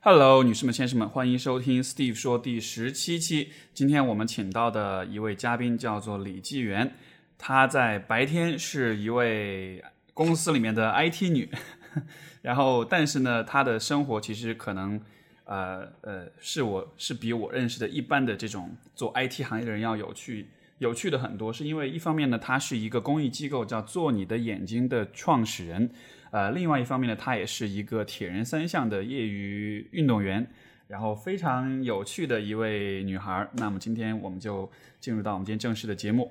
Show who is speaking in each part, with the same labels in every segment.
Speaker 1: Hello，女士们、先生们，欢迎收听 Steve 说第十七期。今天我们请到的一位嘉宾叫做李纪元，她在白天是一位公司里面的 IT 女， 然后但是呢，她的生活其实可能呃呃是我是比我认识的一般的这种做 IT 行业的人要有趣有趣的很多，是因为一方面呢，她是一个公益机构叫做你的眼睛的创始人，呃，另外一方面呢，他也是一个铁人三项的业余运动员，然后非常有趣的一位女孩儿。那么今天我们就进入到我们今天正式的节目。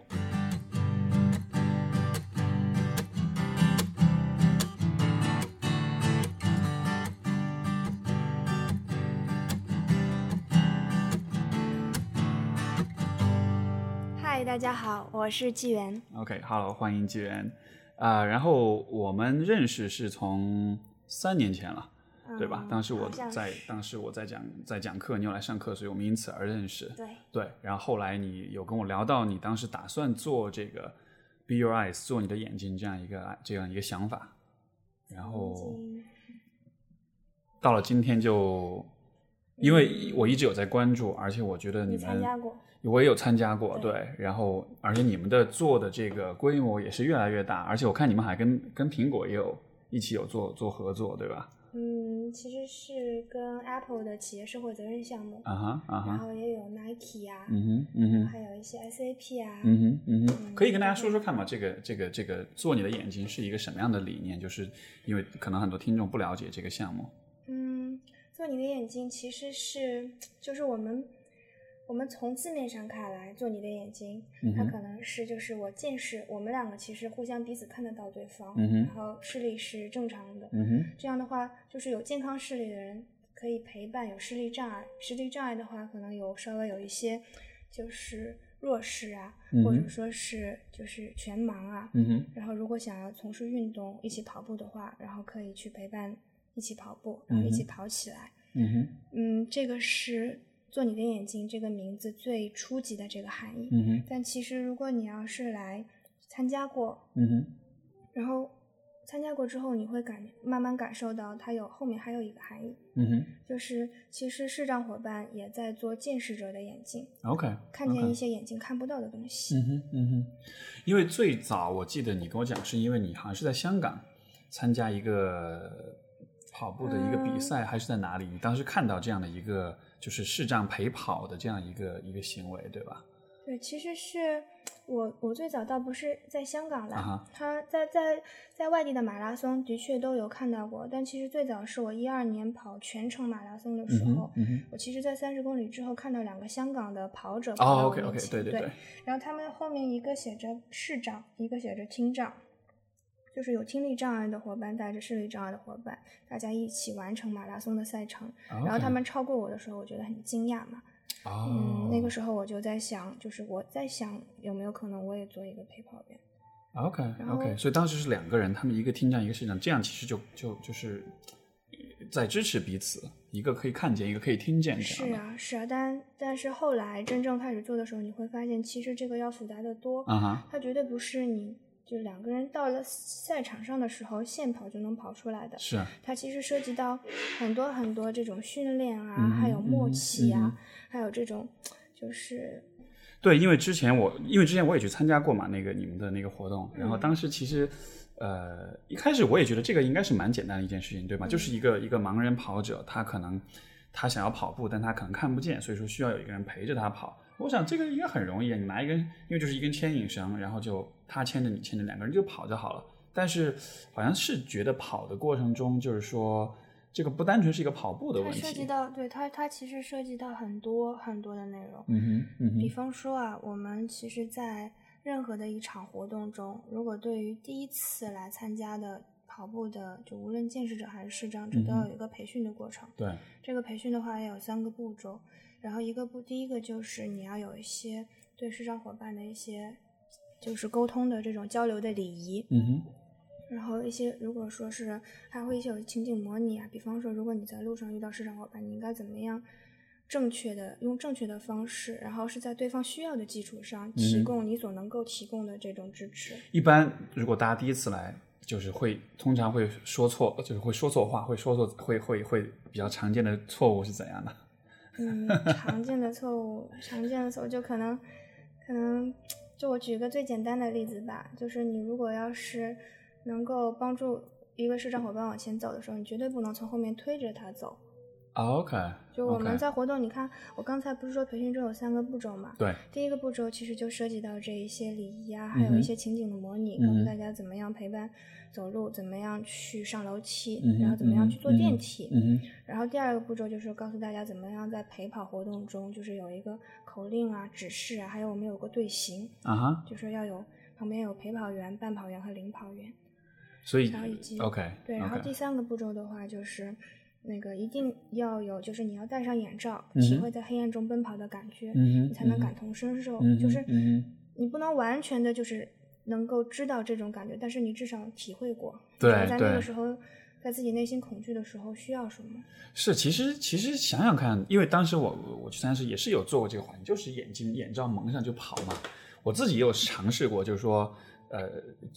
Speaker 2: 嗨，大家好，我是纪元。
Speaker 1: OK，Hello，、欢迎纪元啊、然后我们认识是从三年前了，对吧？
Speaker 2: 嗯
Speaker 1: 当时我
Speaker 2: 好像
Speaker 1: 在
Speaker 2: 是
Speaker 1: 当时我在讲在讲课，你有来上课，所以我们因此而认识。
Speaker 2: 对
Speaker 1: 对，然后后来你有跟我聊到你当时打算做这个 Be Your Eyes，做你的眼睛这样一个这样一个想法，然后
Speaker 2: 曾经
Speaker 1: 到了今天就，因为我一直有在关注，而且我觉得
Speaker 2: 你
Speaker 1: 你
Speaker 2: 参
Speaker 1: 们
Speaker 2: 加过，
Speaker 1: 我也有参加过，
Speaker 2: 对
Speaker 1: 对，然后而且你们的做的这个规模也是越来越大，而且我看你们还跟跟苹果也有一起有做做合作，对吧？
Speaker 2: 嗯，其实是跟 Apple 的企业社会责任项目，
Speaker 1: 啊哈啊哈，
Speaker 2: 然后也有 Nike 啊，
Speaker 1: 嗯哼嗯
Speaker 2: 然后
Speaker 1: 哼
Speaker 2: 还有一些 SAP 啊，
Speaker 1: 嗯哼嗯哼，
Speaker 2: 嗯
Speaker 1: 可以跟大家说说看嘛，这个这个这个做你的眼睛是一个什么样的理念？就是因为可能很多听众不了解这个项目，
Speaker 2: 嗯，做你的眼睛其实是，就是我们我们从字面上看来，做你的眼睛，
Speaker 1: 嗯
Speaker 2: 它
Speaker 1: 哼
Speaker 2: 可能是就是我近视，我们两个其实互相彼此看得到对方，
Speaker 1: 嗯哼
Speaker 2: 然后视力是正常的。
Speaker 1: 嗯哼
Speaker 2: 这样的话，就是有健康视力的人可以陪伴有视力障碍，视力障碍的话，可能有稍微有一些就是弱视啊，或
Speaker 1: 嗯
Speaker 2: 者
Speaker 1: 哼
Speaker 2: 说是就是全盲啊。
Speaker 1: 嗯哼
Speaker 2: 然后如果想要从事运动，一起跑步的话，然后可以去陪伴一起跑步，然后一起
Speaker 1: 嗯哼
Speaker 2: 跑起来。
Speaker 1: 嗯哼
Speaker 2: 嗯这个是“做你的眼睛”这个名字最初级的这个含义。
Speaker 1: 嗯哼
Speaker 2: 但其实如果你要是来参加过
Speaker 1: 嗯哼
Speaker 2: 然后参加过之后，你会感慢慢感受到它有后面还有一个含义，
Speaker 1: 嗯哼
Speaker 2: 就是其实视障伙伴也在做近视者的眼睛，
Speaker 1: ，OK，
Speaker 2: 看见
Speaker 1: OK
Speaker 2: 一些眼睛看不到的东西。
Speaker 1: 嗯哼，嗯哼，因为最早我记得你跟我讲，是因为你好像是在香港参加一个跑步的一个比
Speaker 2: 嗯
Speaker 1: 赛，还是在哪里？你当时看到这样的一个就是视障陪跑的这样一个一个行为，对吧？
Speaker 2: 对，其实是我我最早倒不是在香港
Speaker 1: 啊
Speaker 2: 来
Speaker 1: 哈，
Speaker 2: 他在在在外地的马拉松的确都有看到过，但其实最早是我一二年跑全程马拉松的
Speaker 1: 嗯
Speaker 2: 时
Speaker 1: 哼
Speaker 2: 候，，
Speaker 1: 嗯哼。
Speaker 2: 我其实，在三十公里之后看到两个香港的跑者跑
Speaker 1: 哦
Speaker 2: 到我
Speaker 1: ，OK
Speaker 2: 面
Speaker 1: OK，
Speaker 2: 前
Speaker 1: 对对
Speaker 2: 嗯对，然后他们后面一个写着视障，一个写着听障，就是有听力障碍的伙伴带着视力障碍的伙伴，大家一起完成马拉松的赛程。然后他们超过我的时候，我觉得很惊讶嘛。
Speaker 1: 哦
Speaker 2: 嗯，，那个时候我就在想，就是我在想有没有可能我也做一个陪跑员。
Speaker 1: OK
Speaker 2: 然
Speaker 1: OK，
Speaker 2: 后
Speaker 1: 所以当时是两个人，他们一个听障，一个视障，这样其实就就就是在支持彼此，一个可以看见，一个可以听见，这
Speaker 2: 是
Speaker 1: 样的。
Speaker 2: 啊，是啊，但但是后来真正开始做的时候，你会发现其实这个要复杂的多。
Speaker 1: 啊哈，
Speaker 2: 它绝对不是你就两个人到了赛场上的时候现跑就能跑出来的。
Speaker 1: 是，啊
Speaker 2: 它其实涉及到很多很多这种训练啊，
Speaker 1: 嗯哼
Speaker 2: 还有默
Speaker 1: 嗯哼
Speaker 2: 契啊，
Speaker 1: 嗯哼
Speaker 2: 还有这种就是
Speaker 1: 对，因为之前我因为之前我也去参加过嘛，那个你们的那个活动，然后
Speaker 2: 嗯
Speaker 1: 当时其实，呃，一开始我也觉得这个应该是蛮简单的一件事情，对吧？
Speaker 2: 嗯
Speaker 1: 就是一个一个盲人跑者，他可能他想要跑步，但他可能看不见，所以说需要有一个人陪着他跑。我想这个应该很容易，啊，你拿一根，因为就是一根牵引绳，然后就他牵着你牵着，两个人就跑就好了。但是好像是觉得跑的过程中，就是说这个不单纯是一个跑步的
Speaker 2: 它
Speaker 1: 问
Speaker 2: 涉及
Speaker 1: 题。
Speaker 2: 到对它它其实涉及到很多很多的内容。
Speaker 1: 嗯哼，嗯
Speaker 2: 比
Speaker 1: 哼，
Speaker 2: 方说啊，我们其实，在任何的一场活动中，如果对于第一次来参加的跑步的，就无论见识者还是视障者，
Speaker 1: 嗯
Speaker 2: 都
Speaker 1: 哼
Speaker 2: 要有一个培训的过程。
Speaker 1: 对，
Speaker 2: 这个培训的话也有三个步骤，然后一个步第一个就是你要有一些对视障伙伴的一些就是沟通的这种交流的礼仪，
Speaker 1: 嗯哼，
Speaker 2: 然后一些如果说是还会一些有情景模拟啊，比方说如果你在路上遇到视障伙伴，你应该怎么样正确的用正确的方式，然后是在对方需要的基础上
Speaker 1: 嗯
Speaker 2: 提供你所能够提供的这种支持。
Speaker 1: 一般如果大家第一次来就是会通常会说错，就是会说错话，会说错，会会会比较常见的错误是怎样的？
Speaker 2: 嗯，常见的错误，常见的错误就可能，可能就我举一个最简单的例子吧，就是你如果要是能够帮助一个视障伙伴往前走的时候，你绝对不能从后面推着他走。
Speaker 1: 啊 OK，
Speaker 2: 就我们
Speaker 1: OK
Speaker 2: 在活动，你看我刚才不是说培训中有三个步骤嘛？
Speaker 1: 对，
Speaker 2: 第一个步骤其实就涉及到这一些礼仪啊，
Speaker 1: 嗯
Speaker 2: 还
Speaker 1: 哼
Speaker 2: 有一些情景的模拟，告
Speaker 1: 嗯哼
Speaker 2: 诉大家怎么样陪伴走路，怎么样去上楼梯，
Speaker 1: 嗯哼
Speaker 2: 然后怎么样去坐
Speaker 1: 嗯哼
Speaker 2: 电梯。
Speaker 1: 嗯
Speaker 2: 然后第二个步骤就是告诉大家怎么样在陪跑活动中，就是有一个口令啊、指示啊，还有我们有个队形，
Speaker 1: 哼，啊哈，
Speaker 2: 就是要有旁边有陪跑员、伴跑员和领跑员。
Speaker 1: 所以
Speaker 2: 然后以及
Speaker 1: 嗯 OK，
Speaker 2: 对，然后第三个步骤的话就是，那个一定要有，就是你要戴上眼罩，
Speaker 1: 嗯
Speaker 2: 体
Speaker 1: 哼
Speaker 2: 会在黑暗中奔跑的感觉，
Speaker 1: 嗯哼
Speaker 2: 你才能
Speaker 1: 嗯哼
Speaker 2: 感同身受。
Speaker 1: 嗯哼
Speaker 2: 就是
Speaker 1: 嗯哼
Speaker 2: 你不能完全的，就是能够知道这种感觉，但是你至少体会过，
Speaker 1: 对
Speaker 2: 你知道在那
Speaker 1: 对
Speaker 2: 个时候，在自己内心恐惧的时候需要什么。
Speaker 1: 是，其实其实想想看，因为当时我我我去参加时也是有做过这个环节，就是眼睛眼罩蒙上就跑嘛。我自己也有尝试过，就是说，呃，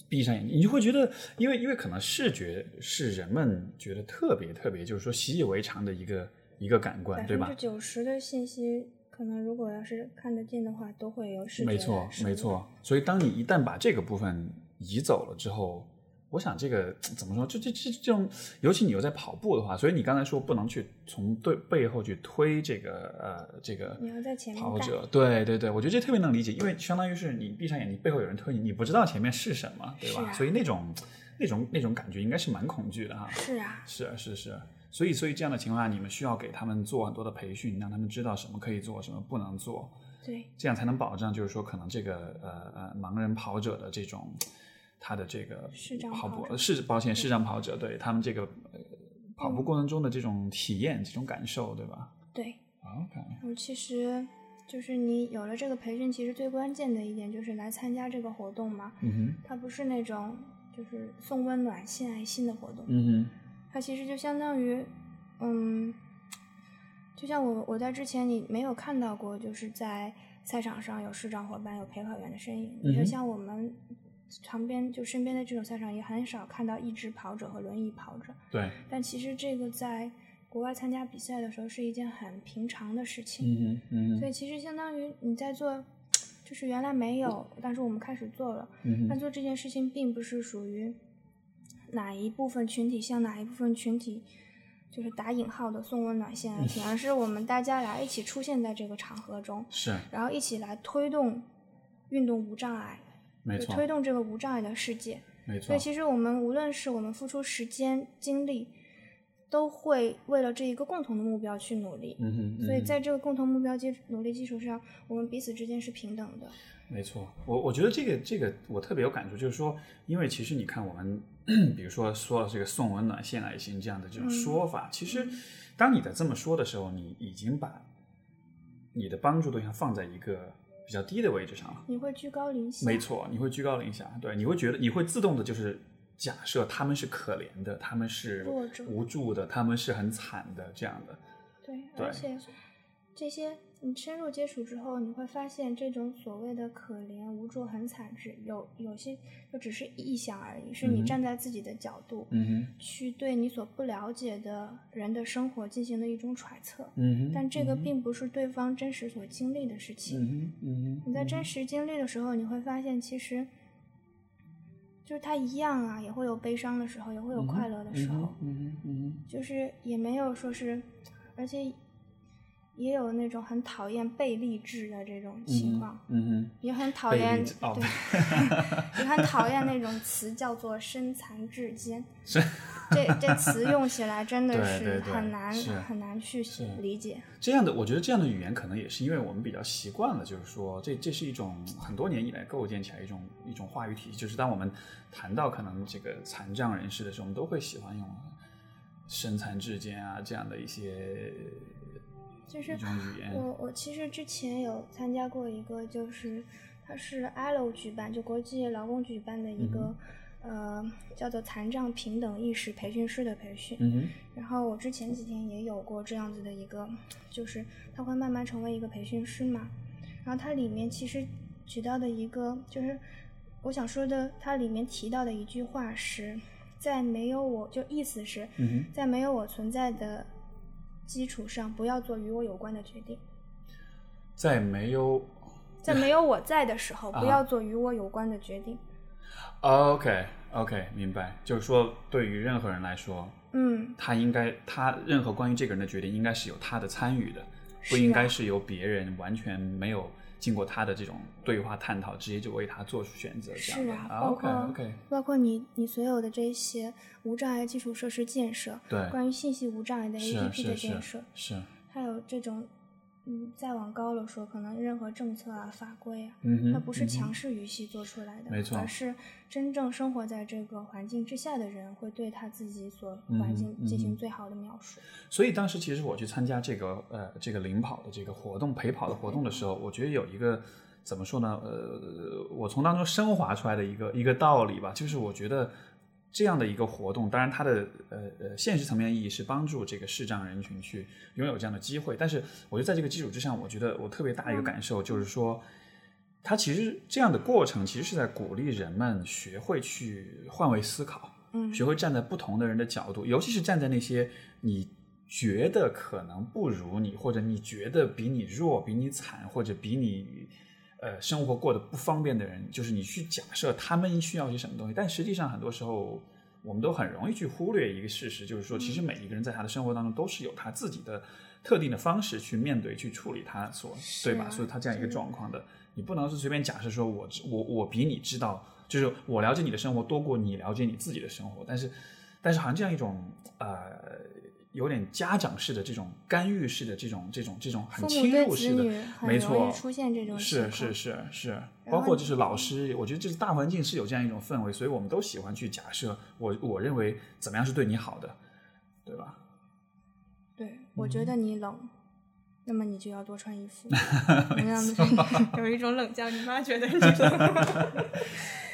Speaker 1: 闭上眼睛，你就会觉得，因为因为可能视觉是人们觉得特别特别，就是说习以为常的一个一个感官，
Speaker 2: 百
Speaker 1: 对
Speaker 2: 分
Speaker 1: 吧
Speaker 2: 之？九十的信息，可能如果要是看得见的话，都会有视觉
Speaker 1: 没
Speaker 2: 来
Speaker 1: 错，
Speaker 2: 识
Speaker 1: 没
Speaker 2: 别。
Speaker 1: 错。所以，当你一旦把这个部分移走了之后，我想这个怎么说？就这这这种，尤其你又在跑步的话，所以你刚才说不能去从对背后去推这个呃这个
Speaker 2: 你要在前面
Speaker 1: 跑
Speaker 2: 带
Speaker 1: 者，对对对，我觉得这特别能理解，因为相当于是你闭上眼睛，背后有人推你，你不知道前面是什么，对吧？
Speaker 2: 是啊
Speaker 1: 所以那种那种那种感觉应该是蛮恐惧的哈。
Speaker 2: 是啊，
Speaker 1: 是啊，是是，所以所以这样的情况下，你们需要给他们做很多的培训，让他们知道什么可以做，什么不能做。
Speaker 2: 对，
Speaker 1: 这样才能保障，就是说可能这个呃呃盲人跑者的这种他的这个
Speaker 2: 视障
Speaker 1: 跑
Speaker 2: 跑
Speaker 1: 步
Speaker 2: 者
Speaker 1: 是抱歉视障跑者对他们这个、呃、跑
Speaker 2: 嗯
Speaker 1: 步过程中的这种体验、这种感受，对吧
Speaker 2: 对。
Speaker 1: ？OK，
Speaker 2: 嗯，其实就是你有了这个培训，其实最关键的一点就是来参加这个活动嘛，
Speaker 1: 嗯哼，
Speaker 2: 它不是那种就是送温暖、献爱心的活动，
Speaker 1: 嗯
Speaker 2: 它其实就相当于，嗯，就像我我在之前你没有看到过，就是在赛场上有市长伙伴、有陪跑员的身影，
Speaker 1: 嗯
Speaker 2: 你
Speaker 1: 哼
Speaker 2: 说像我们。旁边就身边的这种赛场也很少看到一直跑者和轮椅跑者，
Speaker 1: 哼，对，
Speaker 2: 但其实这个在国外参加比赛的时候是一件很平常的事情。
Speaker 1: 嗯哼，嗯
Speaker 2: 所
Speaker 1: 哼，
Speaker 2: 以其实相当于你在做，就是原来没有，但是我们开始做了。
Speaker 1: 嗯
Speaker 2: 但
Speaker 1: 哼，
Speaker 2: 做这件事情并不是属于哪一部分群体向哪一部分群体，就是打引号的送温 暖献爱情，而是我们大家来一起出现在这个场合中，
Speaker 1: 是
Speaker 2: 然后一起来推动运动无障碍，
Speaker 1: 没
Speaker 2: 就
Speaker 1: 错，
Speaker 2: 推动这个无障碍的世界。
Speaker 1: 没
Speaker 2: 所
Speaker 1: 错
Speaker 2: 以，其实我们无论是我们付出时间精力，都会为了这一个共同的目标去努力。
Speaker 1: 嗯哼，
Speaker 2: 所以
Speaker 1: 嗯哼
Speaker 2: 在这个共同目标基努力基础上，我们彼此之间是平等的。
Speaker 1: 没错，我我觉得这个这个我特别有感触，就是说，因为其实你看我们，比如说说了这个送温暖献爱心这样的这种
Speaker 2: 嗯
Speaker 1: 说法，其实当你在这么说的时候，你已经把你的帮助对象放在一个比较低的位置上了。
Speaker 2: 你会居高临下，
Speaker 1: 没，错，你会居高临下，对，你会觉得你会自动的就是假设他们是可怜的，他们是
Speaker 2: 弱者嗯
Speaker 1: 无助的，他们是很惨的这样的。
Speaker 2: 对，
Speaker 1: 对
Speaker 2: 而且这些你深入接触之后，你会发现这种所谓的可怜、无助、很惨，只有有些就只是臆想而已，是
Speaker 1: 嗯
Speaker 2: 你
Speaker 1: 哼
Speaker 2: 站在自己的角度、
Speaker 1: 嗯哼，
Speaker 2: 去对你所不了解的人的生活进行的一种揣测，
Speaker 1: 嗯哼，
Speaker 2: 但这个
Speaker 1: 嗯哼，
Speaker 2: 并不是对方真实所经历的事情。
Speaker 1: 嗯哼，嗯哼，
Speaker 2: 你在
Speaker 1: 嗯
Speaker 2: 真
Speaker 1: 哼
Speaker 2: 实经历的时候，你会发现其实。就是他一样啊，也会有悲伤的时候，也会有快乐的时候。
Speaker 1: 嗯哼，嗯哼，嗯
Speaker 2: 就是也没有说是，而且也有那种很讨厌被励志的这种
Speaker 1: 哼，
Speaker 2: 情况，
Speaker 1: 嗯哼，嗯哼。
Speaker 2: 也很讨
Speaker 1: 被励
Speaker 2: 厌，
Speaker 1: 志哦
Speaker 2: 对，也 很讨厌那种词叫做“身残志坚”，
Speaker 1: 是
Speaker 2: 这这词用起来真的
Speaker 1: 对对
Speaker 2: 是
Speaker 1: 对
Speaker 2: 很难
Speaker 1: 是
Speaker 2: 很难去
Speaker 1: 是
Speaker 2: 理解。
Speaker 1: 这样的，我觉得这样的语言可能也是因为我们比较习惯了，就是说这这是一种很多年以来构建起来一种一种话语体系，就是当我们谈到可能这个残障人士的时候，我们都会喜欢用身残志坚啊这样的一些
Speaker 2: 就是
Speaker 1: 一种语言。
Speaker 2: 我我其实之前有参加过一个，就是它是 ILO 举办，就国际劳工举办的一个、
Speaker 1: 嗯
Speaker 2: 呃叫做残障平等意识培训师的培训。
Speaker 1: 嗯哼，
Speaker 2: 然后我之前几天也有过这样子的一个，就是他会慢慢成为一个培训师嘛。然后它里面其实举到的一个就是我想说的，它里面提到的一句话是，在没有我就意思是，
Speaker 1: 嗯
Speaker 2: 在没有我存在的基础上，不要做与我有关的决定。
Speaker 1: 哼，在没有
Speaker 2: 在没有我在的时 候，
Speaker 1: 啊
Speaker 2: 不要做与我有关的决定。
Speaker 1: OK OK 哦明白，就是说对于任何人来说，
Speaker 2: 嗯，
Speaker 1: 他应该他任何关于这个人的决定应该是有他的参与的，
Speaker 2: 是
Speaker 1: 不
Speaker 2: 啊
Speaker 1: 应该是由别人完全没有经过他的这种对话探讨，直接就为他做出选择这样的。
Speaker 2: 是啊包
Speaker 1: OK
Speaker 2: 括
Speaker 1: OK
Speaker 2: 包括你你所有的这些无障碍基础设施建设，
Speaker 1: 对，
Speaker 2: 关于信息无障碍的
Speaker 1: 是啊是
Speaker 2: APP
Speaker 1: 啊
Speaker 2: 的
Speaker 1: 是啊
Speaker 2: 建设，
Speaker 1: 是啊，
Speaker 2: 还有这种，嗯，再往高了说，可能任何政策啊、法规啊，
Speaker 1: 嗯哼，
Speaker 2: 它不是
Speaker 1: 嗯哼
Speaker 2: 强势语系做出来的，
Speaker 1: 没错
Speaker 2: 而是真正生活在这个环境之下的人，会对他自己所
Speaker 1: 嗯
Speaker 2: 环境
Speaker 1: 嗯
Speaker 2: 进行最好的描述。
Speaker 1: 所以当时其实我去参加这个呃这个领跑的这个活动陪跑的活动的时候，我觉得有一个怎么说呢？呃，我从当中升华出来的一个一个道理吧，就是我觉得这样的一个活动，当然它的呃呃现实层面意义是帮助这个视障人群去拥有这样的机会，但是我觉得在这个基础之上，我觉得我特别大一个感受就是说。它其实这样的过程，其实是在鼓励人们学会去换位思考，
Speaker 2: 嗯，
Speaker 1: 学会站在不同的人的角度，尤其是站在那些你觉得可能不如你，或者你觉得比你弱、比你惨，或者比你呃生活过得不方便的人，就是你去假设他们需要些什么东西，但实际上很多时候。我们都很容易去忽略一个事实，就是说，其
Speaker 2: 嗯
Speaker 1: 实每一个人在他的生活当中都是有他自己的特定的方式去面对、去处理他所，
Speaker 2: 是
Speaker 1: 对吧？
Speaker 2: 啊
Speaker 1: 所以他这样一个
Speaker 2: 真的
Speaker 1: 状况的，你不能是随便假设说我知我我比你知道，就是我了解你的生活多过你了解你自己的生活，但是但是好像这样一种呃有点家长式的这种干预式的这种这种这种很
Speaker 2: 父母
Speaker 1: 侵
Speaker 2: 对
Speaker 1: 入
Speaker 2: 子
Speaker 1: 式的
Speaker 2: 女，很
Speaker 1: 没
Speaker 2: 容
Speaker 1: 错，
Speaker 2: 易出现这种情
Speaker 1: 是
Speaker 2: 况
Speaker 1: 是是是，
Speaker 2: 然
Speaker 1: 包
Speaker 2: 后
Speaker 1: 括
Speaker 2: 你
Speaker 1: 就是老师，我觉得就是大环境是有这样一种氛围，所以我们都喜欢去假设我我认为怎么样是对你好的，对吧？
Speaker 2: 对，我觉
Speaker 1: 嗯
Speaker 2: 得你冷，那么你就要多穿 衣服。同样的， 有一种冷叫你妈觉得你冷，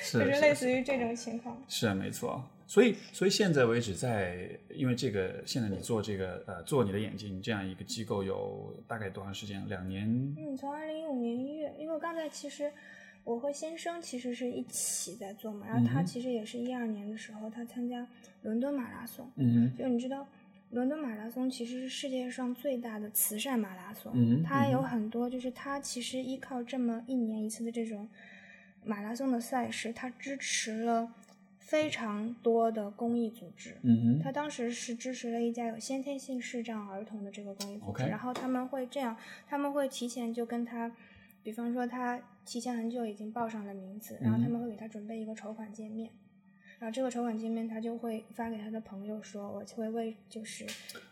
Speaker 1: 是
Speaker 2: 就是
Speaker 1: 是
Speaker 2: 类似于这种情况。
Speaker 1: 是啊没错。所以，所以现在为止在，因为这个，现在你做这个呃，做你的眼睛这样一个机构有大概多长时间？两年？
Speaker 2: 嗯，从二零一五年一月，因为我刚才其实我和先生其实是一起在做嘛，然后
Speaker 1: 嗯
Speaker 2: 他
Speaker 1: 哼
Speaker 2: 其实也是一二年的时候，他参加伦敦马拉松，
Speaker 1: 嗯
Speaker 2: 就你知道。伦敦马拉松其实是世界上最大的慈善马拉松，
Speaker 1: 嗯哼
Speaker 2: 它有
Speaker 1: 嗯哼
Speaker 2: 很多就是它其实依靠这么一年一次的这种马拉松的赛事，它支持了非常多的公益组织。
Speaker 1: 嗯
Speaker 2: 他
Speaker 1: 哼，
Speaker 2: 当时是支持了一家有先天性视障儿童的这个公益组织
Speaker 1: OK
Speaker 2: 然后他们会这样，他们会提前就跟他，比方说他提前很久已经报上了名字，然后他
Speaker 1: 嗯
Speaker 2: 们会给他准备一个筹款界面，然后这个筹款界面他就会发给他的朋友说，我会为就是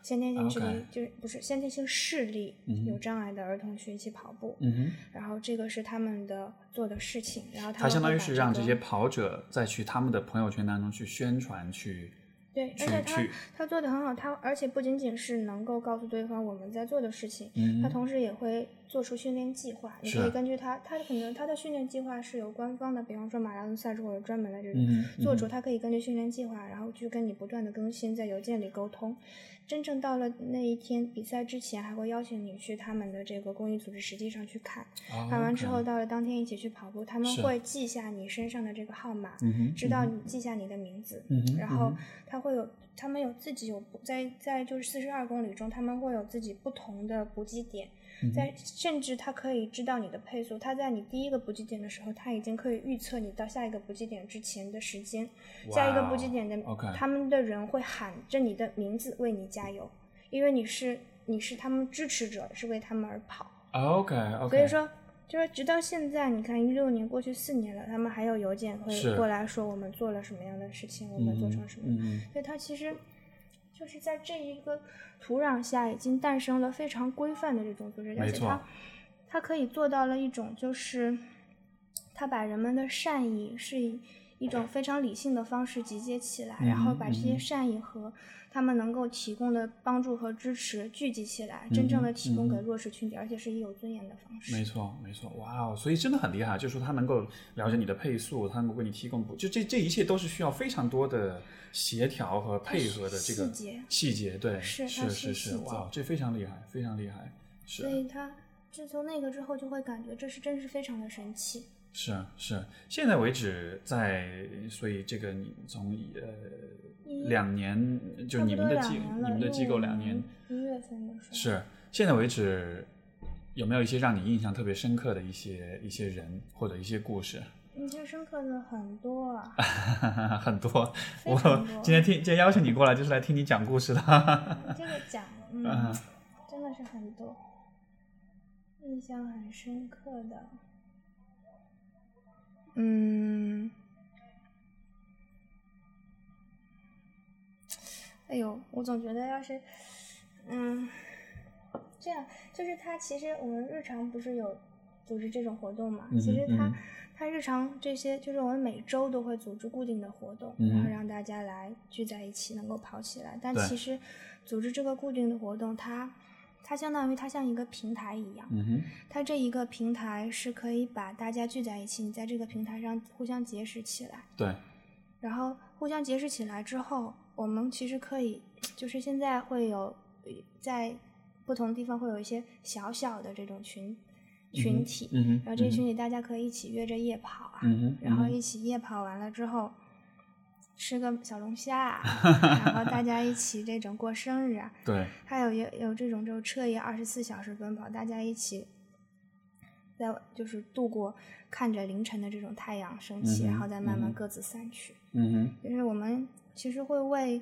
Speaker 2: 先天性视力
Speaker 1: 啊 OK
Speaker 2: 就是不是先天性视力
Speaker 1: 嗯哼
Speaker 2: 有障碍的儿童去一起跑步，
Speaker 1: 嗯哼，
Speaker 2: 然后这个是他们的做的事情，然后他
Speaker 1: 它
Speaker 2: 们
Speaker 1: 相当
Speaker 2: 会
Speaker 1: 于
Speaker 2: 把
Speaker 1: 是让
Speaker 2: 这
Speaker 1: 这
Speaker 2: 个
Speaker 1: 些跑者再去他们的朋友圈当中去宣传，去
Speaker 2: 哎对，而
Speaker 1: 去
Speaker 2: 且他
Speaker 1: 去
Speaker 2: 他做的很好，他而且不仅仅是能够告诉对方我们在做的事情，
Speaker 1: 嗯
Speaker 2: 他同时也会做出训练计划，你可
Speaker 1: 是
Speaker 2: 以根据他他可能他的训练计划是由官方的，比方说马拉松赛事或者专门的这种
Speaker 1: 嗯
Speaker 2: 做
Speaker 1: 嗯
Speaker 2: 主，他可以根据训练计划，然后去跟你不断的更新，在邮件里沟通。真正到了那一天比赛之前，还会邀请你去他们的这个公益组织实际上去看，
Speaker 1: 哦
Speaker 2: 看完之
Speaker 1: OK
Speaker 2: 后到了当天一起去跑步，他们
Speaker 1: 是
Speaker 2: 会记下你身上的这个号码，
Speaker 1: 嗯哼，
Speaker 2: 知道你记下你的名字，
Speaker 1: 嗯哼，
Speaker 2: 然
Speaker 1: 嗯
Speaker 2: 后
Speaker 1: 哼
Speaker 2: 他会有，他们有自己有不在在就是四十二公里中，他们会有自己不同的补给点，
Speaker 1: 嗯
Speaker 2: 在甚至他可以知道你的配速，他在你第一个补给点的时候，他已经可以预测你到下一个补给点之前的时间，下一个补给
Speaker 1: 哇哦
Speaker 2: 点的
Speaker 1: OK
Speaker 2: 他们的人会喊着你的名字为你加油，因为你是你是他们支持者，是为他们而跑。
Speaker 1: OK OK，
Speaker 2: 所以说，就是直到现在，你看一六年过去四年了，他们还有邮件
Speaker 1: 是
Speaker 2: 会过来说我们做了什么样的事情，我
Speaker 1: 嗯
Speaker 2: 们做成什么。
Speaker 1: 嗯
Speaker 2: 所以它其实就是在这一个土壤下，已经诞生了非常规范的这种组织，而
Speaker 1: 没
Speaker 2: 且
Speaker 1: 错
Speaker 2: 它它可以做到了一种就是，它把人们的善意是以一种非常理性的方式集结起来，然后
Speaker 1: 嗯
Speaker 2: 把
Speaker 1: 嗯
Speaker 2: 这些善意和他们能够提供的帮助和支持聚集起来，真正的提供
Speaker 1: 嗯
Speaker 2: 给
Speaker 1: 嗯
Speaker 2: 弱势群体，而且是以有尊严的方式。
Speaker 1: 没错，没错，哇哦！所以真的很厉害，就是说他能够了解你的配速，他能够为你提供补，就这这一切都是需要非常多的协调和配合的这个
Speaker 2: 细节
Speaker 1: 细节对，
Speaker 2: 是它
Speaker 1: 是
Speaker 2: 是
Speaker 1: 是，
Speaker 2: 细
Speaker 1: 哇哦
Speaker 2: 节，
Speaker 1: 这非常厉害，非常厉害，是啊
Speaker 2: 所以他自从那个之后，就会感觉这是真是非常的神奇。
Speaker 1: 是啊，是啊，现在为止在，所以这个你从呃两年，就你们的机
Speaker 2: 差不多两年
Speaker 1: 你
Speaker 2: 了
Speaker 1: 们的机构两
Speaker 2: 因为
Speaker 1: 年
Speaker 2: 我们一月份的时候
Speaker 1: 是现在为止，有没有一些让你印象特别深刻的一些一些人或者一些故事？
Speaker 2: 印象深刻的很多啊，
Speaker 1: 很多，
Speaker 2: 非
Speaker 1: 哎我
Speaker 2: 常多
Speaker 1: 今天听今天邀请你过来就是来听你讲故事 的。
Speaker 2: 这个奖，嗯，
Speaker 1: 啊
Speaker 2: 真的是很多，印象很深刻的，嗯，哎呦，我总觉得要是，嗯，这样就是他其实我们日常不是有组织这种活动嘛，
Speaker 1: 嗯
Speaker 2: 其实他、
Speaker 1: 嗯
Speaker 2: 他日常这些就是我们每周都会组织固定的活动，
Speaker 1: 嗯
Speaker 2: 然后让大家来聚在一起，能够跑起来。但
Speaker 1: 对
Speaker 2: 其实组织这个固定的活动，它它相当于它像一个平台一样，
Speaker 1: 嗯哼，
Speaker 2: 它这一个平台是可以把大家聚在一起，你在这个平台上互相结识起来。
Speaker 1: 对，
Speaker 2: 然后互相结识起来之后，我们其实可以，就是现在会有呃在不同地方会有一些小小的这种群群体，
Speaker 1: 嗯哼，
Speaker 2: 然后这
Speaker 1: 嗯
Speaker 2: 些
Speaker 1: 哼
Speaker 2: 群体大家可以一起约着夜跑啊，
Speaker 1: 嗯哼，
Speaker 2: 然后
Speaker 1: 嗯哼
Speaker 2: 一起夜跑完了之后。吃个小龙虾 啊，然后大家一起这种过生日啊，
Speaker 1: 对，
Speaker 2: 还有也有这种就彻夜二十四小时奔跑，大家一起在就是度过看着凌晨的这种太阳升
Speaker 1: 嗯
Speaker 2: 起，
Speaker 1: 哼
Speaker 2: 然后再慢
Speaker 1: 嗯
Speaker 2: 慢
Speaker 1: 哼
Speaker 2: 各自散去。
Speaker 1: 嗯哼，
Speaker 2: 就是我们其实会为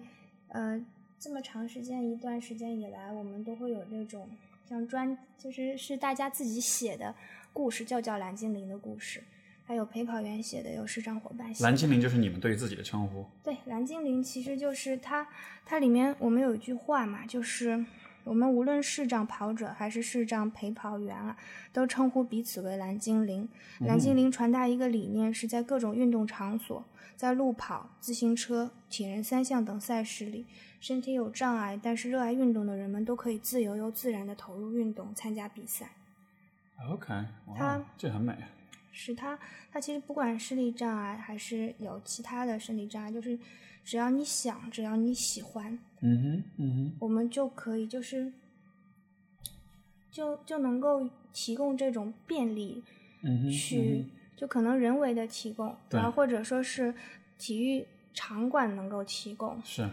Speaker 2: 呃这么长时间一段时间以来，我们都会有这种像专就是是大家自己写的故事，就叫蓝精灵的故事。还有陪跑员写的，有视障伙伴写的。
Speaker 1: 蓝精灵就是你们对自己的称呼。
Speaker 2: 对，蓝精灵其实就是它，它里面我们有一句话嘛，就是我们无论视障跑者还是视障陪跑员啊，都称呼彼此为蓝精灵。蓝精灵传达一个理念，是在各种运动场所，在路跑、自行车、铁人三项等赛事里，身体有障碍但是热爱运动的人们都可以自由又自然地投入运动，参加比赛。
Speaker 1: OK，哇
Speaker 2: 它，
Speaker 1: 这很美。
Speaker 2: 使他他其实不管视力障碍还是有其他的生理障碍，就是只要你想，只要你喜欢，
Speaker 1: 嗯哼，嗯哼。
Speaker 2: 我们就可以就是就就能够提供这种便利
Speaker 1: 嗯哼，
Speaker 2: 去，就可能人为的提供，
Speaker 1: 对
Speaker 2: 然后或者说是体育场馆能够提供，
Speaker 1: 是，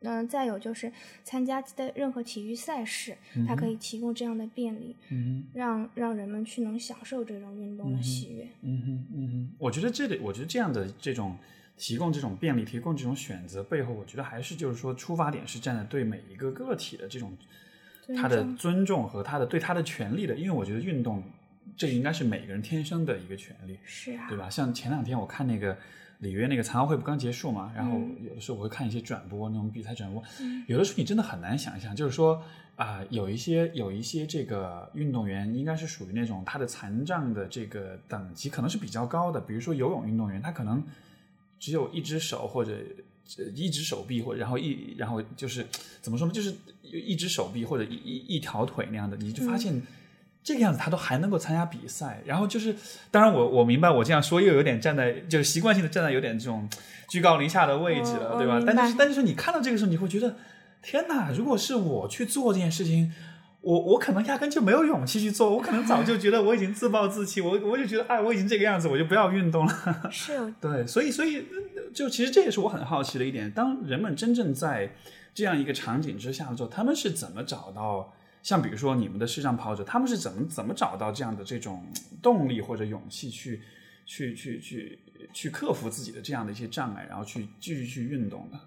Speaker 2: 嗯、再有就是参加的任何体育赛事，它可以提供这样的便利，
Speaker 1: 嗯
Speaker 2: 让让人们去能享受这种运动
Speaker 1: 嗯哼
Speaker 2: 的喜悦。
Speaker 1: 哼，嗯哼，嗯哼，我觉得这里，我觉得这样的这种提供这种便利，提供这种选择背后，我觉得还是就是说出发点是站在对每一个个体的这种
Speaker 2: 尊
Speaker 1: 他的
Speaker 2: 重
Speaker 1: 尊重和他的对他的权利的，因为我觉得运动这应该是每个人天生的一个权利，
Speaker 2: 是啊
Speaker 1: 对，吧？像前两天我看那个里约那个残奥会不刚结束嘛，然后
Speaker 2: 嗯
Speaker 1: 有的时候我会看一些转播，那种比赛转播，
Speaker 2: 嗯
Speaker 1: 有的时候你真的很难想象，就是说啊、有一些有一些这个运动员应该是属于那种他的残障的这个等级可能是比较高的，比如说游泳运动员，他可能只有一只手或者。呃一只手臂，或者然后一然后就是怎么说呢？就是一只手臂或者一一一条腿那样的，你就发
Speaker 2: 嗯
Speaker 1: 现这个样子他都还能够参加比赛，然后就是，当然我我明白我这样说又有点站在就是习惯性的站在有点这种居高临下的位置了，
Speaker 2: 嗯
Speaker 1: 对吧？
Speaker 2: 嗯明白
Speaker 1: 但是但是你看到这个时候，你会觉得天哪！如果是我去做这件事情，我我可能压根就没有勇气去做，我可能早就觉得我已经自暴自弃，我我就觉得哎我已经这个样子，我就不要运动了。
Speaker 2: 是有
Speaker 1: 对，所以所以呃就其实这也是我很好奇的一点，当人们真正在这样一个场景之下之后，他们是怎么找到？像比如说你们的视障跑者，他们是怎么怎么找到这样的这种嗯动力或者勇气去去去去去克服自己的这样的一些障碍，然后去继续去运动的？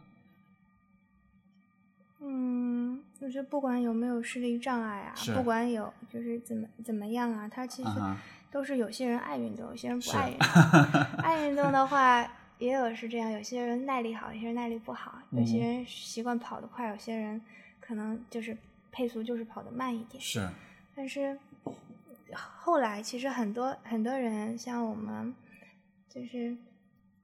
Speaker 2: 嗯，就是不管有没有视力障碍啊
Speaker 1: 是，
Speaker 2: 不管有就是怎么怎么样啊，他其实
Speaker 1: 啊哈
Speaker 2: 都是有些人爱运动，有些人不
Speaker 1: 是
Speaker 2: 爱运 动。爱运动的话，也有是这样，有些人耐力好，有些人耐力不好，有些
Speaker 1: 嗯
Speaker 2: 人习惯跑得快，有些人可能就是配速就是跑得慢一点。
Speaker 1: 是，
Speaker 2: 但是后来其实很多很多人像我们，就是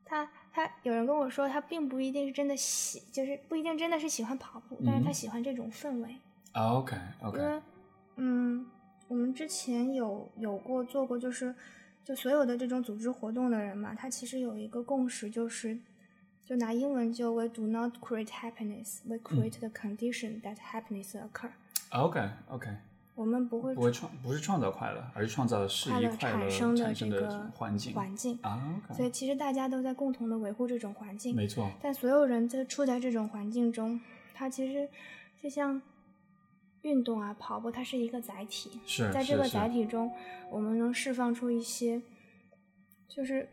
Speaker 2: 他他有人跟我说，他并不一定是真的喜，就是不一定真的是喜欢跑步，但是他
Speaker 1: 嗯
Speaker 2: 喜欢这种氛围，
Speaker 1: OK
Speaker 2: 因
Speaker 1: OK，
Speaker 2: 为嗯，我们之前有有过做过，就是就所有的这种组织活动的人嘛，他其实有一个共识，就是就拿英文就为 “do not
Speaker 1: 嗯
Speaker 2: create happiness, we create the condition that happiness occur”。
Speaker 1: OK OK，
Speaker 2: 我们不会
Speaker 1: 不会创不是创造快乐，而是创造适
Speaker 2: 快
Speaker 1: 宜
Speaker 2: 乐
Speaker 1: 快乐
Speaker 2: 产生的
Speaker 1: 产
Speaker 2: 这
Speaker 1: 生
Speaker 2: 个
Speaker 1: 的环境
Speaker 2: 环境。
Speaker 1: 啊，OK，
Speaker 2: 所以其实大家都在共同的维护这种环境，
Speaker 1: 没错，
Speaker 2: 但所有人在处在这种环境中，它其实就像运动啊、跑步，它是一个载体。
Speaker 1: 是
Speaker 2: 在
Speaker 1: 嗯
Speaker 2: 这
Speaker 1: 是
Speaker 2: 个
Speaker 1: 是
Speaker 2: 载体中，我们能释放出一些，就是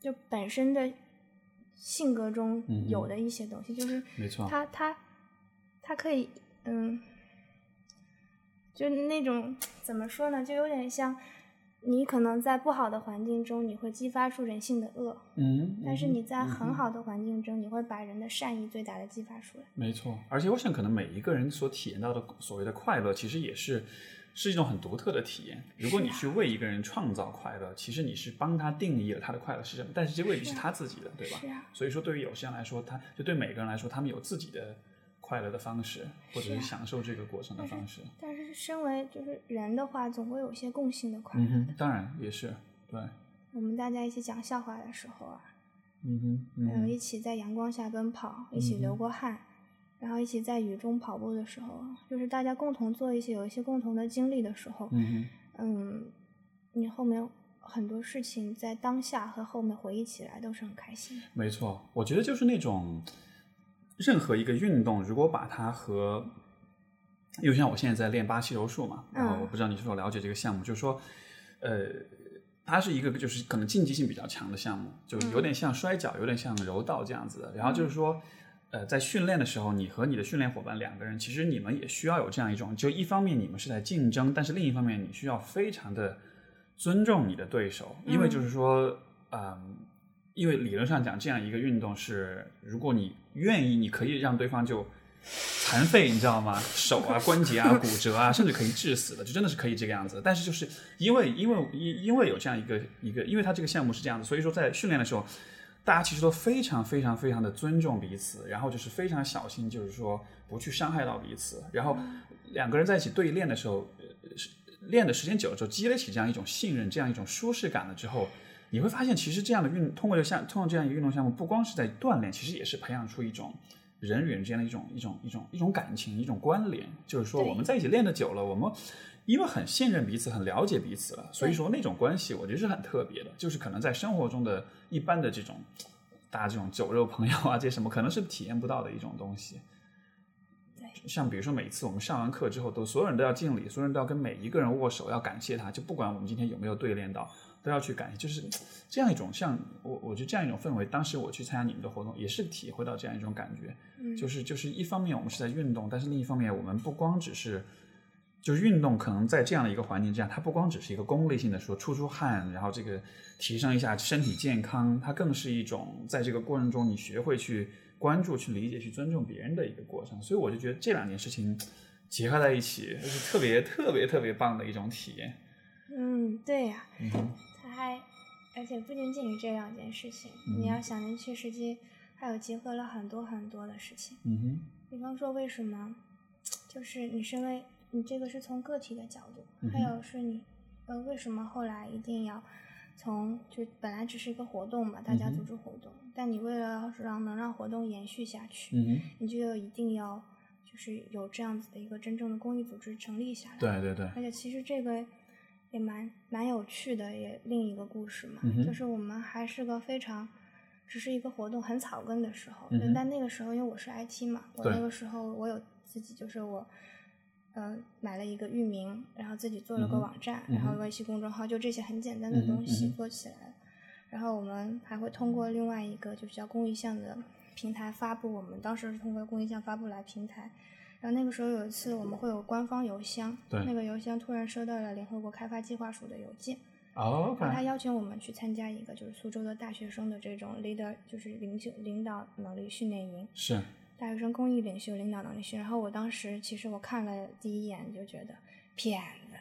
Speaker 2: 就本身的性格中
Speaker 1: 嗯嗯哦
Speaker 2: 有的一些东西，就是
Speaker 1: 没错
Speaker 2: 它它它可以嗯，就那种怎么说呢，就有点像。你可能在不好的环境中，你会激发出人性的恶，
Speaker 1: 嗯，
Speaker 2: 但是
Speaker 1: 嗯
Speaker 2: 你在
Speaker 1: 嗯
Speaker 2: 很好的环境中，你会把人的善意最大的激发出来。
Speaker 1: 没错，而且我想，可能每一个人所体验到的所谓的快乐，其实也是是一种很独特的体验。如果
Speaker 2: 是
Speaker 1: 你
Speaker 2: 啊
Speaker 1: 去为一个人创造快乐，其实你是帮他定义了他的快乐是什么，但是这未必
Speaker 2: 是
Speaker 1: 是
Speaker 2: 啊
Speaker 1: 他自己的，对吧？
Speaker 2: 是啊，
Speaker 1: 所以说，对于有些人来说，他就对每个人来说，他们有自己的快乐的方式，或者是
Speaker 2: 是啊
Speaker 1: 享受这个过程的
Speaker 2: 但是
Speaker 1: 方式。
Speaker 2: 但是身为就是人的话，总会有一些共性的快乐
Speaker 1: 嗯。哼，当然也是对，
Speaker 2: 我们大家一起讲笑话的时候啊，
Speaker 1: 嗯哼，嗯
Speaker 2: 还有一
Speaker 1: 哼，
Speaker 2: 起在阳光下奔跑，一起
Speaker 1: 嗯
Speaker 2: 流
Speaker 1: 哼
Speaker 2: 过汗，然后一起在雨中跑步的时候，就是大家共同做一些有一些共同的经历的时候，
Speaker 1: 嗯哼，
Speaker 2: 嗯，你后面很多事情在当下和后面回忆起来都是很开心的。
Speaker 1: 没错，我觉得就是那种，任何一个运动，如果把它和，又像我现在在练巴西柔术嘛，然后
Speaker 2: 嗯
Speaker 1: 我不知道你是否了解这个项目，就是说，呃，它是一个就是可能竞技性比较强的项目，就是有点像摔跤，有点像柔道这样子的。然后就是说，呃，在训练的时候，你和你的训练伙伴两个人，其实你们也需要有这样一种，就一方面你们是在竞争，但是另一方面你需要非常的尊重你的对手，因为
Speaker 2: 嗯
Speaker 1: 就是说，嗯、因为理论上讲，这样一个运动是，如果你愿意，你可以让对方就残废，你知道吗？手啊、关节啊、骨折啊，甚至可以致死的，就真的是可以这个样子。但是就是因为因为因因为有这样一个一个，因为他这个项目是这样子，所以说在训练的时候，大家其实都非常非常非常的尊重彼此，然后就是非常小心，就是说不去伤害到彼此。然后两个人在一起对练的时候，呃是练的时间久了之后，积累起这样一种信任，这样一种舒适感了之后。你会发现，其实这样的运通过这个项通过这样一个运动项目，不光是在锻炼，其实也是培养出一种人与人之间的一种一种一种一种感情，一种关联。就是说，
Speaker 2: 对
Speaker 1: 我们在一起练的久了，我们因为很信任彼此，很了解彼此了，所以说那种关系，我觉得是很特别的。就是可能在生活中的一般的这种大家这种酒肉朋友啊，这什么可能是体验不到的一种东西。
Speaker 2: 对，
Speaker 1: 像比如说每次我们上完课之后，都所有人都要敬礼，所有人都要跟每一个人握手，要感谢他，就不管我们今天有没有对练到，都要去感谢，就是这样一种像我，我觉得这样一种氛围，当时我去参加你们的活动，也是体会到这样一种感觉，
Speaker 2: 嗯，
Speaker 1: 就是就是一方面我们是在运动，但是另一方面我们不光只是，就是运动可能在这样的一个环境之下，它不光只是一个功利性的说出出汗，然后这个提升一下身体健康，它更是一种在这个过程中你学会去关注、去理解、去尊重别人的一个过程。所以我就觉得这两件事情结合在一起，就是特别特别特别棒的一种体验。
Speaker 2: 嗯，对呀、
Speaker 1: 嗯哼，
Speaker 2: 他还，而且不仅仅是这两件事情，你
Speaker 1: 嗯
Speaker 2: 要想进去，实际还有结合了很多很多的事情。
Speaker 1: 嗯哼，
Speaker 2: 比方说，为什么，就是你身为你这个是从个体的角度，还
Speaker 1: 嗯哼
Speaker 2: 有是你，呃，为什么后来一定要从就本来只是一个活动嘛，大家
Speaker 1: 嗯
Speaker 2: 组
Speaker 1: 哼
Speaker 2: 织活动，但你为了让能让活动延续下去，
Speaker 1: 嗯哼，
Speaker 2: 你就要一定要就是有这样子的一个真正的公益组织成立下来。
Speaker 1: 对对对，
Speaker 2: 而且其实这个也蛮蛮有趣的，也另一个故事嘛，
Speaker 1: 嗯哼
Speaker 2: 就是我们还是个非常。只是一个活动很草根的时候，
Speaker 1: 嗯哼
Speaker 2: 但那个时候因为我是 IT 嘛，我
Speaker 1: 对
Speaker 2: 那个时候我有自己就是我，呃，买了一个域名，然后自己做了个
Speaker 1: 嗯哼
Speaker 2: 网站，
Speaker 1: 嗯
Speaker 2: 然后
Speaker 1: 哼
Speaker 2: 微信公众号，就这些很简单的
Speaker 1: 嗯哼
Speaker 2: 东西
Speaker 1: 嗯哼
Speaker 2: 做起来了。然后我们还会通过另外一个就是叫公益项的平台发布，我们当时是通过公益项发布来平台。然后那个时候有一次我们会有官方邮箱，
Speaker 1: 对
Speaker 2: 那个邮箱突然收到了联合国开发计划署的邮件，
Speaker 1: 哦
Speaker 2: 然后他邀请我们去参加一个就是苏州的大学生的这种 leader 就是领袖领导能力训练营，
Speaker 1: 是，
Speaker 2: 大学生公益领袖领导能力训练。然后我当时其实我看了第一眼就觉得骗子。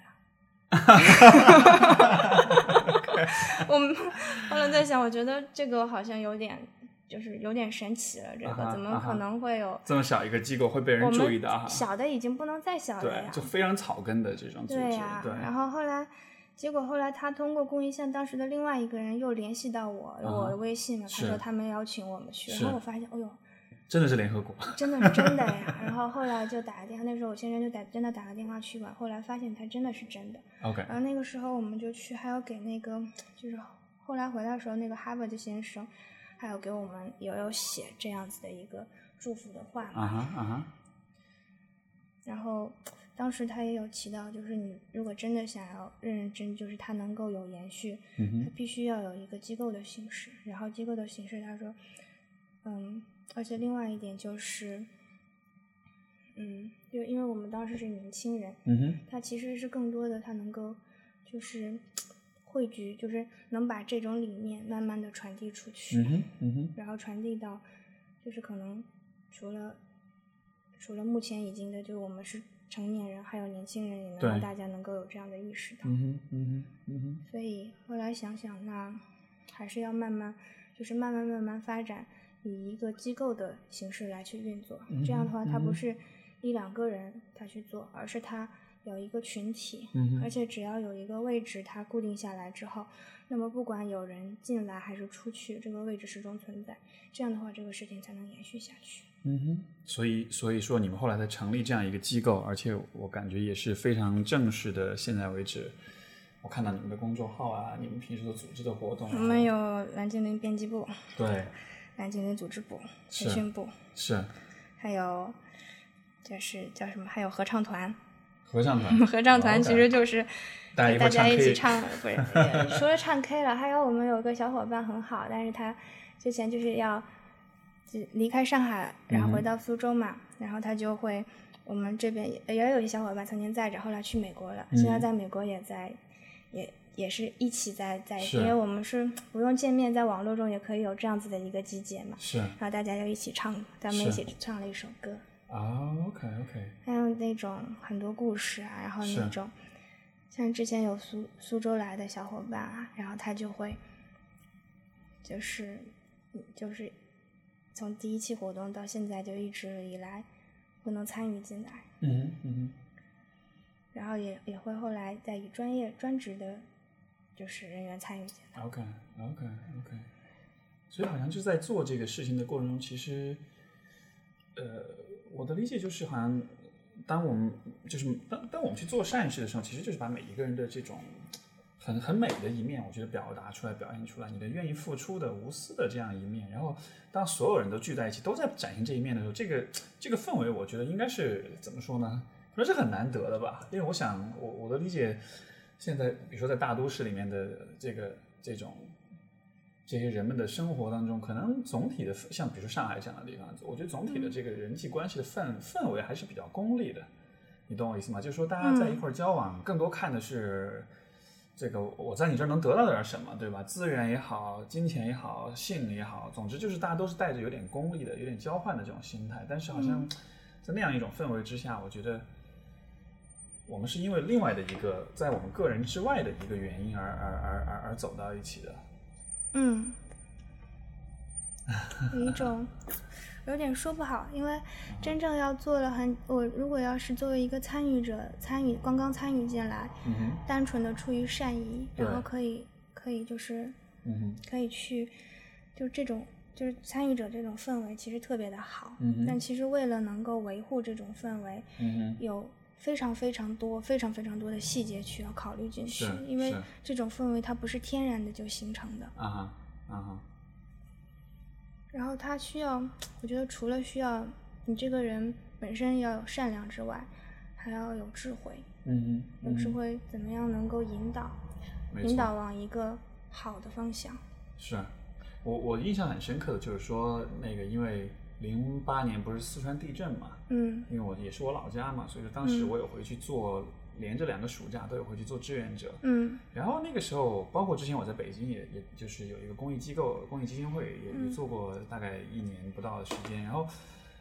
Speaker 2: 我们后来在想，我觉得这个好像有点，就是有点神奇了。这
Speaker 1: 啊
Speaker 2: 个
Speaker 1: 哈
Speaker 2: 怎
Speaker 1: 啊
Speaker 2: 么
Speaker 1: 哈
Speaker 2: 可能会有？
Speaker 1: 这么小一个机构会被
Speaker 2: 我
Speaker 1: 人注意的啊
Speaker 2: 们，小的已经不能再小了
Speaker 1: 对
Speaker 2: 哎呀，。
Speaker 1: 就非常草根的这种组织，
Speaker 2: 对呀、
Speaker 1: 对
Speaker 2: 然后后来，结果后来他通过供应线当时的另外一个人又联系到我，
Speaker 1: 啊
Speaker 2: 我的微信嘛，他
Speaker 1: 是
Speaker 2: 说他们邀请我们去，
Speaker 1: 是
Speaker 2: 然后我发现，哎呦，
Speaker 1: 真的是联合国，
Speaker 2: 真的是真的呀。然后后来就打个电话，那时候我先生就打真的打个电话去玩，后来发现它真的是真的。
Speaker 1: OK，
Speaker 2: 然后那个时候我们就去，还有给那个就是后来回来的时候，那个哈佛的先生，还有给我们也有写这样子的一个祝福的话
Speaker 1: 啊
Speaker 2: 嘛。
Speaker 1: 哈啊哈，
Speaker 2: 然后当时他也有提到，就是你如果真的想要认认真，就是它能够有延续，
Speaker 1: 嗯
Speaker 2: 它
Speaker 1: 哼，
Speaker 2: 必须要有一个机构的形式。然后机构的形式，他说，嗯，而且另外一点就是，嗯，就因为我们当时是年轻人，
Speaker 1: 嗯哼，
Speaker 2: 它其实是更多的，它能够就是汇聚，就是能把这种理念慢慢的传递出去，
Speaker 1: 嗯哼，嗯哼，
Speaker 2: 然后传递到就是可能除了除了目前已经的，就我们是成年人，还有年轻人，也能
Speaker 1: 对
Speaker 2: 让大家能够有这样的意识到。
Speaker 1: 嗯哼，嗯哼，嗯哼，
Speaker 2: 所以后来想想，那还是要慢慢，就是慢慢慢慢发展，以一个机构的形式来去运作。这样的话，它
Speaker 1: 嗯哼
Speaker 2: 不是一两个人他去做，而是他有一个群体，
Speaker 1: 嗯哼
Speaker 2: 而且只要有一个位置它固定下来之后，那么不管有人进来还是出去，这个位置始终存在。这样的话，这个事情才能延续下去。
Speaker 1: 嗯哼。所以，所以说你们后来才成立这样一个机构，而且我感觉也是非常正式的。现在为止，我看到你们的公众号啊，你们平时的组织的活动、啊，
Speaker 2: 我们有蓝精灵编辑部、
Speaker 1: 对，
Speaker 2: 蓝精灵组织部、培
Speaker 1: 是
Speaker 2: 训部，
Speaker 1: 是
Speaker 2: 还有就是叫什么，还有合唱团。
Speaker 1: 合唱团，
Speaker 2: 合唱团其实就是
Speaker 1: 大家一块
Speaker 2: 大家
Speaker 1: 唱
Speaker 2: 一起
Speaker 1: K
Speaker 2: 唱，不是呃除了唱 K 了，还有我们有个小伙伴很好，但是他之前就是要就离开上海，然
Speaker 1: 嗯
Speaker 2: 后
Speaker 1: 哼
Speaker 2: 回到苏州嘛，然后他就会我们这边也也有一小伙伴曾经在这，后来去美国了，现在
Speaker 1: 嗯
Speaker 2: 在美国也在也。也是一起在在，
Speaker 1: 是
Speaker 2: 因为我们是不用见面，在网络中也可以有这样子的一个集结嘛。
Speaker 1: 是
Speaker 2: 然后大家就一起唱，咱们一
Speaker 1: 是
Speaker 2: 起唱了一首歌。
Speaker 1: 啊，OK OK，
Speaker 2: 还有那种很多故事啊，然后那
Speaker 1: 是
Speaker 2: 种像之前有苏苏州来的小伙伴啊，然后他就会就是嗯就是从第一期活动到现在就一直以来不能参与进来，
Speaker 1: 嗯哼嗯哼
Speaker 2: 然后也也会后来再以专业专职的，就是人员参与进来。
Speaker 1: OK OK OK，所以好像就在做这个事情的过程中，其实，呃，我的理解就是，好像当我们就是当当我们去做善事的时候，其实就是把每一个人的这种很很美的一面，我觉得表达出来、表现出来，你的愿意付出的、无私的这样一面。然后，当所有人都聚在一起，都在展现这一面的时候，这个这个氛围，我觉得应该是怎么说呢？可能是很难得的吧，因为我想，我我的理解，现在比如说在大都市里面的这个这种这些人们的生活当中，可能总体的像比如说上海这样的地方，我觉得总体的这个人际关系的氛氛围还是比较功利的，你懂我意思吗？就是说大家在一块儿交往，更多看的是。这个我在你这儿能得到点什么，对吧？资源也好，金钱也好，性也好，总之就是大家都是带着有点功利的、有点交换的这种心态。但是好像在那样一种氛围之下，我觉得我们是因为另外的一个在我们个人之外的一个原因而而而而而走到一起的。
Speaker 2: 嗯，有一种有点说不好，因为真正要做了很，我如果要是作为一个参与者，参与刚刚参与进来，
Speaker 1: 嗯哼，
Speaker 2: 单纯的出于善意，
Speaker 1: 对
Speaker 2: 然后可以可以就是
Speaker 1: 嗯哼，
Speaker 2: 可以去，就这种就是参与者这种氛围其实特别的好，
Speaker 1: 嗯哼
Speaker 2: 但其实为了能够维护这种氛围，
Speaker 1: 嗯哼，
Speaker 2: 有非常非常多、非常非常多的细节需要考虑进去
Speaker 1: 是，
Speaker 2: 因为
Speaker 1: 是
Speaker 2: 这种氛围它不是天然的就形成的。
Speaker 1: 啊哈，啊哈，
Speaker 2: 然后他需要，我觉得除了需要你这个人本身要有善良之外，还要有智慧。
Speaker 1: 嗯哼，
Speaker 2: 有
Speaker 1: 嗯
Speaker 2: 智
Speaker 1: 哼，
Speaker 2: 慧怎么样能够引导，
Speaker 1: 没
Speaker 2: 引
Speaker 1: 错。
Speaker 2: 导往一个好的方向？
Speaker 1: 是我我印象很深刻的就是说那个，因为零八年不是四川地震嘛，
Speaker 2: 嗯
Speaker 1: 因为我也是我老家嘛，所以说当时
Speaker 2: 嗯
Speaker 1: 我有回去做，连着两个暑假都有回去做志愿者。
Speaker 2: 嗯
Speaker 1: 然后那个时候，包括之前我在北京也也就是有一个公益机构、公益基金会也也
Speaker 2: 嗯
Speaker 1: 做过大概一年不到的时间。然后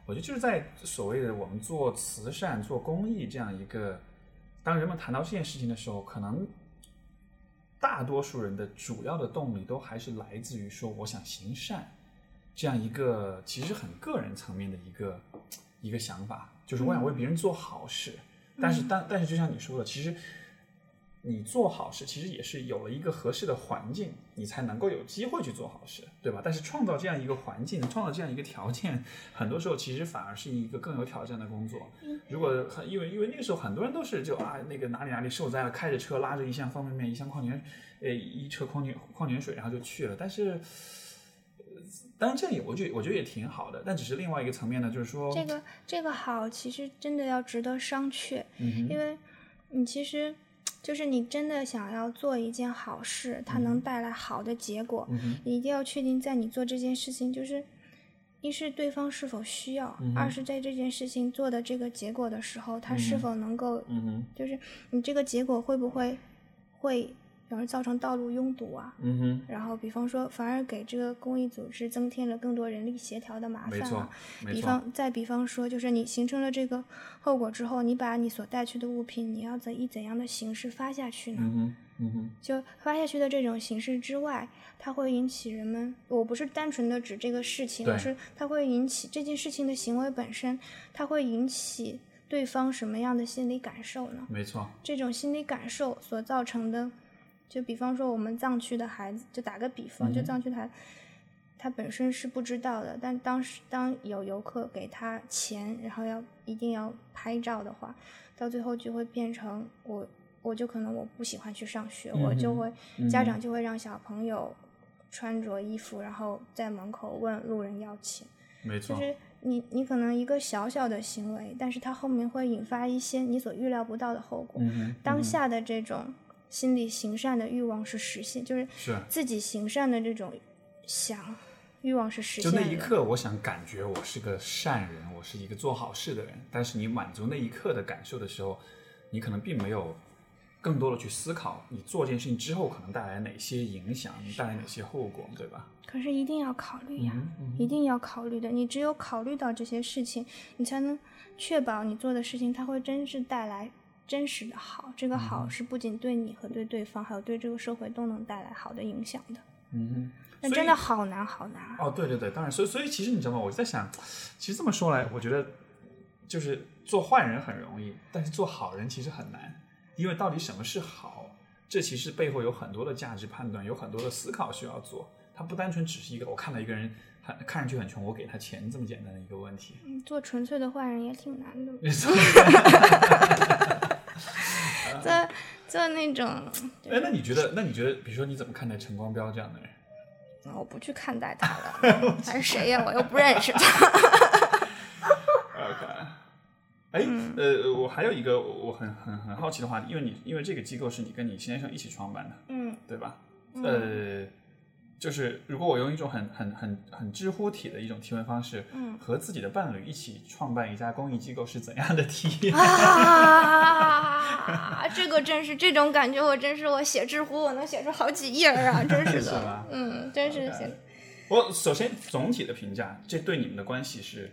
Speaker 1: 我觉得就是在所谓的我们做慈善、做公益这样一个，当人们谈到这件事情的时候，可能大多数人的主要的动力都还是来自于说我想行善这样一个其实很个人层面的一个一个想法，就是我想为别人做好事。但是但但是就像你说的，其实你做好事，其实也是有了一个合适的环境，你才能够有机会去做好事，对吧？但是创造这样一个环境，创造这样一个条件，很多时候其实反而是一个更有挑战的工作。
Speaker 2: 嗯
Speaker 1: 如果很因为因为那个时候很多人都是就啊那个哪里哪里受灾了，开着车拉着一箱方便面、一箱矿泉呃一车矿泉矿泉水，然后就去了。但是，当然这里我觉得我觉得也挺好的，但只是另外一个层面呢，就是说
Speaker 2: 这个这个好，其实真的要值得商榷，
Speaker 1: 嗯
Speaker 2: 因为你其实就是你真的想要做一件好事，
Speaker 1: 嗯
Speaker 2: 它能带来好的结果，你一定要确定在你做这件事情，就是一是对方是否需要，
Speaker 1: 嗯
Speaker 2: 二是在这件事情做的这个结果的时候，它是否能够，
Speaker 1: 嗯哼
Speaker 2: 就是你这个结果会不会会，比如造成道路拥堵啊，
Speaker 1: 嗯哼，
Speaker 2: 然后，比方说，反而给这个公益组织增添了更多人力协调的麻
Speaker 1: 没
Speaker 2: 烦啊
Speaker 1: 错
Speaker 2: 了。
Speaker 1: 没
Speaker 2: 比
Speaker 1: 错，
Speaker 2: 方，再比方说，就是你形成了这个后果之后，你把你所带去的物品，你要怎以怎样的形式发下去呢？
Speaker 1: 嗯哼嗯哼
Speaker 2: 就发下去的这种形式之外，它会引起人们，我不是单纯的指这个事情，
Speaker 1: 对
Speaker 2: 而是它会引起这件事情的行为本身，它会引起对方什么样的心理感受呢？
Speaker 1: 没错，
Speaker 2: 这种心理感受所造成的，就比方说我们藏区的孩子，就打个比方，就藏区的孩子，他本身是不知道的，但当时当有游客给他钱，然后要一定要拍照的话，到最后就会变成我，我就可能我不喜欢去上学，我就会家长就会让小朋友穿着衣服，然后在门口问路人要钱。
Speaker 1: 没错
Speaker 2: 就，是你你可能一个小小的行为，但是它后面会引发一些你所预料不到的后果。
Speaker 1: 嗯哼，
Speaker 2: 当下的这种心理行善的欲望是实现，就是
Speaker 1: 是。
Speaker 2: 自己行善的这种想欲望是实
Speaker 1: 就
Speaker 2: 现
Speaker 1: 那
Speaker 2: 的。
Speaker 1: 一刻，我想感觉我是个善人，我是一个做好事的人。但是你满足那一刻的感受的时候，你可能并没有更多的去思考你做这件事情之后可能带来哪些影响，带来哪些后果，对吧？
Speaker 2: 可是一定要考虑呀、
Speaker 1: 嗯
Speaker 2: 一定要考虑的。你只有考虑到这些事情，你才能确保你做的事情它会真是带来真实的好。这个
Speaker 1: 嗯
Speaker 2: 好是不仅对你和对对方，还有对这个社会都能带来好的影响的。
Speaker 1: 嗯
Speaker 2: 那
Speaker 1: 所以
Speaker 2: 真的好难好难啊！
Speaker 1: 哼，哦，对对对，当然，所以所以其实你知道吗？我在想，其实这么说来，我觉得就是做坏人很容易，但是做好人其实很难，因为到底什么是好，这其实背后有很多的价值判断，有很多的思考需要做。它不单纯只是一个我看到一个人很看上去很穷，我给他钱这么简单的一个问题。
Speaker 2: 嗯做纯粹的坏人也挺难的。
Speaker 1: 啊
Speaker 2: 做做那种，
Speaker 1: 哎，那你觉得？那你觉得，比如说你怎么看待陈光标这样的人？
Speaker 2: 我不去看待他 了。他是谁呀？我又不认识他。
Speaker 1: 哎，
Speaker 2: 嗯
Speaker 1: 呃，我还有一个我很很很好奇的话题，因为你因为这个机构是你跟你先生一起创办的，
Speaker 2: 嗯
Speaker 1: 对吧？呃，就是如果我用一种很很很很知乎体的一种提问方式，
Speaker 2: 嗯
Speaker 1: 和自己的伴侣一起创办一家公益机构是怎样的体验？
Speaker 2: 啊，这个真是这种感觉，我真是我写知乎，我能写出好几页儿啊！真是
Speaker 1: 是吧
Speaker 2: 的，嗯，真是
Speaker 1: OK
Speaker 2: 写。
Speaker 1: 我首先总体的评价，这对你们的关系是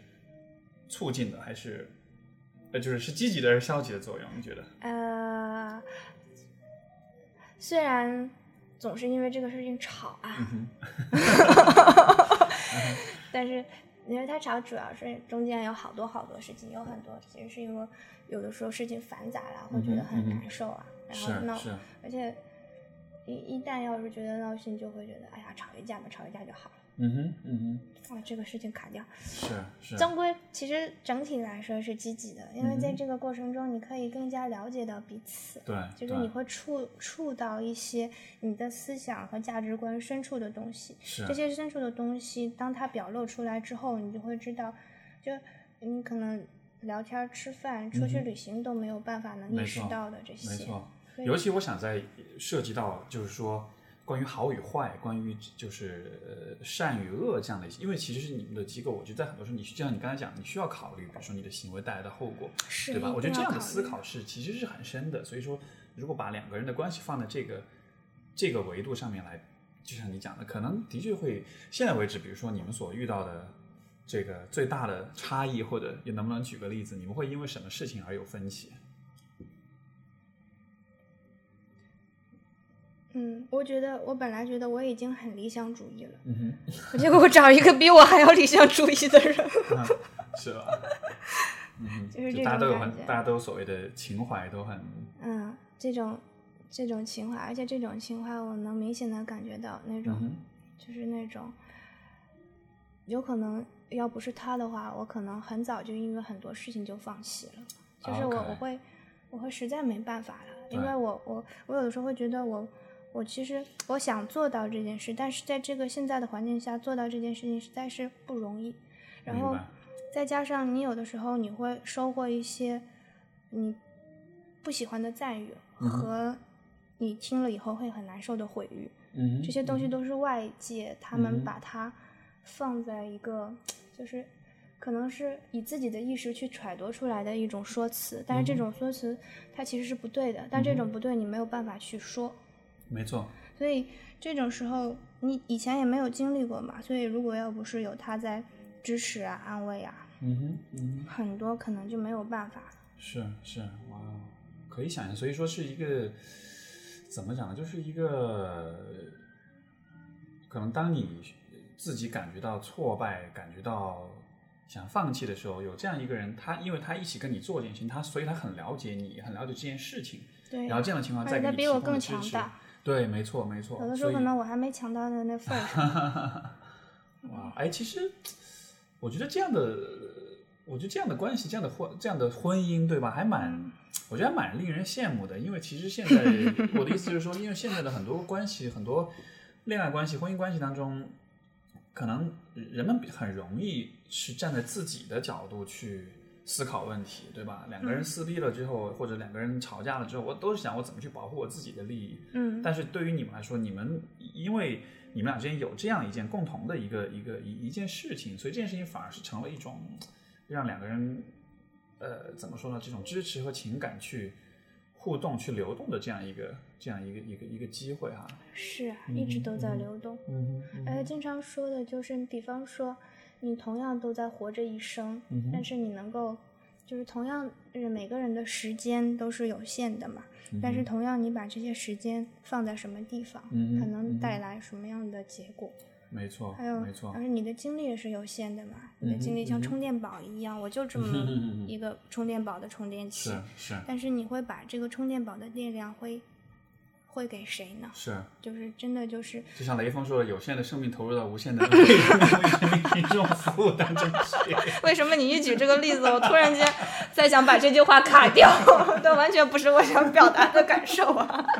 Speaker 1: 促进的还是？呃，就是是积极的还是消极的作用？你觉得？
Speaker 2: 呃，虽然总是因为这个事情吵啊，
Speaker 1: 嗯
Speaker 2: 但是因为他吵，主要是中间有好多好多事情，有很多其实是因为有的时候事情繁杂了，会觉得
Speaker 1: 嗯哼
Speaker 2: 很
Speaker 1: 嗯哼
Speaker 2: 难受啊，然后闹，
Speaker 1: 是，
Speaker 2: 而且一一旦要是觉得闹心，就会觉得哎呀，吵一架吧，吵一架就好了，
Speaker 1: 嗯哼，嗯
Speaker 2: 啊，这个事情卡掉。
Speaker 1: 哼，是是，
Speaker 2: 终归，其实整体来说是积极的，因为在
Speaker 1: 嗯
Speaker 2: 这个过程中，你可以更加了解到彼此。
Speaker 1: 对，
Speaker 2: 就是
Speaker 1: 对
Speaker 2: 你会触触到一些你的思想和价值观深处的东西，
Speaker 1: 是
Speaker 2: 这些深处的东西，当它表露出来之后，你就会知道，就你可能聊天儿、吃饭、出去
Speaker 1: 嗯哼
Speaker 2: 旅行都没有办法能
Speaker 1: 没
Speaker 2: 意识
Speaker 1: 错
Speaker 2: 到的这
Speaker 1: 没
Speaker 2: 些。
Speaker 1: 错，
Speaker 2: 所以
Speaker 1: 尤其我想在涉及到就是说关于好与坏，关于就是呃善与恶这样的一些，因为其实是你们的机构，我觉得在很多时候你就像你刚才讲，你需要考虑，比如说你的行为带来的后果，
Speaker 2: 是
Speaker 1: 对吧？
Speaker 2: 一
Speaker 1: 我觉得
Speaker 2: 定
Speaker 1: 这
Speaker 2: 要
Speaker 1: 样的
Speaker 2: 考
Speaker 1: 思
Speaker 2: 虑
Speaker 1: 考是其实是很深的，所以说如果把两个人的关系放在这个这个维度上面来，就像你讲的，可能的确会现在为止，比如说你们所遇到的。这个最大的差异，或者也能不能举个例子？你们会因为什么事情而有分歧？
Speaker 2: 嗯，我觉得我本来觉得我已经很理想 主义了，
Speaker 1: 嗯
Speaker 2: 结果我找一个比我还要理想主义的人。
Speaker 1: 哼，是吧？ 嗯哼，
Speaker 2: 就是
Speaker 1: 就
Speaker 2: 这
Speaker 1: 大家
Speaker 2: 种
Speaker 1: 都有
Speaker 2: 感
Speaker 1: 很，
Speaker 2: 觉
Speaker 1: 大家都有所谓的情怀，都很
Speaker 2: 嗯，这种这种情怀，而且这种情怀我能明显的感觉到那种，
Speaker 1: 嗯
Speaker 2: 就是那种，有可能要不是他的话，我可能很早就因为很多事情就放弃了，就是我
Speaker 1: OK
Speaker 2: 我会我会实在没办法了，因
Speaker 1: 对
Speaker 2: 为我我我有的时候会觉得我。我其实我想做到这件事，但是在这个现在的环境下做到这件事情实在是不容易。然
Speaker 1: 明
Speaker 2: 后
Speaker 1: 白
Speaker 2: 再加上你有的时候你会收获一些你不喜欢的赞誉
Speaker 1: 嗯哼
Speaker 2: 和你听了以后会很难受的毁誉，
Speaker 1: 嗯
Speaker 2: 这些东西都是外界他们
Speaker 1: 嗯
Speaker 2: 把它放在一个就是。可能是以自己的意识去揣度出来的一种说辞，但是
Speaker 1: 嗯
Speaker 2: 这
Speaker 1: 哼嗯
Speaker 2: 种说辞它其实是不对的，但这种不对你没有办法去说，
Speaker 1: 没错，
Speaker 2: 所以这种时候你以前也没有经历过嘛，所以如果要不是有他在支持啊、安慰啊，
Speaker 1: 嗯哼，嗯哼，
Speaker 2: 很多可能就没有办法。
Speaker 1: 是是，哇哦，可以想象，所以说是一个怎么讲呢？就是一个可能当你自己感觉到挫败，感觉到。想放弃的时候，有这样一个人，他因为他一起跟你做这件事情，他所以他很了解你，很了解这件事情，
Speaker 2: 对，
Speaker 1: 然后这样的情况
Speaker 2: 而
Speaker 1: 再
Speaker 2: 且
Speaker 1: 给
Speaker 2: 他
Speaker 1: 你
Speaker 2: 比
Speaker 1: 提
Speaker 2: 我
Speaker 1: 供的
Speaker 2: 更
Speaker 1: 支
Speaker 2: 强
Speaker 1: 持
Speaker 2: 大，
Speaker 1: 对，没错没错。
Speaker 2: 有的时候
Speaker 1: 所
Speaker 2: 可
Speaker 1: 以
Speaker 2: 能我还没强到的那份 儿上。
Speaker 1: 哇，哎，其实我觉得这样的，我觉得这样的关系，这样的婚，这样的婚姻，对吧？还蛮，我觉得还蛮令人羡慕的。因为其实现在，我的意思就是说，因为现在的很多关系，很多恋爱关系、婚姻关系当中，可能人们很容易是站在自己的角度去。思考问题，对吧？两个人
Speaker 2: 嗯
Speaker 1: 撕逼了之后，或者两个人吵架了之后，我都是想我怎么去保护我自己的利益。
Speaker 2: 嗯，
Speaker 1: 但是对于你们来说，你们因为你们俩之间有这样一件共同的一个一个一一件事情，所以这件事情反而是成了一种让两个人呃怎么说呢？这种支持和情感去互动、去流动的这样一个这样一个一个一个机会哈、
Speaker 2: 是啊，一直都在流动。
Speaker 1: 嗯
Speaker 2: 而且经常说的就是，比方说，你同样都在活着一生，
Speaker 1: 嗯哼
Speaker 2: 但是你能够，就是同样，就是每个人的时间都是有限的嘛。但是同样，你把这些时间放在什么地方，
Speaker 1: 嗯哼
Speaker 2: 可
Speaker 1: 嗯哼
Speaker 2: 能带来什么样的结果？
Speaker 1: 没错，
Speaker 2: 还有
Speaker 1: 没，错
Speaker 2: 而，且你的精力也是有限的嘛，你的
Speaker 1: 嗯哼
Speaker 2: 精力
Speaker 1: 嗯
Speaker 2: 像
Speaker 1: 哼
Speaker 2: 充电宝一样，我就
Speaker 1: 嗯
Speaker 2: 这么
Speaker 1: 嗯嗯
Speaker 2: 一个充电宝的充电器
Speaker 1: 是，是
Speaker 2: 但是你会把这个充电宝的电量会会给谁呢？
Speaker 1: 是，
Speaker 2: 就是真的就是
Speaker 1: 就像雷锋说的，有限的生命投入到无 限的为人民群众服务当中去。
Speaker 2: 为什么你一举这个例子，我突然 间在想把这句话卡掉， 这完全不是我想表达的感受啊。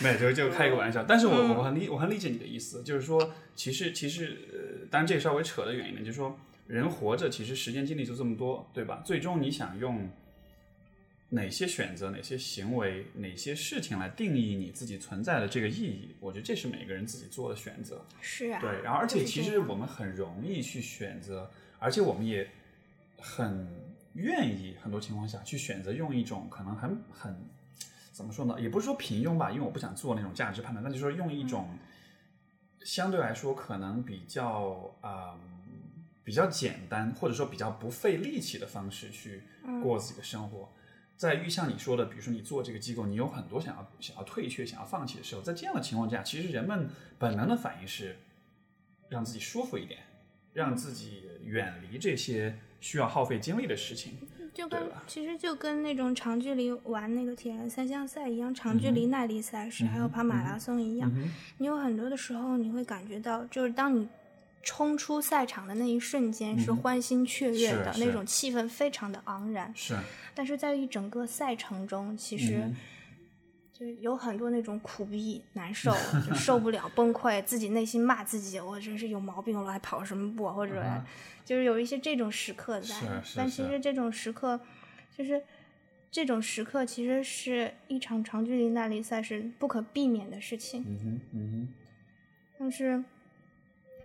Speaker 1: 没有，就就开一个玩笑。但是我我很理我很理解你的意思，就是说，其实其实呃，当然这个稍微扯得远一点，就是说，人活着其实时间精力就这么多，对吧？最终你想用哪些选择、哪些行为、哪些事情来定义你自己存在的这个意义，我觉得这是每个人自己做的选择。
Speaker 2: 是啊，
Speaker 1: 对，然后而且
Speaker 2: 就是
Speaker 1: 其
Speaker 2: 这
Speaker 1: 实
Speaker 2: 样
Speaker 1: 我们很容易去选择，而且我们也很愿意，很多情况下去选择用一种可能很很怎么说呢，也不是说平庸吧，因为我不想做那种价值判断，那就是说用一种
Speaker 2: 嗯
Speaker 1: 相对来说可能比较嗯、比较简单，或者说比较不费力气的方式去
Speaker 2: 嗯
Speaker 1: 过自己的生活。在遇像你说的，比如说你做这个机构，你有很多想要想要退却、想要放弃的时候，在这样的情况下，其实人们本能的反应是让自己舒服一点，让自己远离这些需要耗费精力的事情。
Speaker 2: 就跟
Speaker 1: 对吧
Speaker 2: 其实就跟那种长距离玩那个铁人三项赛一样，长距离耐力赛事、
Speaker 1: 嗯哼嗯
Speaker 2: 还有跑马拉松一样，
Speaker 1: 哼，
Speaker 2: 你有很多的时候你会感觉到，就是当你冲出赛场的那一瞬间是
Speaker 1: 嗯哼
Speaker 2: 欢欣雀跃的、
Speaker 1: 是是
Speaker 2: 那种气氛，非常的昂然。
Speaker 1: 是，
Speaker 2: 但是在一整个赛程中，其实
Speaker 1: 嗯
Speaker 2: 就是有很多那种苦逼、难受、就受不了、崩溃，自己内心骂自己，我真是有毛病了，还跑什么步啊，或者
Speaker 1: 嗯哼
Speaker 2: 就是有一些这种时刻在
Speaker 1: 是是。
Speaker 2: 但其
Speaker 1: 是
Speaker 2: 实这种时刻，就是这种时刻其实是一场长距离耐力赛是不可避免的事情。
Speaker 1: 嗯哼，嗯
Speaker 2: 但是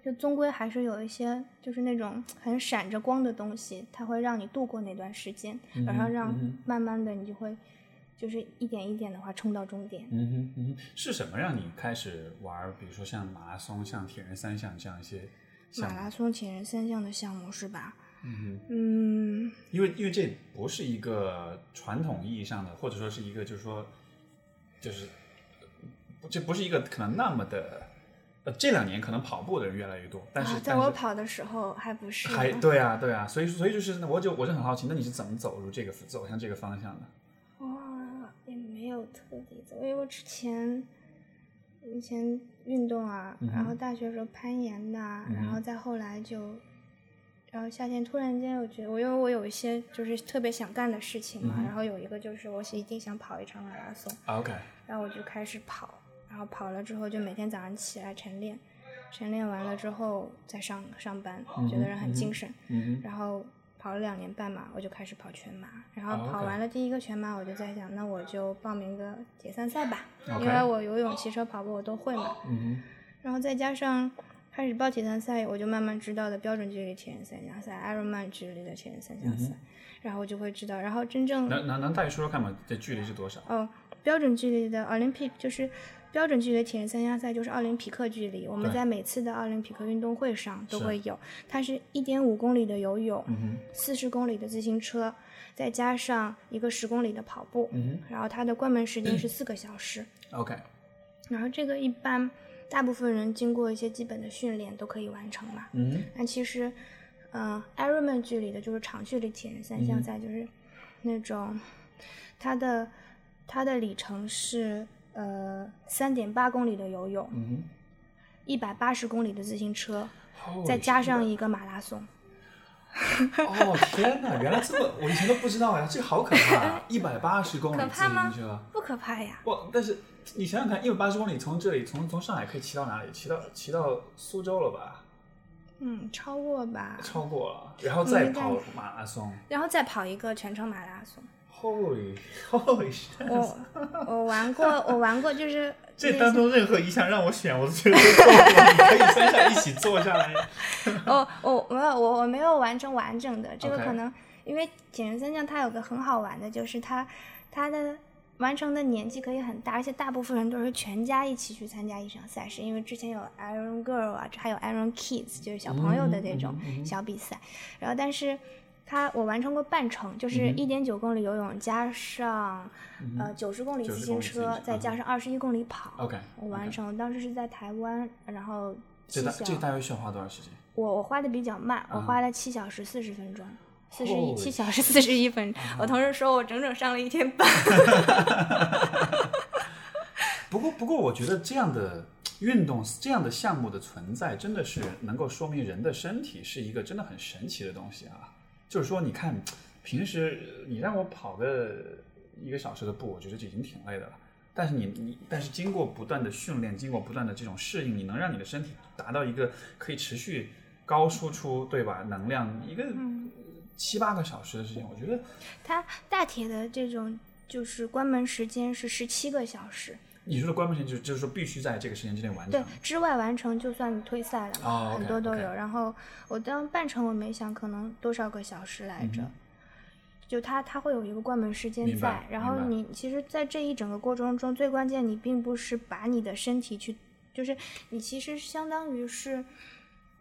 Speaker 2: 就终归还是有一些就是那种很闪着光的东西，它会让你度过那段时间，
Speaker 1: 嗯哼
Speaker 2: 然后
Speaker 1: 嗯
Speaker 2: 让
Speaker 1: 哼
Speaker 2: 慢慢的你就会就是一点一点的话冲到终点
Speaker 1: 哼，。嗯哼，嗯哼，是什么让你开始玩儿？比如说像马拉松、像铁人三项这样一些项
Speaker 2: 马
Speaker 1: 目？
Speaker 2: 拉松、铁人三项的项目是吧？
Speaker 1: 嗯哼，
Speaker 2: 嗯，
Speaker 1: 因为因为这不是一个传统意义上的，或者说是一个就是说，就是呃这不是一个可能那么的。呃，这两年可能跑步的人越来越多，但是、
Speaker 2: 啊，在
Speaker 1: 但
Speaker 2: 我
Speaker 1: 是
Speaker 2: 跑的时候还不是
Speaker 1: 还
Speaker 2: 呢
Speaker 1: 对啊，对啊，所以所以就是，我就我就很好奇，那你是怎么走入这个走向这个方向的？
Speaker 2: 哇，也没没有特地走，因为我之前以前运动啊，
Speaker 1: 嗯哼
Speaker 2: 然后大学的时候攀岩呐、
Speaker 1: 嗯哼
Speaker 2: 然后再后来就，然后夏天突然间我觉得，我因为我有一些就是特别想干的事情嘛，
Speaker 1: 嗯哼
Speaker 2: 然后有一个就是我是一定想跑一场马拉松，
Speaker 1: 啊 OK，
Speaker 2: 然后我就开始跑，然后跑了之后就每天早上起来晨练，晨练完了之后再上上班，觉得人
Speaker 1: 嗯
Speaker 2: 很
Speaker 1: 哼
Speaker 2: 精神。
Speaker 1: 嗯哼
Speaker 2: 然后跑了两年半嘛，我就开始跑全马。然
Speaker 1: 哦
Speaker 2: 后
Speaker 1: ，OK
Speaker 2: 跑完了第一个全马，我就在想，那我就报名个铁三赛吧
Speaker 1: OK
Speaker 2: 因为我游泳、骑车、跑步我都会嘛。
Speaker 1: 嗯
Speaker 2: 然后再加上开始报铁三赛，我就慢慢知道的标准距离铁人三项赛、Ironman 距离的铁人三
Speaker 1: 嗯
Speaker 2: 项赛，然后我就会知道。然后真正
Speaker 1: 哼，能能能大概说说看吗？这距离是多少？
Speaker 2: 哦，标准距离的奥林匹克就是标准距离铁人三项赛，就是奥林匹克距离。我们
Speaker 1: 对
Speaker 2: 在每次的奥林匹克运动会上都
Speaker 1: 是
Speaker 2: 会有，它是一点五公里的游泳，
Speaker 1: 嗯哼，
Speaker 2: 四十公里的自行车，再加上一个十公里的跑步，
Speaker 1: 嗯
Speaker 2: 然后它的关门时间是四个小时。
Speaker 1: 哼，OK，
Speaker 2: 然后这个一般大部分人经过一些基本的训练都可以完成嘛。
Speaker 1: 嗯哼，
Speaker 2: 那其实，嗯、呃、，Ironman 距离的就是长距离铁人三
Speaker 3: 嗯
Speaker 2: 项赛，就是那种它的它的里程是呃三点八公里的游泳，
Speaker 1: 嗯
Speaker 2: 一百八十公里的自行车，
Speaker 3: 哦
Speaker 1: 哼，
Speaker 2: 再加上
Speaker 1: Holy
Speaker 2: 一个马拉松。
Speaker 1: 哦天哪，原来这么，我以前都不知道呀，这个好可怕 啊！一百八十公里
Speaker 2: 可
Speaker 1: 自
Speaker 2: 怕吗
Speaker 1: 行车，
Speaker 2: 不可怕呀，
Speaker 1: 哇！但是你想想看，一百八十公里从这里从从上海可以骑到哪里？骑到骑到苏州了吧？
Speaker 2: 嗯，超过吧。
Speaker 1: 超过了，然后再
Speaker 2: 应该
Speaker 1: 跑马拉松。
Speaker 2: 然后再跑一个全程马 拉松。
Speaker 1: Holy Holy shit！
Speaker 2: 我我玩过，我玩过，就是
Speaker 3: 这
Speaker 2: 那
Speaker 3: 当中任何一项让我选，我都觉得都够了。你可以三项一起做下来。
Speaker 2: 哦，我没有，我我没有完成完整的这个
Speaker 1: OK
Speaker 2: 可能因为铁人三项它有个很好玩的，就是它它的完成的年纪可以很大，而且大部分人都是全家一起去参加一场赛事，因为之前有 Iron Girl 啊，还有 Iron Kids，就是小朋友的这种
Speaker 1: 嗯嗯嗯
Speaker 2: 小比赛，然后但是。它我完成过半程，就是
Speaker 1: 嗯哼
Speaker 2: 一点九公里游泳加上、
Speaker 1: 嗯
Speaker 2: 呃九十公里
Speaker 1: 90
Speaker 2: 自
Speaker 1: 公
Speaker 2: 行
Speaker 1: 里自行
Speaker 2: 车
Speaker 1: 车，
Speaker 2: 再
Speaker 1: 嗯
Speaker 2: 加上二十一公里跑。
Speaker 1: OK，
Speaker 2: 我完
Speaker 1: OK
Speaker 2: 成。我当时是在台湾，然后
Speaker 1: 这
Speaker 2: 七
Speaker 1: 大
Speaker 2: 小
Speaker 1: 这大约需要花多少时间？
Speaker 2: 我我花的比较慢，我
Speaker 1: 啊
Speaker 2: 花了七小时四十分钟，四十一
Speaker 1: Holy
Speaker 2: 七小时四十一分钟。我同事说我整整上了一天班。
Speaker 1: 不过，不过，我觉得这样的呃运动、这样的项目的存在，真的是能够说明人的身体是一个真的很神奇的东西啊。就是说，你看，平时你让我跑个一个小时的步，我觉得就已经挺累的了。但是你你，但是经过不断的训练，经过不断的这种适应，你能让你的身体达到一个可以持续高输出，对吧？能量一个七八个小时的时间，我觉得
Speaker 2: 它大铁的这种就是关门时间是十七个小时，
Speaker 1: 你说的关门时间，就是就是说必须在这个时间之内完成
Speaker 2: 对。，之外完成就算你退赛了嘛，
Speaker 1: 哦
Speaker 2: 很
Speaker 1: OK，
Speaker 2: 多都
Speaker 1: OK
Speaker 2: 有。然后我当半程我没想可能多少个小时来着。
Speaker 1: 嗯哼
Speaker 2: 就它，它会有一个关门时间
Speaker 1: 明白
Speaker 2: 在，然后
Speaker 1: 明白
Speaker 2: 你其实，在这一整个过程中，最关键你并不是把你的身体去，就是你其实相当于是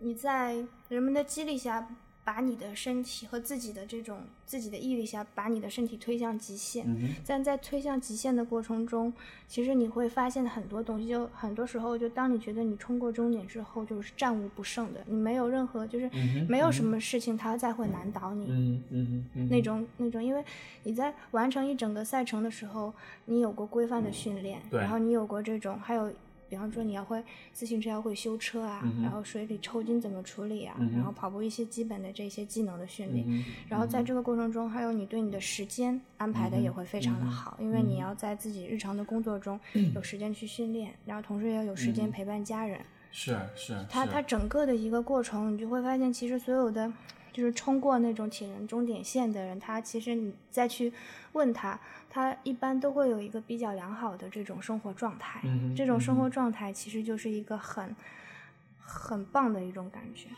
Speaker 2: 你在人们的激励下，把你的身体和自己的这种自己的毅力下，把你的身体推向极限。
Speaker 1: 嗯哼。
Speaker 2: 但在推向极限的过程中，其实你会发现很多东西就，很多时候就当你觉得你冲过终点之后，就是战无不胜的，你没有任何就是
Speaker 1: 嗯哼
Speaker 2: 没有
Speaker 1: 嗯
Speaker 2: 什么事情它再会难倒你。
Speaker 1: 嗯嗯嗯，
Speaker 2: 那种那种，因为你在完成一整个赛程的时候，你有过规范的训练，
Speaker 1: 对
Speaker 2: 然后你有过这种，还有比方说你要会自行车要会修车啊，
Speaker 1: 嗯哼
Speaker 2: 然后水里抽筋怎么处理啊，
Speaker 1: 嗯哼
Speaker 2: 然后跑步一些基本的这些技能的训练。
Speaker 1: 嗯哼
Speaker 2: 然后在这个过程中，还有你对你的时间安排的也会非常的好，因为
Speaker 1: 嗯
Speaker 2: 你要在自己日常的工作中有时间去训练，然后同时也要有时间陪伴家人。
Speaker 1: 是是，
Speaker 2: 它
Speaker 1: 嗯是
Speaker 2: 它整个的一个过程，你就会发现，其实所有的就是冲过那种铁人终点线的人，他其实你再去问他，他一般都会有一个比较良好的这种生活状态。
Speaker 1: 嗯哼
Speaker 2: 这种
Speaker 1: 嗯
Speaker 2: 生活状态其实就是一个很很棒的一种感觉，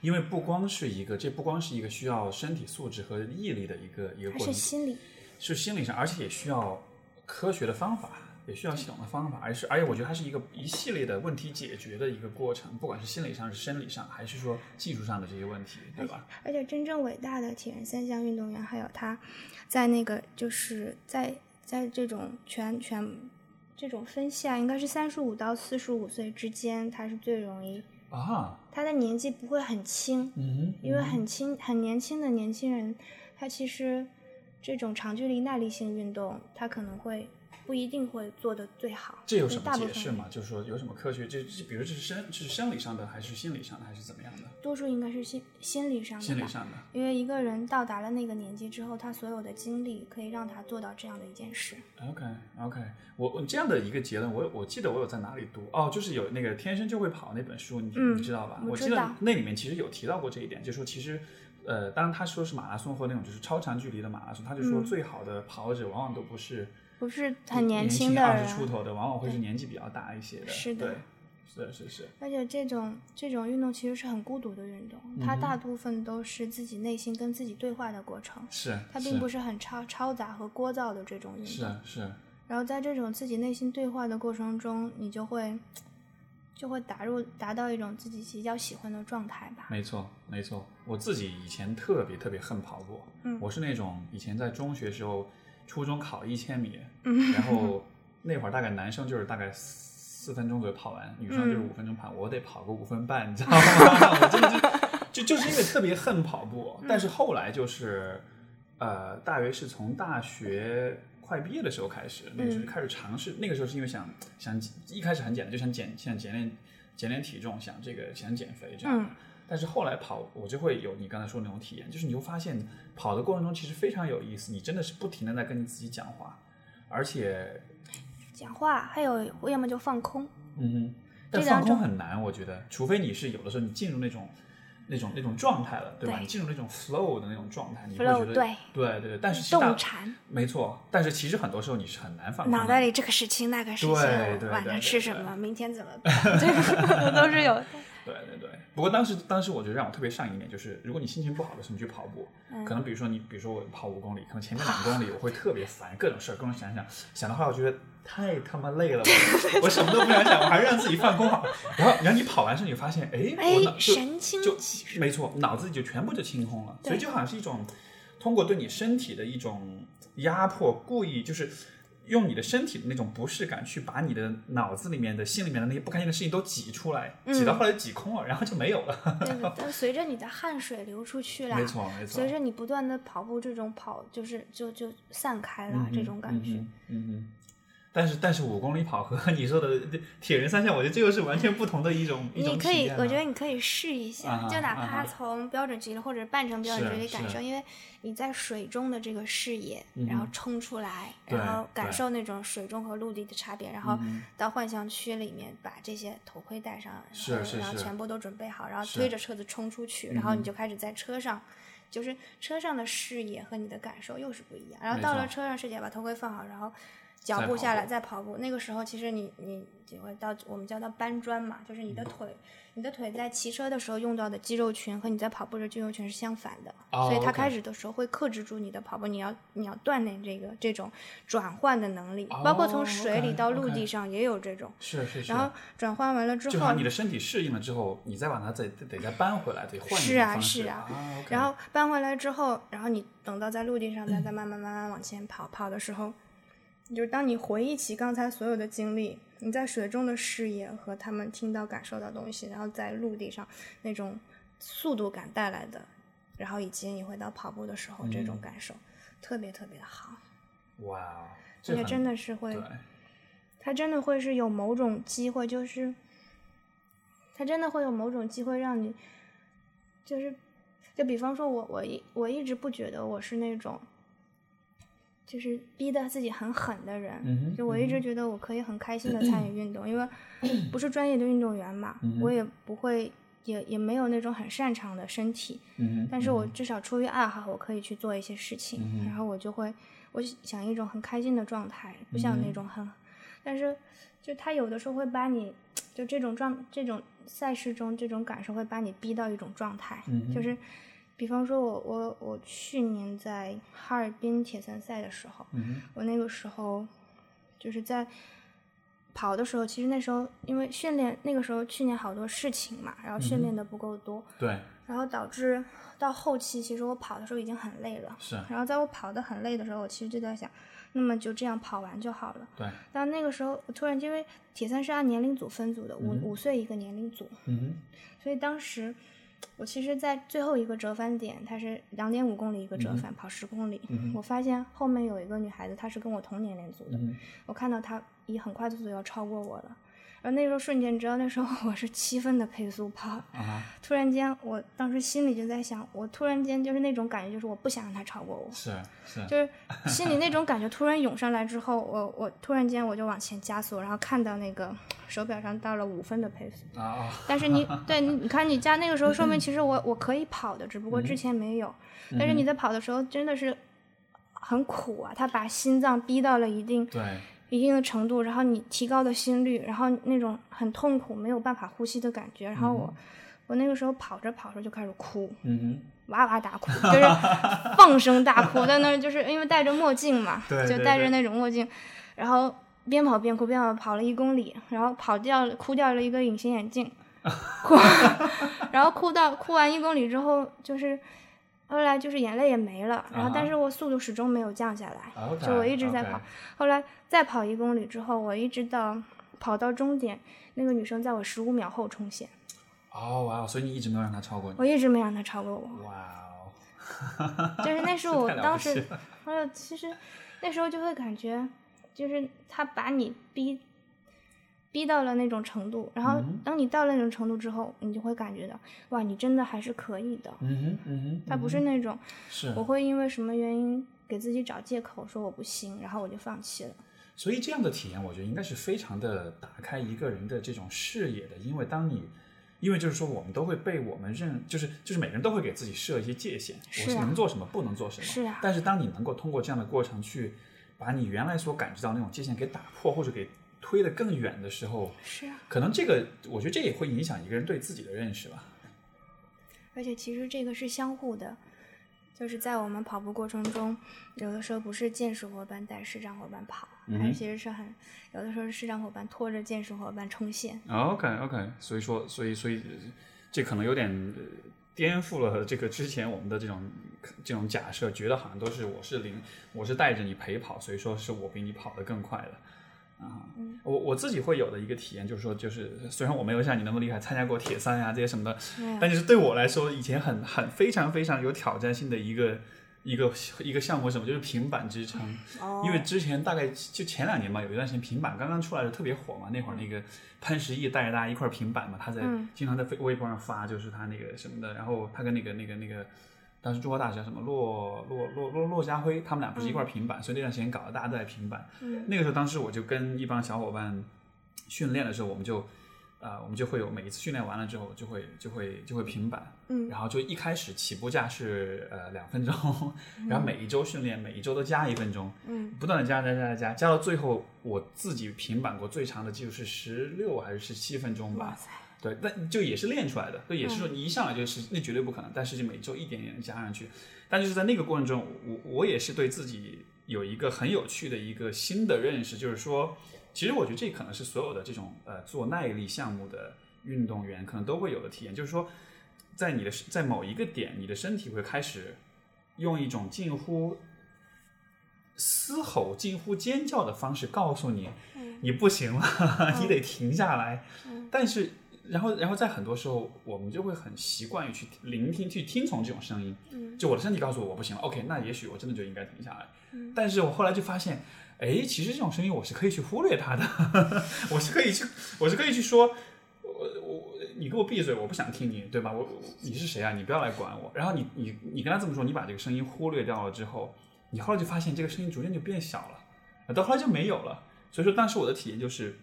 Speaker 1: 因为不光是一个，这不光是一个需要身体素质和毅力的一个一个
Speaker 2: 它
Speaker 1: 过
Speaker 2: 是
Speaker 1: 程，
Speaker 2: 心理。
Speaker 1: 是心理上，而且也需要科学的方法，也需要系统的方法，而是而且我觉得它是一个一系列的问题解决的一个过程，不管是心理上、是生理上，还是说技术上的这些问题，对吧？
Speaker 2: 而且真正伟大的铁人三项运动员，还有他，在那个就是在在这种全全这种分项，应该是三十五到四十五岁之间，他是最容易，
Speaker 1: 啊，
Speaker 2: 他的年纪不会很轻，
Speaker 1: 嗯哼，
Speaker 2: 因为
Speaker 1: 嗯哼
Speaker 2: 很轻很年轻的年轻人，他其实这种长距离耐力性运动，他可能会不一定会做的最好。
Speaker 1: 这有什
Speaker 2: 所以
Speaker 1: 么
Speaker 2: 大部
Speaker 1: 解
Speaker 2: 分
Speaker 1: 释吗？就是说有什么科学？这这，比如这是生，这是生理上的，还是心理上的，还是怎么样的？
Speaker 2: 多数应该是心心理上的
Speaker 1: 心理
Speaker 2: 吧
Speaker 1: 上的。
Speaker 2: 因为一个人到达了那个年纪之后，他所有的经历可以让他做到这样的一件事。
Speaker 1: OK OK，我我这样的一个结论，我我记得我有在哪里读哦，就是有那个《天生就会跑》那本书，你、
Speaker 2: 嗯
Speaker 1: 你知道吧？
Speaker 2: 我
Speaker 1: 我
Speaker 2: 知
Speaker 1: 记得
Speaker 2: 道
Speaker 1: 那里面其实有提到过这一点，就说其实，呃，当然他说是马拉松和那种就是超长距离的马拉松，他就说
Speaker 2: 嗯
Speaker 1: 最好的跑者往往都不是
Speaker 2: 不是很
Speaker 1: 年
Speaker 2: 轻的
Speaker 1: 二
Speaker 2: 人，
Speaker 1: 十出头的，往往会是年纪比较大一些的。
Speaker 2: 是的
Speaker 1: 对，是的是是。
Speaker 2: 而且这种这种运动其实是很孤独的运动，它
Speaker 1: 嗯哼
Speaker 2: 大部分都是自己内心跟自己对话的过程，
Speaker 1: 是，
Speaker 2: 它并不
Speaker 1: 是
Speaker 2: 是很超嘈杂和聒噪的这种运
Speaker 1: 是啊
Speaker 2: 动。
Speaker 1: 是，
Speaker 2: 然后在这种自己内心对话的过程中，你就会就会打入达到一种自己比较喜欢的状态吧。
Speaker 1: 没错没错。我自己以前特别特别恨跑步，
Speaker 2: 嗯
Speaker 1: 我是那种以前在中学时候，初中考一千米，然后那会儿大概男生就是大概四分钟左右跑完，女生就是
Speaker 2: 嗯
Speaker 1: 五分钟跑，我得跑个五分半，你知道吗？ 我真的就就就是因为特别恨跑步，
Speaker 2: 嗯
Speaker 1: 但是后来就是呃，大约是从大学。快毕业的时候开始，那个时候
Speaker 2: 嗯
Speaker 1: 开始尝试，那个时候是因为想想一开始很简单，就想减想减练减练体重，想这个想减肥这样。
Speaker 2: 嗯
Speaker 1: 但是后来跑，我就会有你刚才说的那种体验，就是你会发现跑的过程中其实非常有意思，你真的是不停的在跟你自己讲话，而且，
Speaker 2: 讲话还有要么就放空，
Speaker 1: 嗯哼，但
Speaker 2: 这
Speaker 1: 放
Speaker 2: 两
Speaker 1: 空
Speaker 2: 种
Speaker 1: 很难，我觉得，除非你是有的时候你进入那种那种那种状态了，对吧？
Speaker 2: 对
Speaker 1: 你进入那种 flow 的那种状态，你会
Speaker 2: Flow，
Speaker 1: 觉得
Speaker 2: 对
Speaker 1: 对对对，但是其实大
Speaker 2: 动禅，
Speaker 1: 没错，但是其实很多时候你是很难放空的
Speaker 2: 脑袋里这个事情那个事情，
Speaker 1: 啊嗯对对
Speaker 2: 晚
Speaker 1: 对
Speaker 2: 上
Speaker 1: 对
Speaker 2: 吃什
Speaker 1: 对
Speaker 2: 么，明天怎么办， 这个都是有的。
Speaker 1: 对对对，不过当时当时我觉得让我特别上瘾一点，就是如果你心情不好的时候你去跑步，
Speaker 2: 嗯
Speaker 1: 可能比如说你比如说我跑五公里，可能前面两 公里我会特别烦，各种事儿，各种想想想的话，我觉得太他妈累 了，我我什么都不想想，我还是让自己放空好。然后然后你跑完之后，你发现哎，
Speaker 2: 哎
Speaker 1: 我脑，就
Speaker 2: 神清
Speaker 1: 就
Speaker 2: 气爽。
Speaker 1: 没错，脑子里就全部就清空了，
Speaker 2: 对
Speaker 1: 所以就好像是一种通过对你身体的一种压迫，故意就是。用你的身体的那种不适感，去把你的脑子里面的、心里面的那些不开心的事情都挤出来，
Speaker 2: 嗯
Speaker 1: 挤到后来挤空了，然后就没有了。
Speaker 2: 对对，但随着你的汗水流出去啦，
Speaker 1: 没错，没错
Speaker 2: 啊随。着你不断的跑步，这种跑就是就就散开了、
Speaker 1: 嗯哼
Speaker 2: 这种感觉。
Speaker 1: 嗯哼嗯哼但是但是五公里跑和你说的铁人三项，我觉得这又是完全不同的一种一
Speaker 2: 嗯你
Speaker 1: 种啊
Speaker 2: 可以，我觉得
Speaker 1: 得
Speaker 2: 你可以试一下，
Speaker 1: 啊哈
Speaker 2: 就哪
Speaker 1: 啊哈
Speaker 2: 怕从标准距离或者半程标准距离
Speaker 1: 是
Speaker 2: 感受，
Speaker 1: 是
Speaker 2: 因为你在水中的这个视野，
Speaker 1: 嗯
Speaker 2: 然后冲出来，
Speaker 1: 对
Speaker 2: 然后感
Speaker 1: 对
Speaker 2: 受那种水中和陆地的差别，然后
Speaker 1: 嗯
Speaker 2: 到幻象区里面把这些头盔戴上，然后
Speaker 1: 是是
Speaker 2: 然后
Speaker 1: 是
Speaker 2: 全部都准备好，然后
Speaker 1: 是
Speaker 2: 推着车子冲出去，然后
Speaker 1: 嗯哼
Speaker 2: 你就开始在车上。就是车上的视野和你的感受又是不一样，然后
Speaker 1: 没
Speaker 2: 到
Speaker 1: 错
Speaker 2: 了车上视野，把头盔放好，然后脚
Speaker 1: 再
Speaker 2: 步
Speaker 1: 跑
Speaker 2: 下来
Speaker 1: 步
Speaker 2: 再跑步。那个时候其实你你就会到我们叫到搬砖嘛，就是
Speaker 1: 嗯
Speaker 2: 你的腿，你的腿在骑车的时候用到的肌肉群和你在跑步的肌肉群是相反的，
Speaker 1: 哦
Speaker 2: 所以它
Speaker 1: OK
Speaker 2: 开始的时候会克制住你的跑步，你要你要锻炼这个这种转换的能力，包括
Speaker 1: 哦
Speaker 2: 从水里到陆
Speaker 1: ，OK，OK
Speaker 2: 地上也有这种。
Speaker 1: 是是是。
Speaker 2: 然后转换完了之
Speaker 1: 就好
Speaker 2: 后
Speaker 1: 像你，的身体适应了之后，你再把它再得得再搬回来，得换一
Speaker 2: 是
Speaker 1: 种
Speaker 2: 啊
Speaker 1: 方式
Speaker 2: 是啊
Speaker 1: ，OK
Speaker 2: 然后搬回来之后，然后你等到在陆地上再再慢慢慢慢往前跑跑的时候，就是当你回忆起刚才所有的经历，你在水中的视野和他们听到感受到的东西，然后在陆地上那种速度感带来的，然后以及你回到跑步的时候这种
Speaker 1: 嗯
Speaker 2: 感受，特别特别的好，
Speaker 1: 哇哦，
Speaker 2: 而
Speaker 1: 这
Speaker 2: 且
Speaker 1: 很
Speaker 2: 真的是会
Speaker 1: 对，
Speaker 2: 它真的会是有某种机会，就是它真的会有某种机会让你，就是，就比方说我，我一我一直不觉得我是那种，就是逼得自己很狠的人，
Speaker 1: 嗯哼
Speaker 2: 就我一直觉得我可以很 开心的参与运动，因为不是专业的运动员嘛，
Speaker 1: 嗯哼
Speaker 2: 我也不会。也也没有那种很擅长的身体，
Speaker 1: 嗯哼，
Speaker 2: 但是我
Speaker 1: 嗯
Speaker 2: 至少出于爱好，我可以去做一些事情，
Speaker 1: 嗯哼
Speaker 2: 然后我就会，我想一种很开心的状态，不想
Speaker 1: 嗯
Speaker 2: 那种很，但是就他有的时候会把你，就这种状这种赛事中这种感受会把你逼到一种状态，
Speaker 1: 嗯哼
Speaker 2: 就是，比方说我我我去年在哈尔滨铁三赛的时候，
Speaker 1: 嗯
Speaker 2: 我那个时候就是在跑的时候，其实那时候因为训练那个时候去年好多事情嘛，然后
Speaker 1: 嗯
Speaker 2: 训
Speaker 1: 哼
Speaker 2: 练的不够多，
Speaker 1: 哼对
Speaker 2: 然后导致到后期，其实我跑的时候已经很累了。
Speaker 1: 是，
Speaker 2: 然后在我跑得很累的时候，我其实就在想，那么就这样跑完就好了。
Speaker 1: 对，
Speaker 2: 但那个时候，我突然间因为铁三是按年龄组分组的，五
Speaker 1: 嗯
Speaker 2: 五岁一个年龄组，
Speaker 1: 嗯
Speaker 2: 所以当时我其实，在最后一个折返点，它是两点五公里一个折返，跑十公里。我发现后面有一个女孩子，她是跟我同年龄组的，我看到她以很快的速度要超过我了。而那时候瞬间，你知道那时候我是七分的配速跑，
Speaker 1: 啊，
Speaker 2: 突然间，我当时心里就在想，我突然间就是那种感觉，就是我不想让她超过我，
Speaker 4: 是是，
Speaker 2: 就是心里那种感觉突然涌上来之后，我 我突然间我就往前加速，然后看到那个手表上到了五分的配速，
Speaker 1: 啊
Speaker 4: 哦
Speaker 1: 啊，
Speaker 2: 但是你对你你看你加那个时候，说明其实我我可以跑的，只不过之前没有。但是你在跑的时候真的是很苦啊，他把心脏逼到了一定
Speaker 4: 对，
Speaker 2: 一定的程度，然后你提高的心率，然后那种很痛苦没有办法呼吸的感觉，然后我、我那个时候跑着跑着就开始哭，
Speaker 4: 嗯
Speaker 2: 哇哇大哭，就是放声大哭，在那儿就是因为戴着墨镜嘛，
Speaker 4: 对对
Speaker 2: 就戴着那种墨镜，然后边跑边哭，边跑跑了一公里，然后跑掉了哭掉了一个隐形眼镜，哭， 然后哭到哭完一公里之后，就是后来就是眼泪也没了，然后
Speaker 4: 啊
Speaker 2: 但是我速度始终没有降下来，
Speaker 4: 哼，OK，
Speaker 2: 就我一直在
Speaker 4: 啊 OK
Speaker 2: 跑，后来再跑一公里之后，我一直到跑到终点，那个女生在我十五秒后冲线，
Speaker 1: 哦哇，所以你一直没有让他超过你，
Speaker 2: 我一直没让她超过我。
Speaker 1: 哇哦，
Speaker 2: 就是那是我
Speaker 4: 太了
Speaker 2: 当
Speaker 4: 不起
Speaker 2: 时，还有其实那时候就会感觉，就是他把你逼逼到了那种程度，然
Speaker 4: 嗯
Speaker 2: 后当你到了那种程度之后，你就会感觉到，哇，你真的还是可以的。
Speaker 4: 嗯哼嗯哼，
Speaker 2: 他不是那种
Speaker 4: 是
Speaker 2: 我会因为什么原因给自己找借口说我不行，然后我就放弃了。
Speaker 4: 所以这样的体验，我觉得应该是非常的打开一个人的这种视野的，因为当你，因为就是说我们都会被我们认，就是就是每个人都会给自己设一些界限，
Speaker 2: 是啊
Speaker 4: 我是能做什么，不能做什么。
Speaker 2: 是啊
Speaker 4: 但是当你能够通过这样的过程去把你原来所感知到那种界限给打破，或者给推得更远的时候，
Speaker 2: 是啊，
Speaker 4: 可能这个我觉得这也会影响一个人对自己的认识吧。
Speaker 2: 而且其实这个是相互的，就是在我们跑步过程中，有的时候不是健硕伙伴带视障伙伴跑，
Speaker 1: 嗯
Speaker 2: 而其实是很有的时候是视障伙伴拖着健硕伙伴冲线。
Speaker 1: OK OK，所以啊说，所以所以呃这可能有点呃颠覆了这个之前我们的这种这种假设，觉得好像都是我是领我是带着你陪跑，所以说是我比你跑得更快的啊。我我自己会有的一个体验就是说，就是虽然我没有像你那么厉害，参加过铁三呀、啊这些什么的，
Speaker 2: 没有
Speaker 1: 但就是对我来说，以前很很非常非常有挑战性的一个一个一个项目是什么，就是平板支撑。
Speaker 2: 哦
Speaker 1: 因为之前大概就前两年嘛，有一段时间平板刚刚出来的特别火嘛，那会儿那个潘石屹带着大家一块儿平板嘛，他在
Speaker 2: 嗯
Speaker 1: 经常在微微博上发，就是他那个什么的，然后他跟那个那个那个。当时中国大学什么骆骆骆骆骆家辉，他们俩不是一块儿平板，所以那段时间搞得大家都在平板。
Speaker 2: 嗯
Speaker 1: 那个时候，当时我就跟一帮小伙伴训练的时候，我们就，呃，我们就会有每一次训练完了之后，就会就会就会平板，
Speaker 2: 嗯
Speaker 1: 然后就一开始起步价是呃两分钟，然后每一周训练，每一周都加一分钟，
Speaker 2: 嗯
Speaker 1: 不断的加加加加加，加到最后我自己平板过最长的记录是十六还是十七分钟吧？
Speaker 2: 塞，
Speaker 1: 对，但就也是练出来的，就也是说你一上来就是、那绝对不可能，但是就每周一点点加上去。但就是在那个过程中，我我也是对自己有一个很有趣的一个新的认识，就是说，其实我觉得这可能是所有的这种呃做耐力项目的运动员可能都会有的体验，就是说，在你的在某一个点，你的身体会开始用一种近乎嘶吼、近乎尖叫的方式告诉你，你不行了， 你得停下来。
Speaker 2: 嗯
Speaker 1: 但是，然后，然后在很多时候，我们就会很习惯于去聆听、去听从这种声音。
Speaker 2: 嗯
Speaker 1: 就我的身体告诉我我不行了，OK，那也许我真的就应该停下来。
Speaker 2: 嗯
Speaker 1: 但是我后来就发现，哎，其实这种声音我是可以去忽略它的， 我是可以去，我是可以去说，我我你给我闭嘴，我不想听你，对吧？我我你是谁啊？你不要来管我。然后你你你跟他这么说，你把这个声音忽略掉了之后，你后来就发现这个声音逐渐就变小了，到后来就没有了。所以说，当时我的体验就是，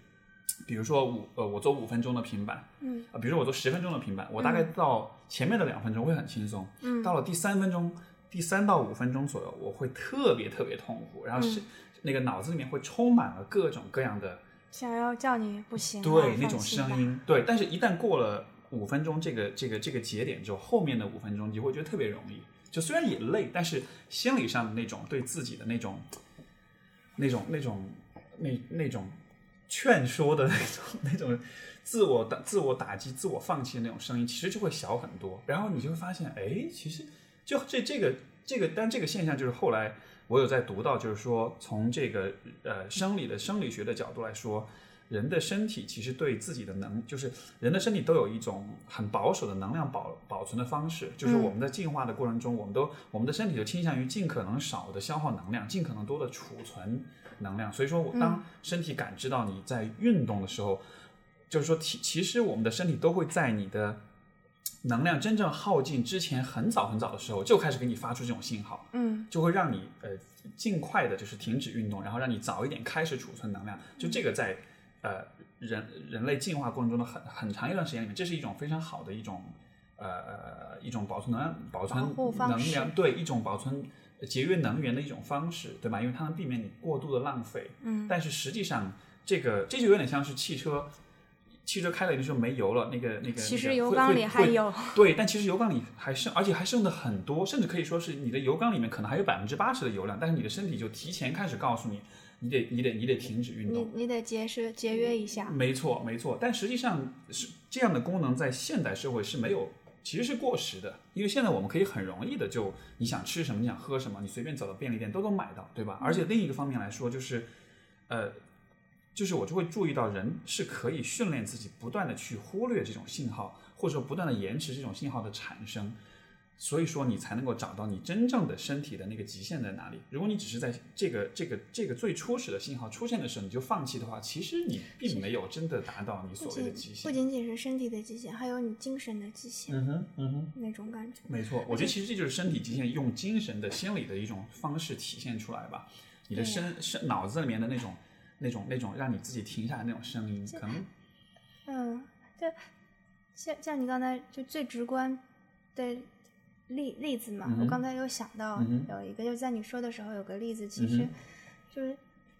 Speaker 1: 比如说五呃，我做五分钟的平板，
Speaker 2: 嗯
Speaker 1: 啊，比如说我做十分钟的平板，我大概到前面的两分钟会很轻松，
Speaker 2: 嗯
Speaker 1: 到了第三分钟，第三到五分钟左右，我会特别特别痛苦，然后
Speaker 2: 嗯
Speaker 1: 是、那个脑子里面会充满了各种各样的
Speaker 2: 想要叫你不行啊，
Speaker 1: 对那
Speaker 2: 放
Speaker 1: 种
Speaker 2: 弃
Speaker 1: 声
Speaker 2: 吧，
Speaker 1: 音，对，但是一旦过了五分钟这个这个这个节点之后，后面的五分钟你会觉得特别容易，就虽然也累，但是心理上的那种对自己的那种那种那种那那种劝说的那种那种自我打自我打击、自我放弃的那种声音，其实就会小很多。然后你就会发现，哎，其实就这这个这个，但这个现象就是后来我有在读到，就是说从这个呃生理的生理学的角度来说，人的身体其实对自己的能，就是人的身体都有一种很保守的能量保保存的方式，就是我们在进化的过程中，我们都我们的身体就倾向于尽可能少的消耗能量，尽可能多的储存能量。所以说，我当身体感知到你在运动的时候，就是说，其其实我们的身体都会在你的能量真正耗尽之前，很早很早的时候就开始给你发出这种信号。
Speaker 2: 嗯
Speaker 1: 就会让你呃尽快的就是停止运动，然后让你早一点开始储存能量。就这个在呃人人类进化过程中的很很长一段时间里面，这是一种非常好的一种呃呃一种保存能量、保
Speaker 2: 保
Speaker 1: 存
Speaker 2: 护方
Speaker 1: 能
Speaker 2: 式
Speaker 1: 量对一种保存呃节约能源的一种方式，对吧？因为它能避免你过度的浪费。
Speaker 2: 嗯
Speaker 1: 但是实际上，这个这就有点像是汽车，汽车开了一定时候没油了，那个那个
Speaker 2: 其
Speaker 1: 那
Speaker 2: 实
Speaker 1: 个
Speaker 2: 油
Speaker 1: 会
Speaker 2: 缸
Speaker 1: 会
Speaker 2: 里还
Speaker 1: 会嗯
Speaker 2: 有
Speaker 1: 对，但其实油缸里还剩，而且还剩的很多，甚至可以说是你的油缸里面可能还有百分之八十的油量，但是你的身体就提前开始告诉你，你得你得你得停止运
Speaker 2: 你
Speaker 1: 动。
Speaker 2: 你得节约节约一下，
Speaker 1: 没错，没错，但实际上是这样的功能在现代社会是没有，其实是过时的，因为现在我们可以很容易的就你想吃什么，你想喝什么，你随便走到便利店都能买到，对吧？而且另一个方面来说，就是，呃，就是我就会注意到人是可以训练自己不断的去忽略这种信号，或者说不断的延迟这种信号的产生。所以说，你才能够找到你真正的身体的那个极限在哪里。如果你只是在这个、这个、这个最初始的信号出现的时候你就放弃的话，其实你并没有真的达到你
Speaker 2: 不
Speaker 1: 所谓的
Speaker 2: 仅
Speaker 1: 极
Speaker 2: 不
Speaker 1: 限。
Speaker 2: 仅仅是身体的极限，还有你精神的极限、
Speaker 1: 嗯哼，嗯哼，
Speaker 2: 那种感觉。
Speaker 1: 没错。我觉得其实这就是身体极限用精神的、心理的一种方式体现出来吧。你的
Speaker 2: 对呀
Speaker 1: 身、身脑子里面的那种、那种、那种让你自己停下来的那种声音，可能
Speaker 2: 嗯，就像像你刚才就最直观的例例子嘛，
Speaker 1: 嗯
Speaker 2: 我
Speaker 1: 哼
Speaker 2: 刚才有想到
Speaker 1: 嗯哼
Speaker 2: 有一个，就是在你说的时候有个例子，其实
Speaker 1: 嗯哼
Speaker 2: 就是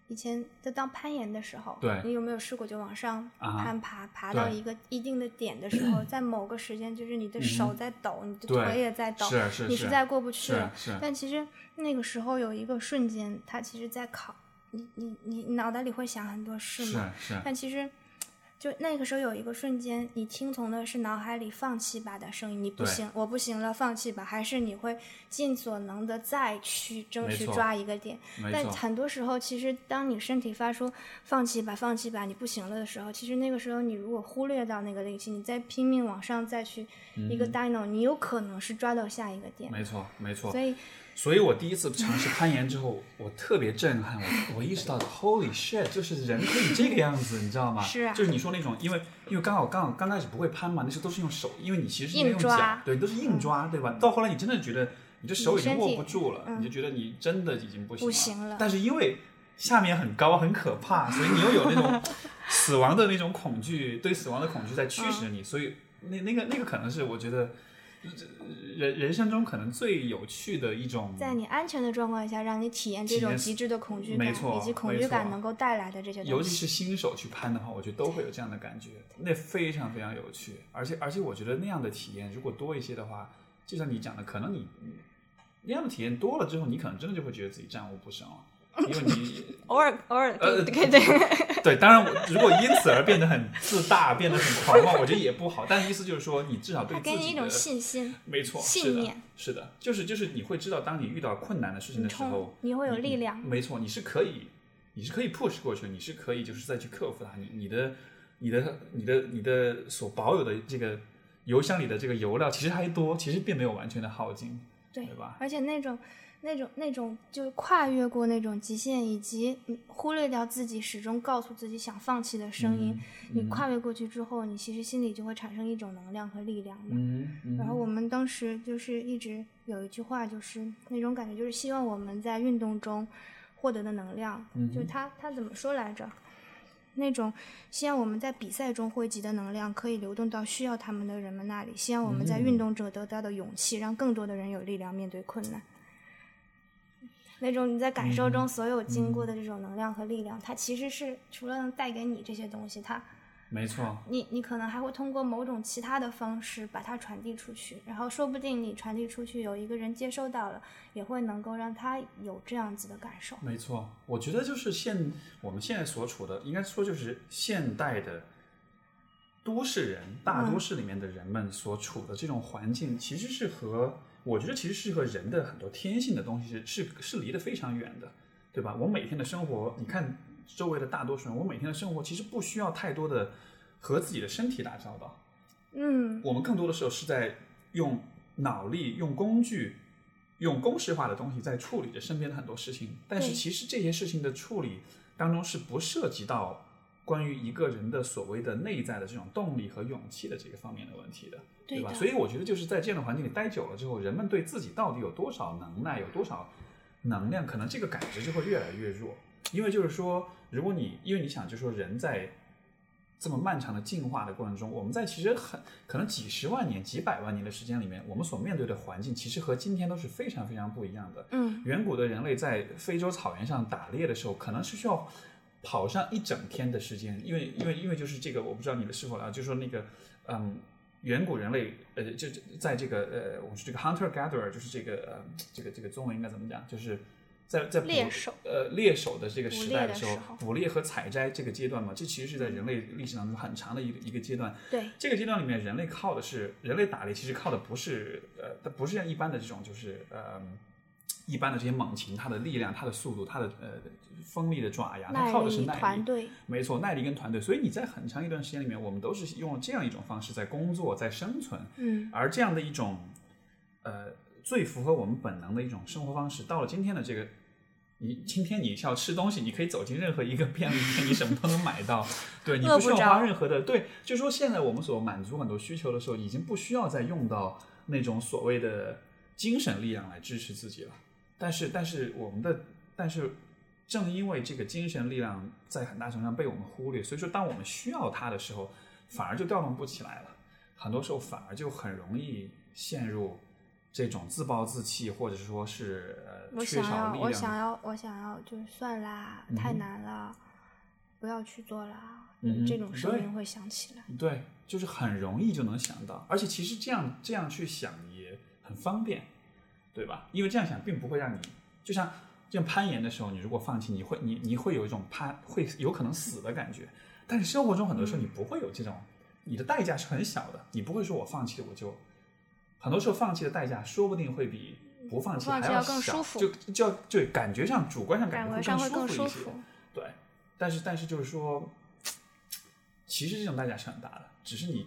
Speaker 2: 以前在当攀岩的时候，
Speaker 1: 对
Speaker 2: 你有没有试过就往上
Speaker 1: 啊
Speaker 2: 攀爬，爬到
Speaker 1: 对
Speaker 2: 一个一定的点的时 候，在某个时间就是你的手
Speaker 1: 嗯
Speaker 2: 在抖，你的
Speaker 1: 对
Speaker 2: 腿也在抖，
Speaker 1: 是是
Speaker 2: 你
Speaker 1: 是
Speaker 2: 实在过不去
Speaker 1: 是
Speaker 2: 了。
Speaker 1: 是
Speaker 2: 但其实那个时候有一个瞬间，它其实在考你，你你你脑袋里会想很多事嘛，
Speaker 1: 是是，
Speaker 2: 但其实，就那个时候有一个瞬间，你听从的是脑海里“放弃吧”的声音，你不
Speaker 1: 对
Speaker 2: 行，我不行了，放弃吧，还是你会尽所能的再去争
Speaker 1: 没
Speaker 2: 取
Speaker 1: 错
Speaker 2: 抓一个点。
Speaker 1: 没
Speaker 2: 但
Speaker 1: 错。
Speaker 2: 很多时候，其实当你身体发出“放弃吧，放弃吧，你不行了”的时候，其实那个时候你如果忽略到那个力气，你再拼命往上再去一个 dino，、你有可能是抓到下一个点。
Speaker 1: 嗯没错，没错。
Speaker 2: 所以，
Speaker 1: 所以我第一次尝试攀岩之后，我特别震撼，我我意识到，Holy shit，就是人可以这个样子，你知道吗？
Speaker 2: 是啊
Speaker 1: 就是你说那种，因为因为刚好刚好刚开始不会攀嘛，那时候都是用手，因为你其实是应
Speaker 2: 硬
Speaker 1: 该用脚
Speaker 2: 抓，嗯
Speaker 1: 对，都是硬抓，对吧？到后来你真的觉得你这手已经
Speaker 2: 你身体嗯
Speaker 1: 握不住了，你就觉得你真的已经不行
Speaker 2: 不行了
Speaker 1: 但是因为下面很高很可怕，所以你又有那种 死亡的那种恐惧，对死亡的恐惧在驱使着你，所以那那个那个可能是我觉得。人人生中可能最有趣的一种，
Speaker 2: 在你安全的状况下，让你体验这
Speaker 1: 体
Speaker 2: 种
Speaker 1: 验
Speaker 2: 极致的恐惧
Speaker 1: 没
Speaker 2: 感，
Speaker 1: 错
Speaker 2: 以及恐
Speaker 1: 没
Speaker 2: 惧感
Speaker 1: 错
Speaker 2: 能够带来的这些东西。
Speaker 1: 尤其是新手去攀的话，我觉得都会有这样的感觉，那非常非常有趣。而且而且，我觉得那样的体验如果多一些的话，就像你讲的，可能你那样的体验多了之后，你可能真的就会觉得自己战无不胜了，因为 你
Speaker 2: 偶尔偶尔可以
Speaker 1: 呃
Speaker 2: 可以对，
Speaker 1: 对，当然我如果因此而变得很自大，变得很狂妄，我觉得也不好。但意思就是说，你至少对
Speaker 2: 它
Speaker 1: 自己
Speaker 2: 给
Speaker 1: 的
Speaker 2: 你一种信心，
Speaker 1: 没错，
Speaker 2: 信
Speaker 1: 是的
Speaker 2: 念
Speaker 1: 是的，就是就是你会知道，当你遇到困难的事情
Speaker 2: 你
Speaker 1: 的时
Speaker 2: 冲
Speaker 1: 候，，嗯
Speaker 2: 你会有力量。
Speaker 1: 没错，你是可以，你是可以 push 过去，你是可以就是再去克服它。你你的你的你的你的所保有的这个油箱里的这个油料其实还多，其实并没有完全的耗尽，
Speaker 2: 对
Speaker 1: 对吧？
Speaker 2: 而且那种那种那种就是跨越过那种极限，以及嗯忽略掉自己始终告诉自己想放弃的声音，
Speaker 1: 嗯
Speaker 2: 你跨越过去之后，你其实心里就会产生一种能量和力量嘛。
Speaker 1: 嗯，嗯
Speaker 2: 然后我们当时就是一直有一句话，就是那种感觉，就是希望我们在运动中获得的能量，就他他怎么说来着？那种希望我们在比赛中汇集的能量可以流动到需要他们的人们那里，希望我们在运动者得到的勇气，让更多的人有力量面对困难。那种你在感受中所有经过的这种能量和力量，它其实是除了能带给你这些东西，它
Speaker 1: 没错，
Speaker 2: 你你可能还会通过某种其他的方式把它传递出去，然后说不定你传递出去，有一个人接收到了，也会能够让他有这样子的感受。
Speaker 1: 没错，我觉得就是现我们现在所处的，应该说就是现代的都市人，大都市里面的人们所处的这种环境，其实是和我觉得其实是和人的很多天性的东西是是是离得非常远的，对吧？我每天的生活，你看周围的大多数人，我每天的生活其实不需要太多的和自己的身体打交道，
Speaker 2: 嗯，
Speaker 1: 我们更多的时候是在用脑力、用工具、用公式化的东西在处理着身边的很多事情，但是
Speaker 2: 对
Speaker 1: 其实这些事情的处理当中是不涉及到关于一个人的所谓的内在的这种动力和勇气的这个方面的问题的，
Speaker 2: 对
Speaker 1: 吧？
Speaker 2: 的
Speaker 1: 所以我觉得就是在这样的环境里待久了之后，人们对自己到底有多少能耐，有多少能量，可能这个感知就会越来越弱。因为就是说，如果你因为你想，就是说人在这么漫长的进化的过程中，我们在其实很可能几十万年、几百万年的时间里面，我们所面对的环境其实和今天都是非常非常不一样的。
Speaker 2: 嗯，
Speaker 1: 远古的人类在非洲草原上打猎的时候，可能是需要跑上一整天的时间，因为因为因为就是这个，我不知道你们是否了解，就是说那个嗯，远古人类呃，就就在这个呃，我们说这个 hunter gatherer，就是这个呃，这个这个中文应该怎么讲，就是。在在捕
Speaker 2: 猎手
Speaker 1: 呃猎手的这个
Speaker 2: 捕
Speaker 1: 时
Speaker 2: 猎
Speaker 1: 代
Speaker 2: 的
Speaker 1: 时候
Speaker 2: 时候，
Speaker 1: 捕猎和采摘这个阶段嘛，这其实是在人类历史当中很长的一个一个阶段。
Speaker 2: 对，
Speaker 1: 这个阶段里面，人类靠的是人类打猎，其实靠的不是呃，它不是像一般的这种就是呃一般的这些猛禽，它的力量、它的速度、它的呃锋利的爪牙，它
Speaker 2: 耐
Speaker 1: 靠的是
Speaker 2: 力
Speaker 1: 耐力。
Speaker 2: 团队，
Speaker 1: 没错，耐力跟团队。所以你在很长一段时间里面，我们都是用这样一种方式在工作、在生存。
Speaker 2: 嗯，
Speaker 1: 而这样的一种呃最符合我们本能的一种生活方式，到了今天的这个。你今天你要吃东西，你可以走进任何一个便利店，你什么都能买到。对你
Speaker 2: 饿
Speaker 1: 不需
Speaker 2: 不
Speaker 1: 要花
Speaker 2: 着
Speaker 1: 任何的对，就说现在我们所满足很多需求的时候，已经不需要再用到那种所谓的精神力量来支持自己了。但是，但是我们的，但是正因为这个精神力量在很大程度上被我们忽略，所以说当我们需要它的时候，反而就调动不起来了。很多时候反而就很容易陷入这种自暴自弃，或者说是呃
Speaker 2: 我
Speaker 1: 缺
Speaker 2: 想
Speaker 1: 少
Speaker 2: 要，
Speaker 1: 力
Speaker 2: 我想
Speaker 1: 量。
Speaker 2: 要，我想要，就是算啦，
Speaker 1: 嗯
Speaker 2: 太
Speaker 1: 哼
Speaker 2: 难了，不要去做啦，
Speaker 1: 嗯哼
Speaker 2: 这种声
Speaker 1: 对
Speaker 2: 音会响起来。
Speaker 1: 对，就是很容易就能想到，而且其实这样这样去想也很方便，对吧？因为这样想并不会让你，就像就像攀岩的时候，你如果放弃，你会你你会有一种攀会有可能死的感觉，但是生活中很多时候
Speaker 2: 嗯
Speaker 1: 你不会有这种，你的代价是很小的，你不会说我放弃了我就，很多时候放弃的代价说不定会比不放弃
Speaker 2: 嗯不放弃
Speaker 1: 还要
Speaker 2: 要更
Speaker 1: 少
Speaker 2: 舒服
Speaker 1: 就就要就感觉上主观上
Speaker 2: 感
Speaker 1: 感觉
Speaker 2: 觉上会更
Speaker 1: 更舒
Speaker 2: 舒
Speaker 1: 一些
Speaker 2: 服，。
Speaker 1: 对，但是但是就是说，其实这种代价是很大的，只是你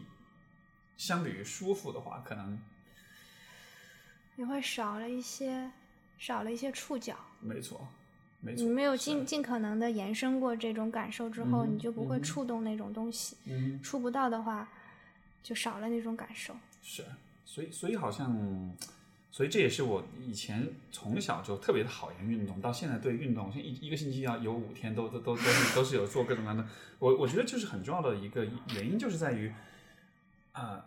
Speaker 1: 相比于舒服的话，可能
Speaker 2: 你会少了一些，少了一些触角。
Speaker 1: 没错，没
Speaker 2: 你
Speaker 1: 错，
Speaker 2: 没有
Speaker 1: 是
Speaker 2: 尽尽可能的延伸过这种感受之后，
Speaker 1: 嗯哼
Speaker 2: 你就不
Speaker 1: 嗯
Speaker 2: 会
Speaker 1: 哼
Speaker 2: 触动那种东西。
Speaker 1: 嗯，
Speaker 2: 触不到的话，就少了那种感受。
Speaker 1: 是，所以所以好像，所以这也是我以前从小就特别讨厌运动，到现在对运动，像一一个星期要有五天都都都都是都是有做各种各样的，我我觉得就是很重要的一个原因，就是在于，啊、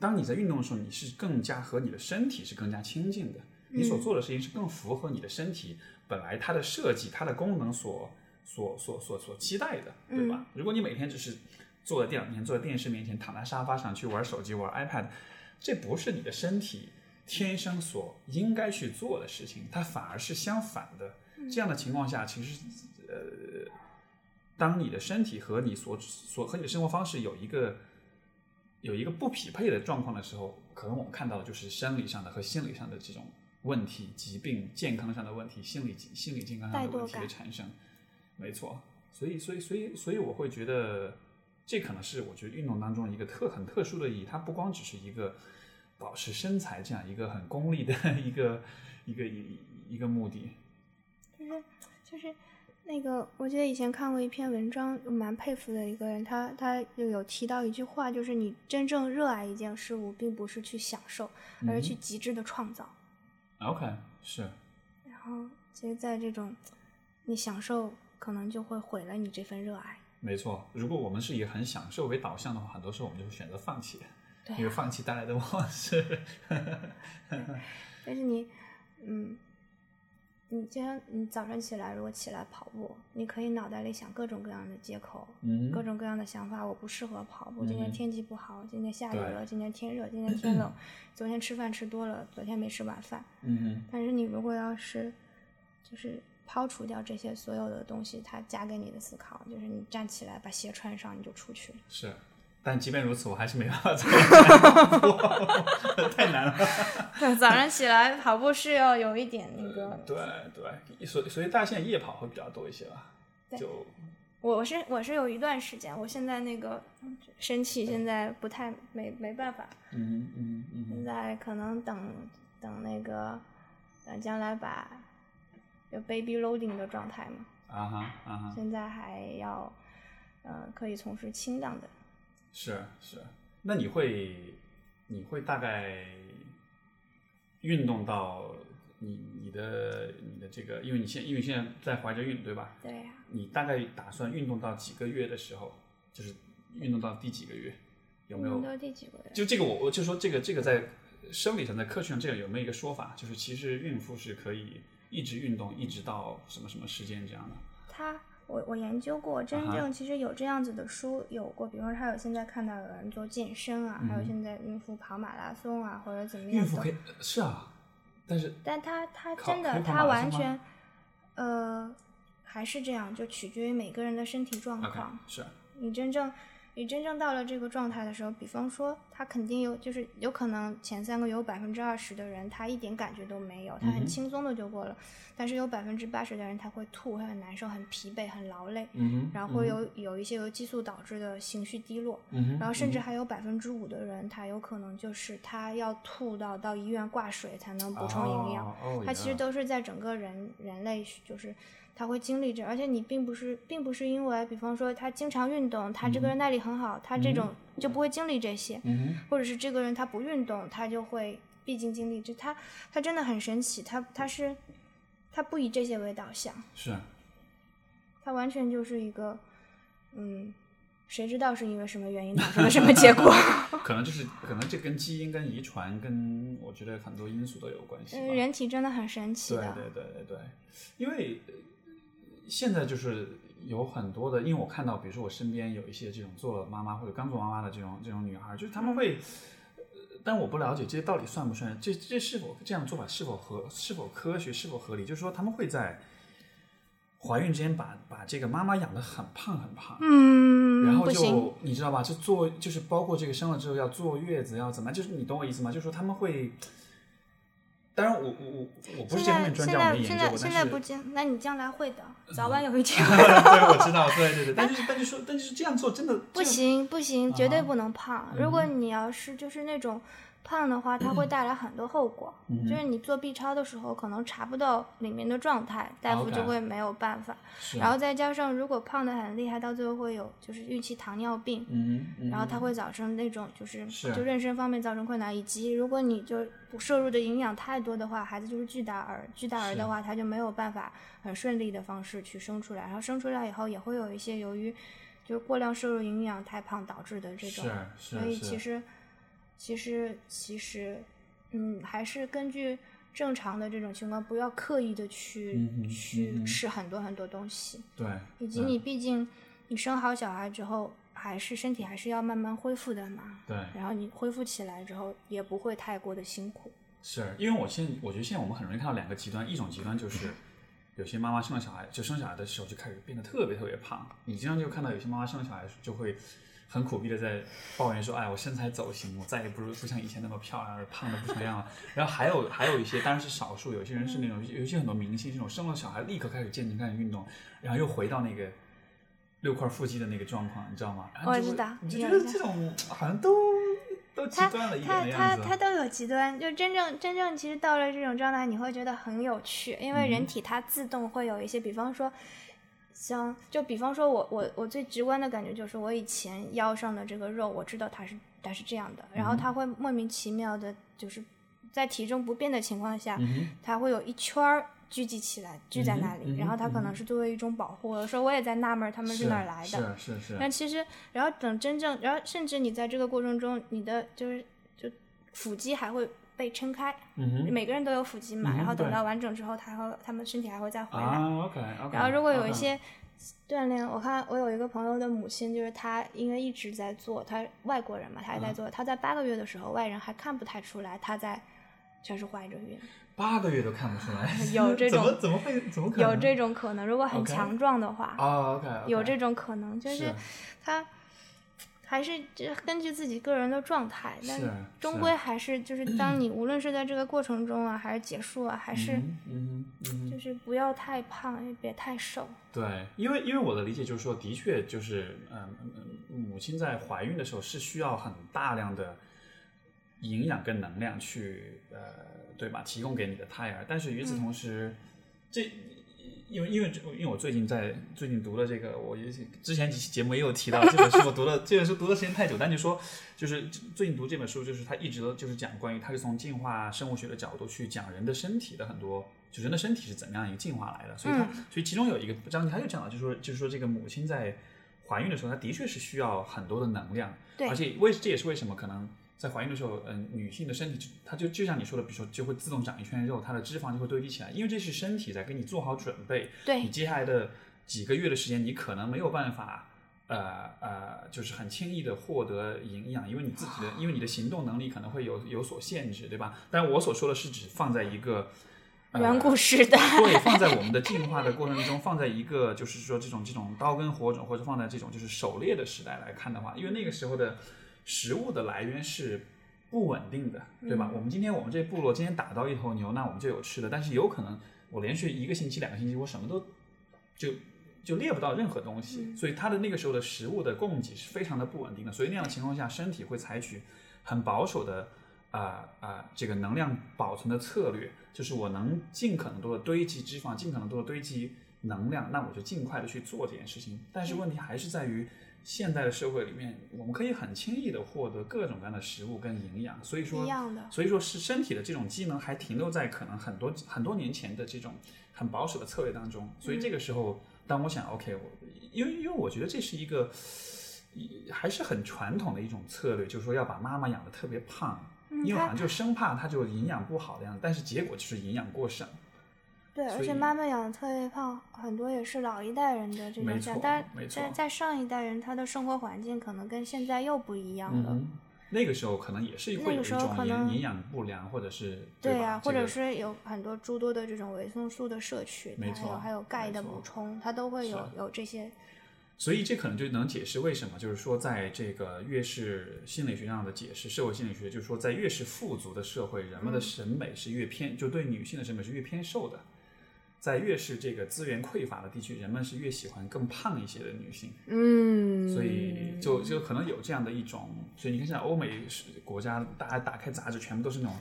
Speaker 1: 当你在运动的时候，你是更加和你的身体是更加亲近的，你所
Speaker 2: 嗯
Speaker 1: 做的事情是更符合你的身体本来它的设计、它的功能所所所所所期待的，对吧？如果你每天只是坐在电脑面前、坐在电视面前、躺在沙发上去玩手机、玩 iPad，这不是你的身体天生所应该去做的事情，它反而是相反的。这样的情况下，其实呃，当你的身体和你所所和你的生活方式有一个有一个不匹配的状况的时候，可能我们看到的就是生理上的和心理上的这种问题、疾病、健康上的问题、心理心理健康上的
Speaker 2: 怠惰
Speaker 1: 问题的
Speaker 2: 感
Speaker 1: 产生。没错，所以所以所以所以我会觉得，这可能是我觉得运动当中一个特很特殊的意义，它不光只是一个保持身材这样一个很功利的 一个一个一一个目的。
Speaker 2: 就是就是那个，我记得以前看过一篇文章，我蛮佩服的一个人，他他就有提到一句话，就是你真正热爱一件事物，并不是去享受，
Speaker 1: 嗯
Speaker 2: 而是去极致的创造。
Speaker 1: OK，是
Speaker 2: 然后，其实，在这种你享受，可能就会毁了你这份热爱。
Speaker 1: 没错。如果我们是以很享受为导向的话，很多时候我们就会选择放弃，
Speaker 2: 对、
Speaker 1: 因为
Speaker 2: 啊，
Speaker 1: 放弃带来的往事。
Speaker 2: 但是你，嗯，你今天你早上起来，如果起来跑步，你可以脑袋里想各种各样的借口，
Speaker 1: 嗯
Speaker 2: 各种各样的想法，我不适合跑步，今
Speaker 1: 嗯
Speaker 2: 天天气不好，今天下雨
Speaker 1: 对
Speaker 2: 了，今天天热，今天 天冷，昨天吃饭吃多了，昨天没吃晚饭。
Speaker 1: 嗯
Speaker 2: 但是你如果要是就是抛除掉这些所有的东西，它加给你的思考，就是你站起来把鞋穿上，你就出去了。
Speaker 1: 是。但即便如此，我还是没办法做，太难了。
Speaker 2: 对， 早上起来跑步是要有一点那个，
Speaker 1: 对对，所以所以大家现在夜跑会比较多一些吧？
Speaker 2: 对
Speaker 1: 就
Speaker 2: 我我是我是有一段时间，我现在那个生气，现在不太没没办法，
Speaker 1: 嗯嗯嗯
Speaker 2: 现在可能等等那个等将来把有 baby loading 的状态嘛，
Speaker 1: 啊哈啊哈，
Speaker 2: 现在还要呃可以从事轻量的，
Speaker 1: 是是。那你会你会大概运动到你你的你的这个，因为你现因为你现在在怀着孕对吧？
Speaker 2: 对呀、
Speaker 1: 你大概打算运动到几个月的时候，就是运动到第几个月，有没有？
Speaker 2: 到第几个月？
Speaker 1: 就这个我，我就说这个这个在生理上，在科学上，这个有没有一个说法？就是其实孕妇是可以一直运动，一直到什么什么时间这样的。
Speaker 2: 他我我研究过，真
Speaker 1: 啊
Speaker 2: 正其实有这样子的书有过，比方说还有现在看到有人做健身啊，还有现在孕妇跑马拉松啊，或者怎么样
Speaker 1: 嗯孕妇
Speaker 2: 都
Speaker 1: 可以是啊，但是
Speaker 2: 但他他
Speaker 1: 考
Speaker 2: 真
Speaker 1: 可
Speaker 2: 的
Speaker 1: 以跑
Speaker 2: 他
Speaker 1: 马拉
Speaker 2: 完
Speaker 1: 松吗
Speaker 2: 全，呃，还是这样，就取决于每个人的身体状
Speaker 1: OK
Speaker 2: 况。
Speaker 1: 是啊
Speaker 2: 你真正你真正到了这个状态的时候，比方说他肯定有，就是有可能前三个有百分之二十的人他一点感觉都没有，他
Speaker 1: 嗯哼
Speaker 2: 很轻松的就过了，但是有百分之八十的人他会吐，会很难受，很疲惫，很劳累。
Speaker 1: 嗯哼，
Speaker 2: 然后会有有一些由激素导致的情绪低落，
Speaker 1: 嗯哼，
Speaker 2: 然后甚至
Speaker 1: 嗯
Speaker 2: 还有百分之五的人，他有可能就是他要吐到到医院挂水才能补充营养，
Speaker 1: 哦哦
Speaker 2: 它其
Speaker 1: 呀
Speaker 2: 实都是在整个人人类就是他会经历这，而且你并不是并不是因为，比方说他经常运动，他这个人耐力很好，他这种就不会经历这些，
Speaker 1: 嗯
Speaker 2: 或者是这个人他不运动，他就会毕竟经历这，他他真的很神奇，他他是他不以这些为导向
Speaker 1: 哼，是
Speaker 2: 他完全就是一个嗯，谁知道是因为什么原因导致了什么 结果？
Speaker 1: 可能就是可能这跟基因、跟遗传、跟我觉得很多因素都有关系吧。
Speaker 2: 嗯，人体真的很神奇
Speaker 1: 对
Speaker 2: 的，
Speaker 1: 对对对对，因为呃现在就是有很多的，因为我看到，比如说我身边有一些这种做了妈妈或者刚做妈妈的这种这种女孩，就是她们会，呃但我不了解这些到底算不算，这这是否这样做法是否合是否科学是否合理？就是说他们会在怀孕之前把把这个妈妈养得很胖很胖，
Speaker 2: 嗯，
Speaker 1: 然后
Speaker 2: 不行，
Speaker 1: 就你知道吧，就坐就是包括这个生了之后要坐月子要怎么，就是你懂我意思吗？就是说他们会，当然我我我我不是
Speaker 2: 现
Speaker 1: 这方面
Speaker 2: 在
Speaker 1: 专
Speaker 2: 现
Speaker 1: 家，我
Speaker 2: 在
Speaker 1: 没研究
Speaker 2: 现在
Speaker 1: 过，但
Speaker 2: 现在
Speaker 1: 是嗯
Speaker 2: 不经，那你将来会的，早晚有 一天。
Speaker 1: 对我知道，对对对，但是但是说但是这样做真的
Speaker 2: 不，行不行，绝对不能胖。如果
Speaker 1: 嗯
Speaker 2: 你要是就是那种胖的话，它会带来很多后果，
Speaker 1: 嗯哼
Speaker 2: 就是你做 B 超的时候可能查不到里面的状态，大夫
Speaker 1: OK
Speaker 2: 就会没有办法。
Speaker 1: 是啊
Speaker 2: 然后再加上如果胖的很厉害，到最后会有就是孕期糖尿病。
Speaker 1: 嗯嗯，
Speaker 2: 然后它会造成那种就是
Speaker 1: 是
Speaker 2: 就妊娠方面造成困难，以及如果你就不摄入的营养太多的话，孩子就是巨大儿，巨大儿
Speaker 1: 是
Speaker 2: 的话，他就没有办法很顺利的方式去生出来，然后生出来以后也会有一些由于就是过量摄入营养太胖导致的这种
Speaker 1: 是，啊
Speaker 2: 所
Speaker 1: 是
Speaker 2: 以其
Speaker 1: 是，
Speaker 2: 实其实其实嗯，还是根据。正常的这种情况，不要刻意的去、
Speaker 1: 嗯哼嗯
Speaker 2: 去
Speaker 1: 哼
Speaker 2: 吃很多很多东西。
Speaker 1: 对，
Speaker 2: 以及
Speaker 1: 对
Speaker 2: 你毕竟你生好小孩之后，还是身体还是要慢慢恢复的嘛。
Speaker 1: 对
Speaker 2: 然后你恢复起来之后，也不会太过的辛苦。
Speaker 1: 是因为我现我觉得现在我们很容易看到两个极端，一种极端就是有些妈妈生了小孩，就生小孩的时候就开始变得特别特别胖，你经常就看到有些妈妈生了小孩就会很苦逼的在抱怨说，哎，我身材走形，我再也不如不像以前那么漂亮了，胖的不成样了。然后还有还有一些，当然是少数，有些人是那种，有些很多明星这种生了小孩立刻开始健身开始运动，然后又回到那个。六块腹肌的那个状况，你知道吗？然后
Speaker 2: 我
Speaker 1: 就
Speaker 2: 知
Speaker 1: 会
Speaker 2: 道
Speaker 1: 你就
Speaker 2: 有
Speaker 1: 觉得
Speaker 2: 一个
Speaker 1: 这种好像都都极
Speaker 2: 他
Speaker 1: 端了一点
Speaker 2: 他
Speaker 1: 的样
Speaker 2: 他
Speaker 1: 子。啊
Speaker 2: 他都有极端，就真正真正其实到了这种状态，你会觉得很有趣，因为
Speaker 1: 嗯
Speaker 2: 人体它自动会有一些，比方说。像就比方说我，我我最直观的感觉就是，我以前腰上的这个肉，我知道它是它是这样的，
Speaker 1: 嗯
Speaker 2: 然后它会莫名其妙的，就是在体重不变的情况下，
Speaker 1: 嗯哼
Speaker 2: 它会有一圈儿聚集起来，聚在
Speaker 1: 嗯哼
Speaker 2: 那里，
Speaker 1: 嗯哼
Speaker 2: 然后它可
Speaker 1: 嗯
Speaker 2: 能是作为一种保护。有时候我也在纳闷儿，他们是哪儿来的？
Speaker 1: 是是是
Speaker 2: 但其实，然后等真正，然后甚至你在这个过程中，你的就是就腹肌还会被撑开，
Speaker 1: 嗯哼，
Speaker 2: 每个人都有腹肌嘛。
Speaker 1: 嗯哼
Speaker 2: 然后等
Speaker 1: 对
Speaker 2: 到完整之后，它还会他们身体还会再回来。
Speaker 1: 啊，OK OK。
Speaker 2: 然后如果有一些锻炼，我看我有一个朋友的母亲，就是她因为一直在做，她外国人嘛，她也
Speaker 1: 嗯
Speaker 2: 在做。她在八个月的时候，外人还看不太出来她在就是怀着孕。
Speaker 1: 八个月都看不出来，
Speaker 2: 有这
Speaker 1: 怎么
Speaker 2: 种
Speaker 1: 怎么会怎么可能
Speaker 2: 有这种可能，如果很
Speaker 1: OK
Speaker 2: 强壮的话
Speaker 1: 啊 OK
Speaker 2: 有这种可能，就是
Speaker 1: 是
Speaker 2: 他他还是这根据自己个人的状态，但
Speaker 1: 是
Speaker 2: 终归还是就是当你无论是在这个过程中啊，还是结束啊，还是
Speaker 1: 嗯嗯嗯，
Speaker 2: 就是不要太胖，也别太瘦。
Speaker 1: 对，因为因为我的理解就是说，的确就是，嗯、嗯母亲在怀孕的时候是需要很大量的营养跟能量去，呃，对吧？提供给你的胎儿。但是
Speaker 2: 嗯
Speaker 1: 与此同时，这因为因为因为我最近在最近读了这个，我也之前几期节目也有提到这本书，我读了这本书读的时间太久，但就说就是最近读这本书，就是他一直都就是讲关于他是从进化生物学的角度去讲人的身体的很多，就人的身体是怎么样一个进化来的，所以他、所以其中有一个章节他就讲了，就是说就是说这个母亲在怀孕的时候，她的确是需要很多的能量，
Speaker 2: 对
Speaker 1: 而且为这也是为什么可能。在怀孕的时候，嗯、女性的身体就它就就像你说的，比如说就会自动长一圈肉，它的脂肪就会堆积起来，因为这是身体在给你做好准备，你
Speaker 2: 对
Speaker 1: 接下来的几个月的时间，你可能没有办法，呃呃，就是很轻易的获得营养，因为你自
Speaker 2: 哦
Speaker 1: 己的，因为你的行动能力可能会有有所限制，对吧？但我所说的是指放在一个、呃、
Speaker 2: 远古时代，
Speaker 1: 对，放在我们的进化的过程中，放在一个就是说这种这种刀耕火种，或者放在这种就是狩猎的时代来看的话，因为那个时候的食物的来源是不稳定的，对吧？我们今天我们这部落今天打到一头牛，那我们就有吃的，但是有可能我连续一个星期、两个星期，我什么都就就猎不到任何东西，所以它的那个时候的食物的供给是非常的不稳定的，所以那样的情况下，身体会采取很保守的啊啊、这个能量保存的策略，就是我能尽可能多的堆积脂肪，尽可能多的堆积能量，那我就尽快的去做这件事情。但
Speaker 2: 嗯
Speaker 1: 是问题还是在于现代的社会里面，我们可以很轻易的获得各种各样的食物跟营养，所以说
Speaker 2: 一样的
Speaker 1: 所以说是身体的这种机能还停留在可能很多很多年前的这种很保守的策略当中。所以
Speaker 2: 嗯
Speaker 1: 这个时候，当我想 OK，我因为因为我觉得这是一个一还是很传统的一种策略，就是说要把妈妈养得特别胖，
Speaker 2: 嗯
Speaker 1: 因为好
Speaker 2: 它
Speaker 1: 像就生怕她就营养不好的样子，但是结果就是营养过剩。
Speaker 2: 对，
Speaker 1: 所
Speaker 2: 而且
Speaker 1: 以
Speaker 2: 妈妈养的特别胖，很多也是老一代人的这
Speaker 1: 没
Speaker 2: 种想
Speaker 1: 错，
Speaker 2: 但
Speaker 1: 没错
Speaker 2: 在在上一代人，他的生活环境可能跟现在又不一样了。
Speaker 1: 嗯，那个时候可能也是会有一
Speaker 2: 那个时
Speaker 1: 种
Speaker 2: 候可
Speaker 1: 营
Speaker 2: 能
Speaker 1: 营养不良，或者是
Speaker 2: 对
Speaker 1: 吧
Speaker 2: 呀、或
Speaker 1: 这
Speaker 2: 者
Speaker 1: 个
Speaker 2: 是有很多诸多的这种维生素的摄取，
Speaker 1: 没
Speaker 2: 它还有
Speaker 1: 错
Speaker 2: 还有钙
Speaker 1: 没
Speaker 2: 的
Speaker 1: 错
Speaker 2: 补充，它都会有
Speaker 1: 是啊
Speaker 2: 有这些。
Speaker 1: 所以这可能就能解释为什么，就是说，在这个越是心理学上的解释，社会心理学就是说，在越是富足的社会，人们的
Speaker 2: 嗯
Speaker 1: 审美是越偏，就对女性的审美是越偏瘦的。在越是这个资源匮乏的地区，人们是越喜欢更胖一些的女性，
Speaker 2: 嗯，
Speaker 1: 所以就就可能有这样的一种。所以你看，像欧美是国家，大家打开杂志，全部都是那种，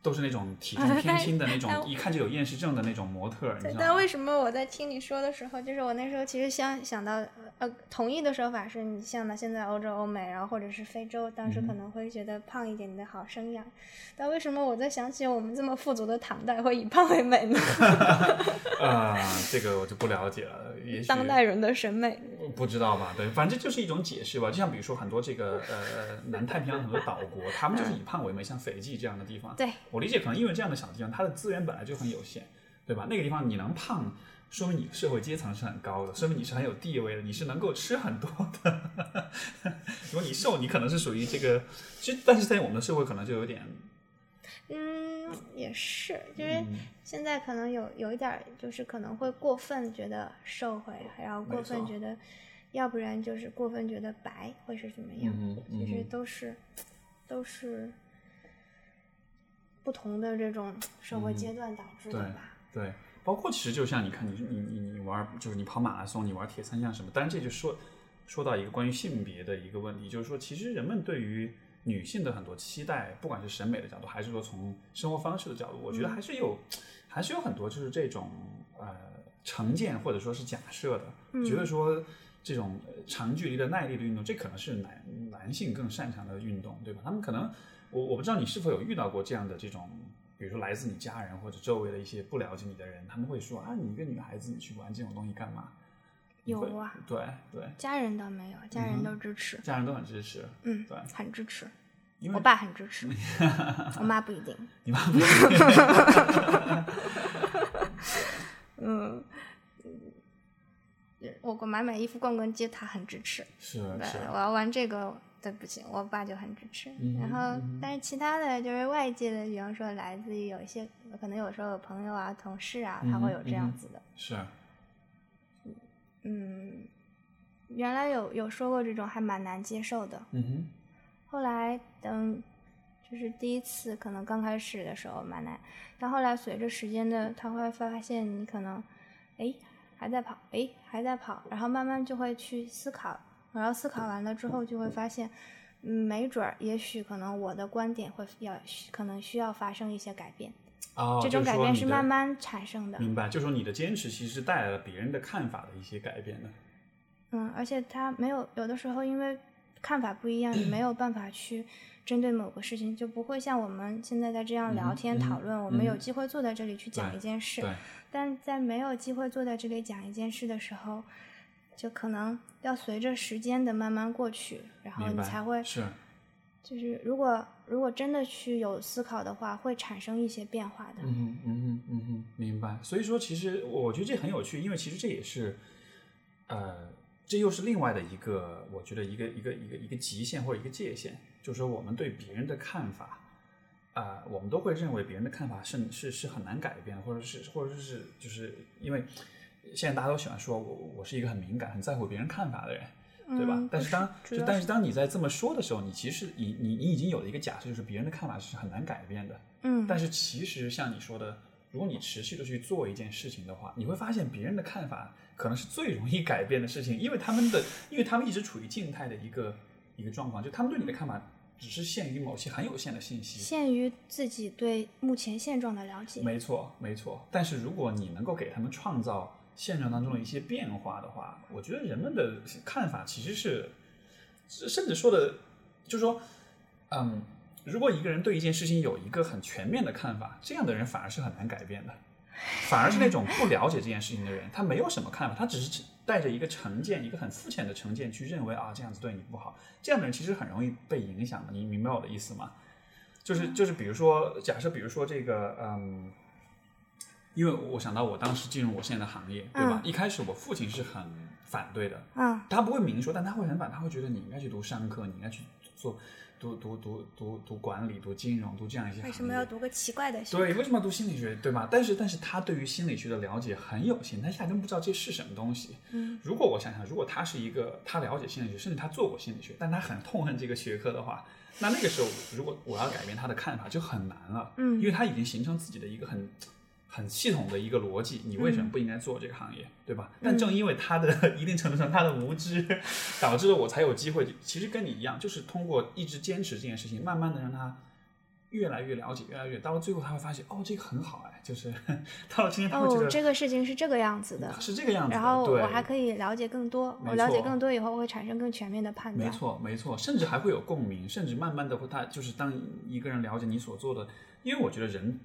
Speaker 1: 都是那种 体重偏轻的那种，
Speaker 2: 但
Speaker 1: 一看就有厌食症的那种模特儿，你
Speaker 2: 哎对
Speaker 1: 知，道
Speaker 2: 但
Speaker 1: 吗
Speaker 2: 为？什么我在听你说的时候，就是我那时候其实想想到，呃，同意的说法是你像呢，现在欧洲、欧美，然后或者是非洲，当
Speaker 1: 嗯
Speaker 2: 时可能会觉得胖一点的好生养。但为什么我在想起我们这么富足的唐代会以胖为美 呢？
Speaker 1: 啊、这个我就不了解了。也许
Speaker 2: 当代人的审美，
Speaker 1: 我不知道吧？对，反正就是一种解释吧。就像比如说很多这个呃南太平洋很多岛国，他们就是以胖为美，像斐济这样的地方。
Speaker 2: 对，
Speaker 1: 我理解可能因为这样的小地方，它的资源本来就很有限，对吧？那个地方你能胖，说明你社会阶层是很高的，说明你是很有地位的，你是能够吃很多的。 如果你瘦，你可能是属于这个，其实但是在我们的社会可能就有点
Speaker 2: 嗯，也是，就是
Speaker 1: 嗯
Speaker 2: 现在可能有有一点，儿，就是可能会过分觉得瘦会，然后过分
Speaker 1: 错
Speaker 2: 觉得，要不然就是过分觉得白会是怎么样，
Speaker 1: 嗯哼
Speaker 2: 其
Speaker 1: 嗯
Speaker 2: 实
Speaker 1: 哼
Speaker 2: 都是都是不同的这种社会阶段导致的
Speaker 1: 嗯对
Speaker 2: 吧。
Speaker 1: 对，包括其实就像你看你你你你玩就是你跑马拉松，你玩铁三项什么，当然这就说说到一个关于性别的一个问题，就是说其实人们对于女性的很多期待，不管是审美的角度，还是说从生活方式的角度，我觉得还是有、还是有很多就是这种呃成见或者说是假设的，
Speaker 2: 嗯
Speaker 1: 觉得说。这种呃长距离的耐力的运动，这可能是男男性更擅长的运动，对吧？他们可能，我我不知道你是否有遇到过这样的这种，比如说来自你家人或者周围的一些不了解你的人，他们会说啊，你一个女孩子，你去玩这种东西干嘛？你会
Speaker 2: 有啊，
Speaker 1: 对对，
Speaker 2: 家人倒没有，家
Speaker 1: 嗯哼
Speaker 2: 人都支持，
Speaker 1: 家人都很支持，
Speaker 2: 嗯，
Speaker 1: 对
Speaker 2: 很支持。
Speaker 1: 因为
Speaker 2: 我爸很 支持，我妈不一定。
Speaker 1: 你妈不是
Speaker 2: 嗯，我我买买衣服、逛逛街，他很支持。
Speaker 1: 是
Speaker 2: 对
Speaker 1: 是，，
Speaker 2: 我要玩这个，对不起，我爸就很支持。
Speaker 1: 嗯
Speaker 2: 然
Speaker 1: 哼
Speaker 2: 后
Speaker 1: 嗯哼，
Speaker 2: 但是其他的就是外界的，比方说来自于有一些，可能有时候有朋友啊、同事啊，他
Speaker 1: 嗯
Speaker 2: 会
Speaker 1: 哼
Speaker 2: 有
Speaker 1: 嗯
Speaker 2: 这样
Speaker 1: 哼
Speaker 2: 子的，
Speaker 1: 是
Speaker 2: 嗯，原来有有说过这种还蛮难接受的，
Speaker 1: 嗯哼，
Speaker 2: 后来等就是第一次可能刚开始的时候蛮难，但后来随着时间的，他会发现你可能，哎还在跑，哎还在跑，然后慢慢就会去思考，然后思考完了之后就会发现，嗯，没准儿也许可能我的观点会要可能需要发生一些改变，
Speaker 1: 哦，
Speaker 2: 这种改变是慢
Speaker 1: 慢
Speaker 2: 慢产生的，
Speaker 1: 明白，就说你的坚持其实是带来了别人的看法的一些改变的。
Speaker 2: 嗯，而且他没有有的时候因为看法不一样，你没有办法去针对某个事情，就不会像我们现在在这样聊
Speaker 1: 嗯
Speaker 2: 天
Speaker 1: 嗯
Speaker 2: 讨论，我们有
Speaker 1: 嗯
Speaker 2: 机会坐在这里去讲
Speaker 1: 对
Speaker 2: 一件事。
Speaker 1: 对，
Speaker 2: 但在没有机会坐在这里讲一件事的时候，就可能要随着时间的慢慢过去，然后
Speaker 1: 明
Speaker 2: 你
Speaker 1: 白
Speaker 2: 才会
Speaker 1: 是
Speaker 2: 就是如果如果真的去有思考的话，会产生一些变化的。
Speaker 1: 嗯哼嗯哼嗯哼，明白。所以说，其实我我觉得这很有趣，因为其实这也是，呃，这又是另外的一个，我觉得一个一个一个一个极限或者一个界限，就是说我们对别人的看法，啊、我们都会认为别人的看法是是是很难改变，或者是或者是就是因为现在大家都喜欢说我我是一个很敏感、很在乎别人看法的人。对吧？
Speaker 2: 嗯、
Speaker 1: 但
Speaker 2: 不
Speaker 1: 是当就
Speaker 2: 主要
Speaker 1: 但是当你在这么说的时候，你其实你你你已经有了一个假设，就是别人的看法是很难改变的。
Speaker 2: 嗯，
Speaker 1: 但是其实像你说的，如果你持续的去做一件事情的话，你会发现别人的看法可能是最容易改变的事情，因为他们的，因为他们一直处于静态的一个一个状况，就他们对你的看法只是限于某些很有限的信息。
Speaker 2: 限于自己对目前现状的了解。
Speaker 1: 没错，没错。但是如果你能够给他们创造现状当中的一些变化的话，我觉得人们的看法其实是，是甚至说的，就是说，嗯，如果一个人对一件事情有一个很全面的看法，这样的人反而是很难改变的。反而是
Speaker 2: 嗯
Speaker 1: 那种不了解这件事情的人，他没有什么看法，他只是带着一个成见，一个很肤浅的成见去认为啊这样子对你不好，这样的人其实很容易被影响的，你明白我的意思吗？
Speaker 2: 嗯
Speaker 1: 就是就是，比如说，假设比如说这个，嗯，因为我想到我当时进入我现在的行业，对吧？一开始我父亲是很反对的，
Speaker 2: 嗯，
Speaker 1: 他不会明说，但他会很反，他会觉得你应该去读商科，你应该去做读读读读读管理、读金融、读这样一些行业。
Speaker 2: 为什么要读个奇怪的学？
Speaker 1: 对，为什么要读心理学，对吧？但是，但是他对于心理学的了解很有限，他压根不知道这是什么东西。
Speaker 2: 嗯，
Speaker 1: 如果我想想，如果他是一个他了解心理学，甚至他做过心理学，但他很痛恨这个学科的话，那那个时候如果我要改变他的看法就很难了。
Speaker 2: 嗯
Speaker 1: 因为他已经形成自己的一个很很系统的一个逻辑，你为
Speaker 2: 嗯
Speaker 1: 什么不应该做这个行业，对吧？但正因为他的 一定程度上他的无知，导致了我才有机会。其实跟你一样，就是通过一直坚持这件事情，慢慢的让他。越来越了解，越来越到最后，他会发现哦，这个很好哎，就是 到了今天，他会觉
Speaker 2: 哦
Speaker 1: 得、，
Speaker 2: 这个事情是这个样子的。
Speaker 1: 是这个样子的。
Speaker 2: 然后
Speaker 1: 对
Speaker 2: 我还可以了解更多，
Speaker 1: 没
Speaker 2: 我了解
Speaker 1: 错
Speaker 2: 更多以后会产生更全面的判断。
Speaker 1: 没错，没错，甚至还会有共鸣，甚至慢慢的会他就是当一个人了解你所做的，因为我觉得人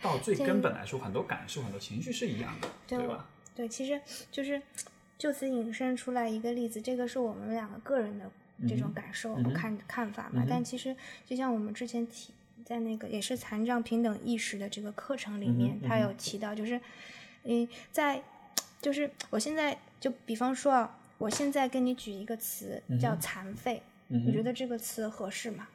Speaker 1: 到最
Speaker 2: 这
Speaker 1: 根本来说，很多感受、很多情绪是一样的，
Speaker 2: 对
Speaker 1: 对
Speaker 2: 我
Speaker 1: 吧？
Speaker 2: 对，其实就是就此引申出来一个例子，这个是我们两个个人的这
Speaker 1: 嗯
Speaker 2: 种
Speaker 1: 哼
Speaker 2: 感受、
Speaker 1: 嗯哼
Speaker 2: 看看法
Speaker 1: 嗯
Speaker 2: 嘛。
Speaker 1: 哼
Speaker 2: 但其实就像我们之前提在那个也是残障平等意识的这个课程里
Speaker 1: 嗯哼
Speaker 2: 面，他
Speaker 1: 嗯
Speaker 2: 有提到，就是嗯，在就是我现在就比方说啊，我现在跟你举一个词叫
Speaker 1: 嗯哼
Speaker 2: 残废，
Speaker 1: 嗯
Speaker 2: 你
Speaker 1: 哼
Speaker 2: 觉得这个词合适吗？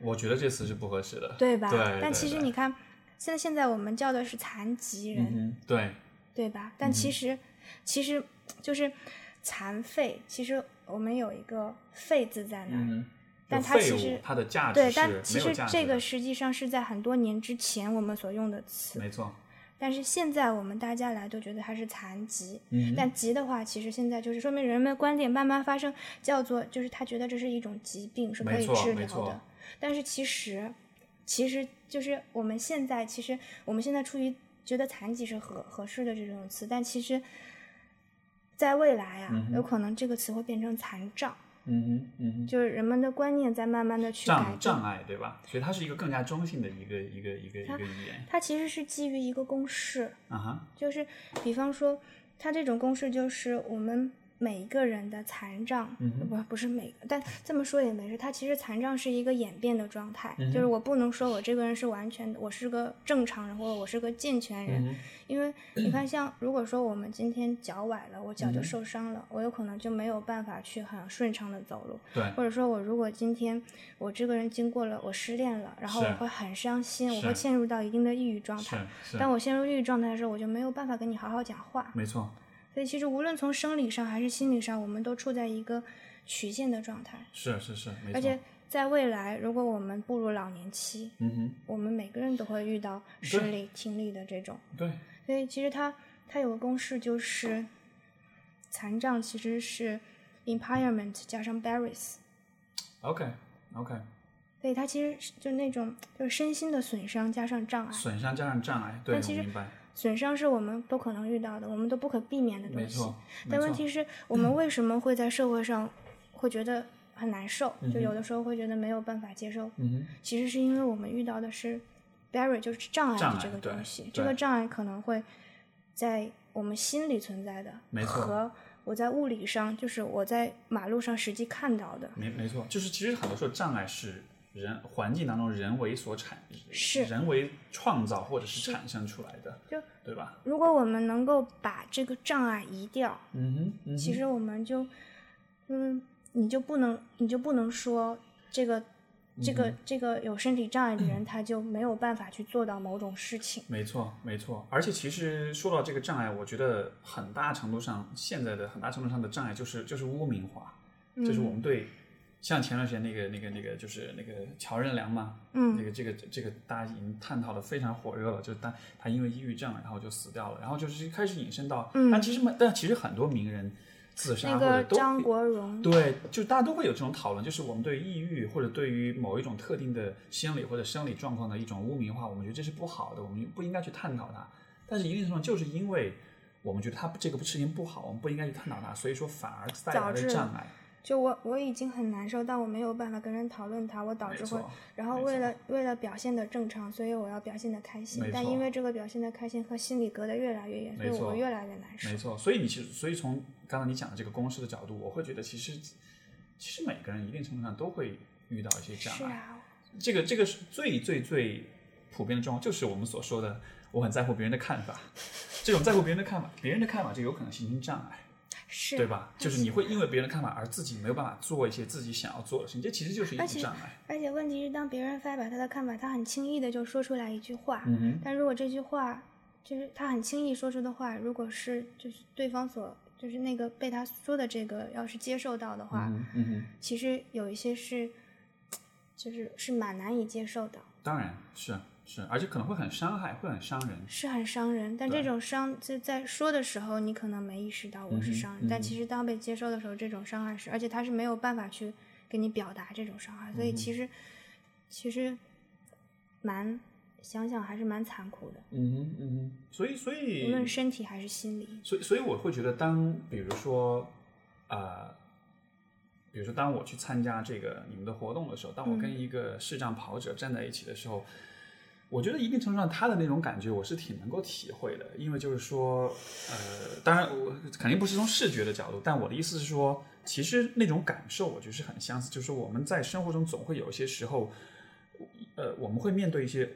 Speaker 1: 我觉得这词是不合适的，
Speaker 2: 对吧？
Speaker 1: 对
Speaker 2: 但其
Speaker 1: 对
Speaker 2: 实
Speaker 1: 对
Speaker 2: 你看，现在现在我们叫的是残疾人，
Speaker 1: 嗯哼，嗯对，
Speaker 2: 对吧？但其实，其实就是残废，其实我们有一个“废”字在那儿。
Speaker 1: 嗯哼，
Speaker 2: 但
Speaker 1: 就
Speaker 2: 它
Speaker 1: 废
Speaker 2: 其
Speaker 1: 物
Speaker 2: 实
Speaker 1: 它的价值
Speaker 2: 对，
Speaker 1: 是没
Speaker 2: 但
Speaker 1: 有
Speaker 2: 其实
Speaker 1: 价值
Speaker 2: 这
Speaker 1: 的
Speaker 2: 个实际上是在很多年之前我们所用的词，
Speaker 1: 没错，
Speaker 2: 但是现在我们大家来都觉得它是残疾。
Speaker 1: 嗯哼，
Speaker 2: 但疾的话，其实现在就是说明人们观点慢慢发生，叫做就是他觉得这是一种疾病，是可
Speaker 1: 没
Speaker 2: 以
Speaker 1: 错
Speaker 2: 治
Speaker 1: 没
Speaker 2: 疗
Speaker 1: 错
Speaker 2: 的。但是其实，其实就是我们现在，其实我们现在出于觉得残疾是合合适的这种词，但其实，在未来啊，
Speaker 1: 嗯哼
Speaker 2: 有可能这个词会变成残障，
Speaker 1: 嗯哼，嗯哼，
Speaker 2: 就是人们的观念在慢慢的去改
Speaker 1: 障
Speaker 2: 正
Speaker 1: 障。碍对吧？所以它是一个更加中性的一个一个一个一个语言
Speaker 2: 它其实是基于一个公式，
Speaker 1: 啊哈，
Speaker 2: 就是比方说，它这种公式就是我们每一个人的残障，
Speaker 1: 嗯哼
Speaker 2: 不不是每个，但这么说也没事。它其实残障是一个演变的状态，
Speaker 1: 嗯哼
Speaker 2: 就是我不能说我这个人是完全的，我是个正常人或者我是个健全人，
Speaker 1: 嗯哼，
Speaker 2: 因为你看，像如果说我们今天脚崴了，我脚
Speaker 1: 嗯
Speaker 2: 就
Speaker 1: 哼
Speaker 2: 受伤了，我有可能就没有办法去很顺畅的走路。
Speaker 1: 对，
Speaker 2: 或者说我如果今天我这个人经过了我失恋了，然后
Speaker 1: 是
Speaker 2: 我会很伤心，我
Speaker 1: 是
Speaker 2: 会陷入到一定的抑郁状态。
Speaker 1: 是是，
Speaker 2: 当我陷入抑郁状态的时候，我就没有办法跟你好好讲话。
Speaker 1: 没错，
Speaker 2: 所以其实无论从生理上还是心理上，我们都处在一个曲线的状态。
Speaker 1: 是是是，没错
Speaker 2: 而且在未来，如果我们步入老年期，
Speaker 1: 嗯哼，
Speaker 2: 我们每个人都会遇到生理、听力的这种。
Speaker 1: 对，
Speaker 2: 所以其实它它有个公式，就是残障其实是 impairment 加上 barriers，
Speaker 1: OK OK，
Speaker 2: 所以它其实是就那种就是身心的损伤加上障碍。
Speaker 1: 损伤加上障碍，对，
Speaker 2: 那
Speaker 1: 我
Speaker 2: 其实
Speaker 1: 明白，
Speaker 2: 损伤是我们都可能遇到的，我们都不可避免的
Speaker 1: 没
Speaker 2: 东西。
Speaker 1: 错。没
Speaker 2: 但问
Speaker 1: 错嗯
Speaker 2: 题是我们为什么会在社会上会觉得很难受？就有的时候会觉得没有办法接受，
Speaker 1: 嗯
Speaker 2: 其实是因为我们遇到的是 barrier，就是障碍
Speaker 1: 障
Speaker 2: 的
Speaker 1: 碍
Speaker 2: 这个
Speaker 1: 对
Speaker 2: 东西。
Speaker 1: 对
Speaker 2: 这个障碍可能会在我们心里存在的，
Speaker 1: 没错
Speaker 2: 和我在物理上，就是我在马路上实际看到的
Speaker 1: 哼，，没没错，就是其实很多时候障碍是人环境当中人为所产，
Speaker 2: 是
Speaker 1: 人为创造或者是产生出来的，
Speaker 2: 就
Speaker 1: 对吧？
Speaker 2: 如果我们能够把这个障碍移掉，
Speaker 1: 嗯哼，嗯哼
Speaker 2: 其实我们就，嗯，你就不能，你就不能说这个，这
Speaker 1: 嗯
Speaker 2: 个，这个有身体障碍的人，他就没有办法去做到某种事情。
Speaker 1: 没错，没错。而且其实说到这个障碍，我觉得很大程度上，现在的很大程度上的障碍就是就是污名化，
Speaker 2: 嗯
Speaker 1: 就是我们对，像前段时间那个那个那个就是那个乔任梁嘛，这
Speaker 2: 嗯，
Speaker 1: 个这个这个大家已经探讨的非常火热了，就是他他因为抑郁症然后就死掉了，然后就是开始引申到，
Speaker 2: 嗯
Speaker 1: 但其实蛮但其实很多名人自杀
Speaker 2: 那
Speaker 1: 或者
Speaker 2: 个
Speaker 1: 都
Speaker 2: 张国荣，
Speaker 1: 对，就大家都会有这种讨论，就是我们对抑郁或者对于某一种特定的心理或者生理状况的一种污名化，我们觉得这是不好的，我们不应该去探讨它。但是一定程度上，就是因为我们觉得它这个事情不好，我们不应该去探讨它，所以说反而带来
Speaker 2: 导
Speaker 1: 了
Speaker 2: 致
Speaker 1: 障碍。
Speaker 2: 就我我已经很难受，但我没有办法跟人讨论它，我导
Speaker 1: 没
Speaker 2: 致会
Speaker 1: 错，
Speaker 2: 然后
Speaker 1: 没
Speaker 2: 为
Speaker 1: 错
Speaker 2: 了为了表现的正常，所以我要表现的开心
Speaker 1: 没，
Speaker 2: 但
Speaker 1: 错
Speaker 2: 因为这个表现的开心和心里隔得越来越远，所以
Speaker 1: 没
Speaker 2: 我
Speaker 1: 错
Speaker 2: 会越来越难受
Speaker 1: 没。错。所以你其实，所以从刚才你讲的这个公式的角度，我会觉得其实其实每个人一定程度上都会遇到一些障
Speaker 2: 是
Speaker 1: 碍。
Speaker 2: 啊，
Speaker 1: 这个这个是最最最普遍的状况，就是我们所说的我很在乎别人的看法，这种在乎别人的看法，别人的看法就有可能形成障碍，
Speaker 2: 是
Speaker 1: 对？啊吧？就是你会因为别人的看法而自己没有办法做一些自己想要做的事情，这其实就是一种
Speaker 2: 而且
Speaker 1: 障碍。
Speaker 2: 而且问题是，当别人发表他的看法，他很轻易的就说出来一句话，
Speaker 1: 嗯哼，
Speaker 2: 但如果这句话就是他很轻易说出的话，如果是就是对方所就是那个被他说的这个要是接受到的话，
Speaker 1: 嗯哼，嗯哼，
Speaker 2: 其实有一些是就是是蛮难以接受的，
Speaker 1: 当然是是，而且可能会很伤害，会很伤人。
Speaker 2: 是很伤人。但这
Speaker 1: 对
Speaker 2: 种伤就在说的时候，你可能没意识到我是
Speaker 1: 嗯哼
Speaker 2: 伤人，
Speaker 1: 嗯
Speaker 2: 但
Speaker 1: 哼
Speaker 2: 其实当被接受的时候，这种伤害是，而且他是没有办法去给你表达这种伤害，
Speaker 1: 嗯
Speaker 2: 所以其实、其实蛮想想还是蛮残酷的，
Speaker 1: 嗯哼，嗯哼，所以所以
Speaker 2: 无论身体还是心理。
Speaker 1: 所以，所以我会觉得当，比如说，呃，比如说，当我去参加这个你们的活动的时候，当我跟一个视障跑者站在一起的时候，我觉得一定程度上他的那种感觉我是挺能够体会的，因为就是说，呃，当然我肯定不是从视觉的角度，但我的意思是说，其实那种感受我觉得是很相似，就是我们在生活中总会有一些时候，呃，我们会面对一些。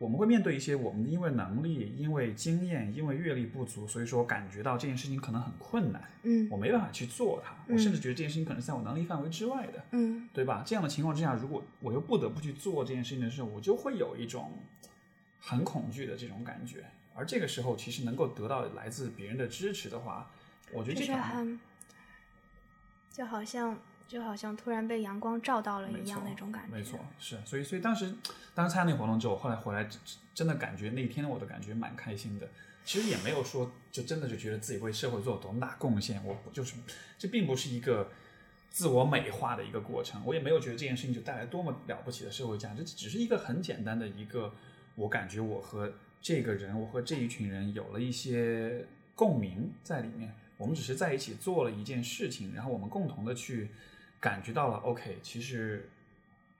Speaker 1: 我们会面对一些我们因为能力、因为经验、因为阅历不足，所以说感觉到这件事情可能很困难，
Speaker 2: 嗯
Speaker 1: 我没办法去做它，我
Speaker 2: 嗯
Speaker 1: 甚至觉得这件事情可能是在我能力范围之外的，
Speaker 2: 嗯
Speaker 1: 对吧？这样的情况之下，如果我又不得不去做这件事情的时候，我就会有一种很恐惧的这种感觉。而这个时候，其实能够得到来自别人的支持的话，我觉得
Speaker 2: 就
Speaker 1: 这
Speaker 2: 是
Speaker 1: 种
Speaker 2: 很，就好像就好像突然被阳光照到了
Speaker 1: 没
Speaker 2: 一样
Speaker 1: 错
Speaker 2: 那种感觉。
Speaker 1: 没错，是。所以，所以当时当时参加那个活动之后，后来回来真真的感觉那一天我的感觉蛮开心的。其实也没有说就真的就觉得自己为社会做多么大贡献，我就是这并不是一个自我美化的一个过程，我也没有觉得这件事情就带来多么了不起的社会价值，这只是一个很简单的一个，我感觉我和这个人，我和这一群人有了一些共鸣在里面，我们只是在一起做了一件事情，然后我们共同的去感觉到了，OK，其实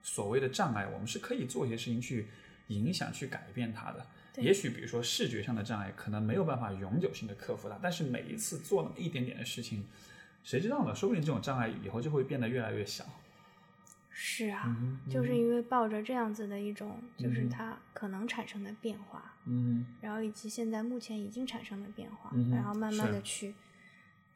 Speaker 1: 所谓的障碍，我们是可以做一些事情去影响、去改变它的。
Speaker 2: 对
Speaker 1: 也许比如说视觉上的障碍，可能没有办法永久性的克服它，但是每一次做那么一点点的事情，谁知道呢？说不定这种障碍以后就会变得越来越小。
Speaker 2: 是啊，
Speaker 1: 嗯哼
Speaker 2: 就是因为抱着这样子的一种，就
Speaker 1: 嗯
Speaker 2: 是
Speaker 1: 哼
Speaker 2: 它可能产生的变化，
Speaker 1: 嗯
Speaker 2: 然后以及现在目前已经产生的变化，
Speaker 1: 嗯哼
Speaker 2: 然后慢慢
Speaker 1: 是
Speaker 2: 的去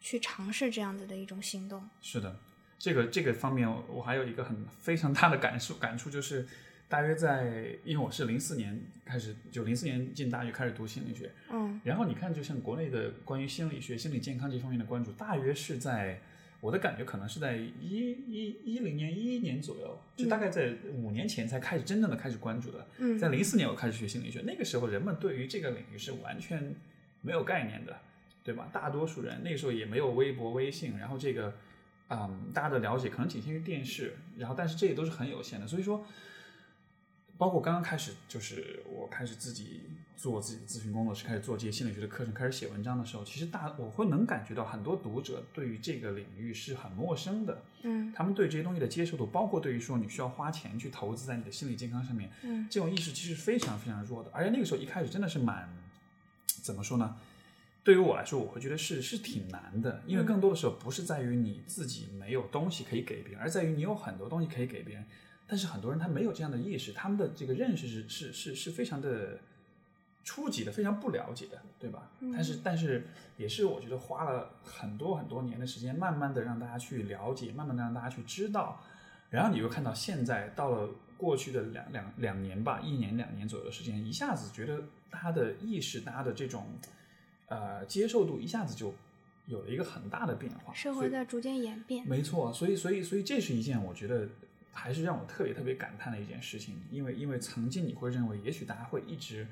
Speaker 2: 去尝试这样子的一种行动。
Speaker 1: 是的，这个这个方面我还有一个很非常大的感受感触就是，大约在，因为我是零四年开始，就零四年进大学开始读心理学，
Speaker 2: 嗯
Speaker 1: 然后你看，就像国内的关于心理学、心理健康这方面的关注，大约是在我的感觉，可能是在一一一零年、一一年左右，就大概在五年前才开始真正的开始关注的。
Speaker 2: 嗯
Speaker 1: 在零四年我开始学心理学，那个时候人们对于这个领域是完全没有概念的，对吧？大多数人那个时候也没有微博、微信，然后这个，嗯，大家的了解可能仅限于电视，然后但是这也都是很有限的，所以说。包括刚刚开始，就是我开始自己做自己的咨询工作室，开始做这些心理学的课程，开始写文章的时候，其实大我会能感觉到很多读者对于这个领域是很陌生的，
Speaker 2: 嗯
Speaker 1: 他们对这些东西的接受度，包括对于说你需要花钱去投资在你的心理健康上面，
Speaker 2: 嗯
Speaker 1: 这种意识其实非常非常弱的。而且那个时候一开始真的是蛮，怎么说呢？对于我来说，我会觉得是是挺难的，因为
Speaker 2: 嗯
Speaker 1: 更多的时候不是在于你自己没有东西可以给别人，而在于你有很多东西可以给别人，但是很多人他没有这样的意识，他们的这个认识是是是是非常的初级的，非常不了解的，对吧？
Speaker 2: 嗯
Speaker 1: 但是但是也是我觉得花了很多很多年的时间，慢慢的让大家去了解，慢慢的让大家去知道，然后你又看到现在到了过去的两两两年吧，一年两年左右的时间，一下子觉得大家的意识，大家的这种呃接受度一下子就有了一个很大的变化。
Speaker 2: 社
Speaker 1: 所
Speaker 2: 会
Speaker 1: 以
Speaker 2: 在逐渐演变，
Speaker 1: 没错，所以所以所以这是一件我觉得还是让我特别特别感叹的一件事情，因为因为曾经你会认为，也许大家会一直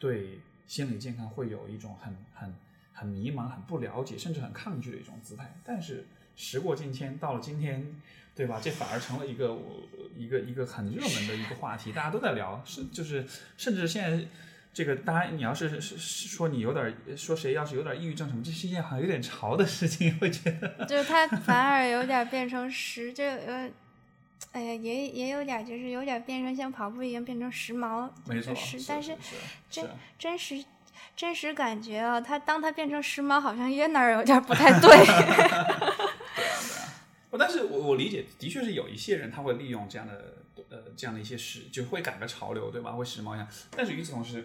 Speaker 1: 对心理健康会有一种很很很迷茫、很不了解，甚至很抗拒的一种姿态，但是时过境迁，到了今天。对吧？这反而成了一个我一个一个很热门的一个话题，大家都在聊，是就是甚至现在这个大家，你要是是是说你有点说谁要是有点抑郁症什么，这是一件好像有点潮的事情， 会觉得
Speaker 2: 就是它反而有点变成时，就呃，哎呀，也也有点就是有点变成像跑步一样变成时髦，
Speaker 1: 没错，
Speaker 2: 是，但
Speaker 1: 是
Speaker 2: 是
Speaker 1: 是
Speaker 2: 真
Speaker 1: 是
Speaker 2: 真实真实感觉啊，它当它变成时髦，好像越哪儿有点不太对。
Speaker 1: 不哦但是我我理解，的确是有一些人他会利用这样的呃这样的一些时，就会赶个潮流，对吧？会时髦一下。但是与此同时，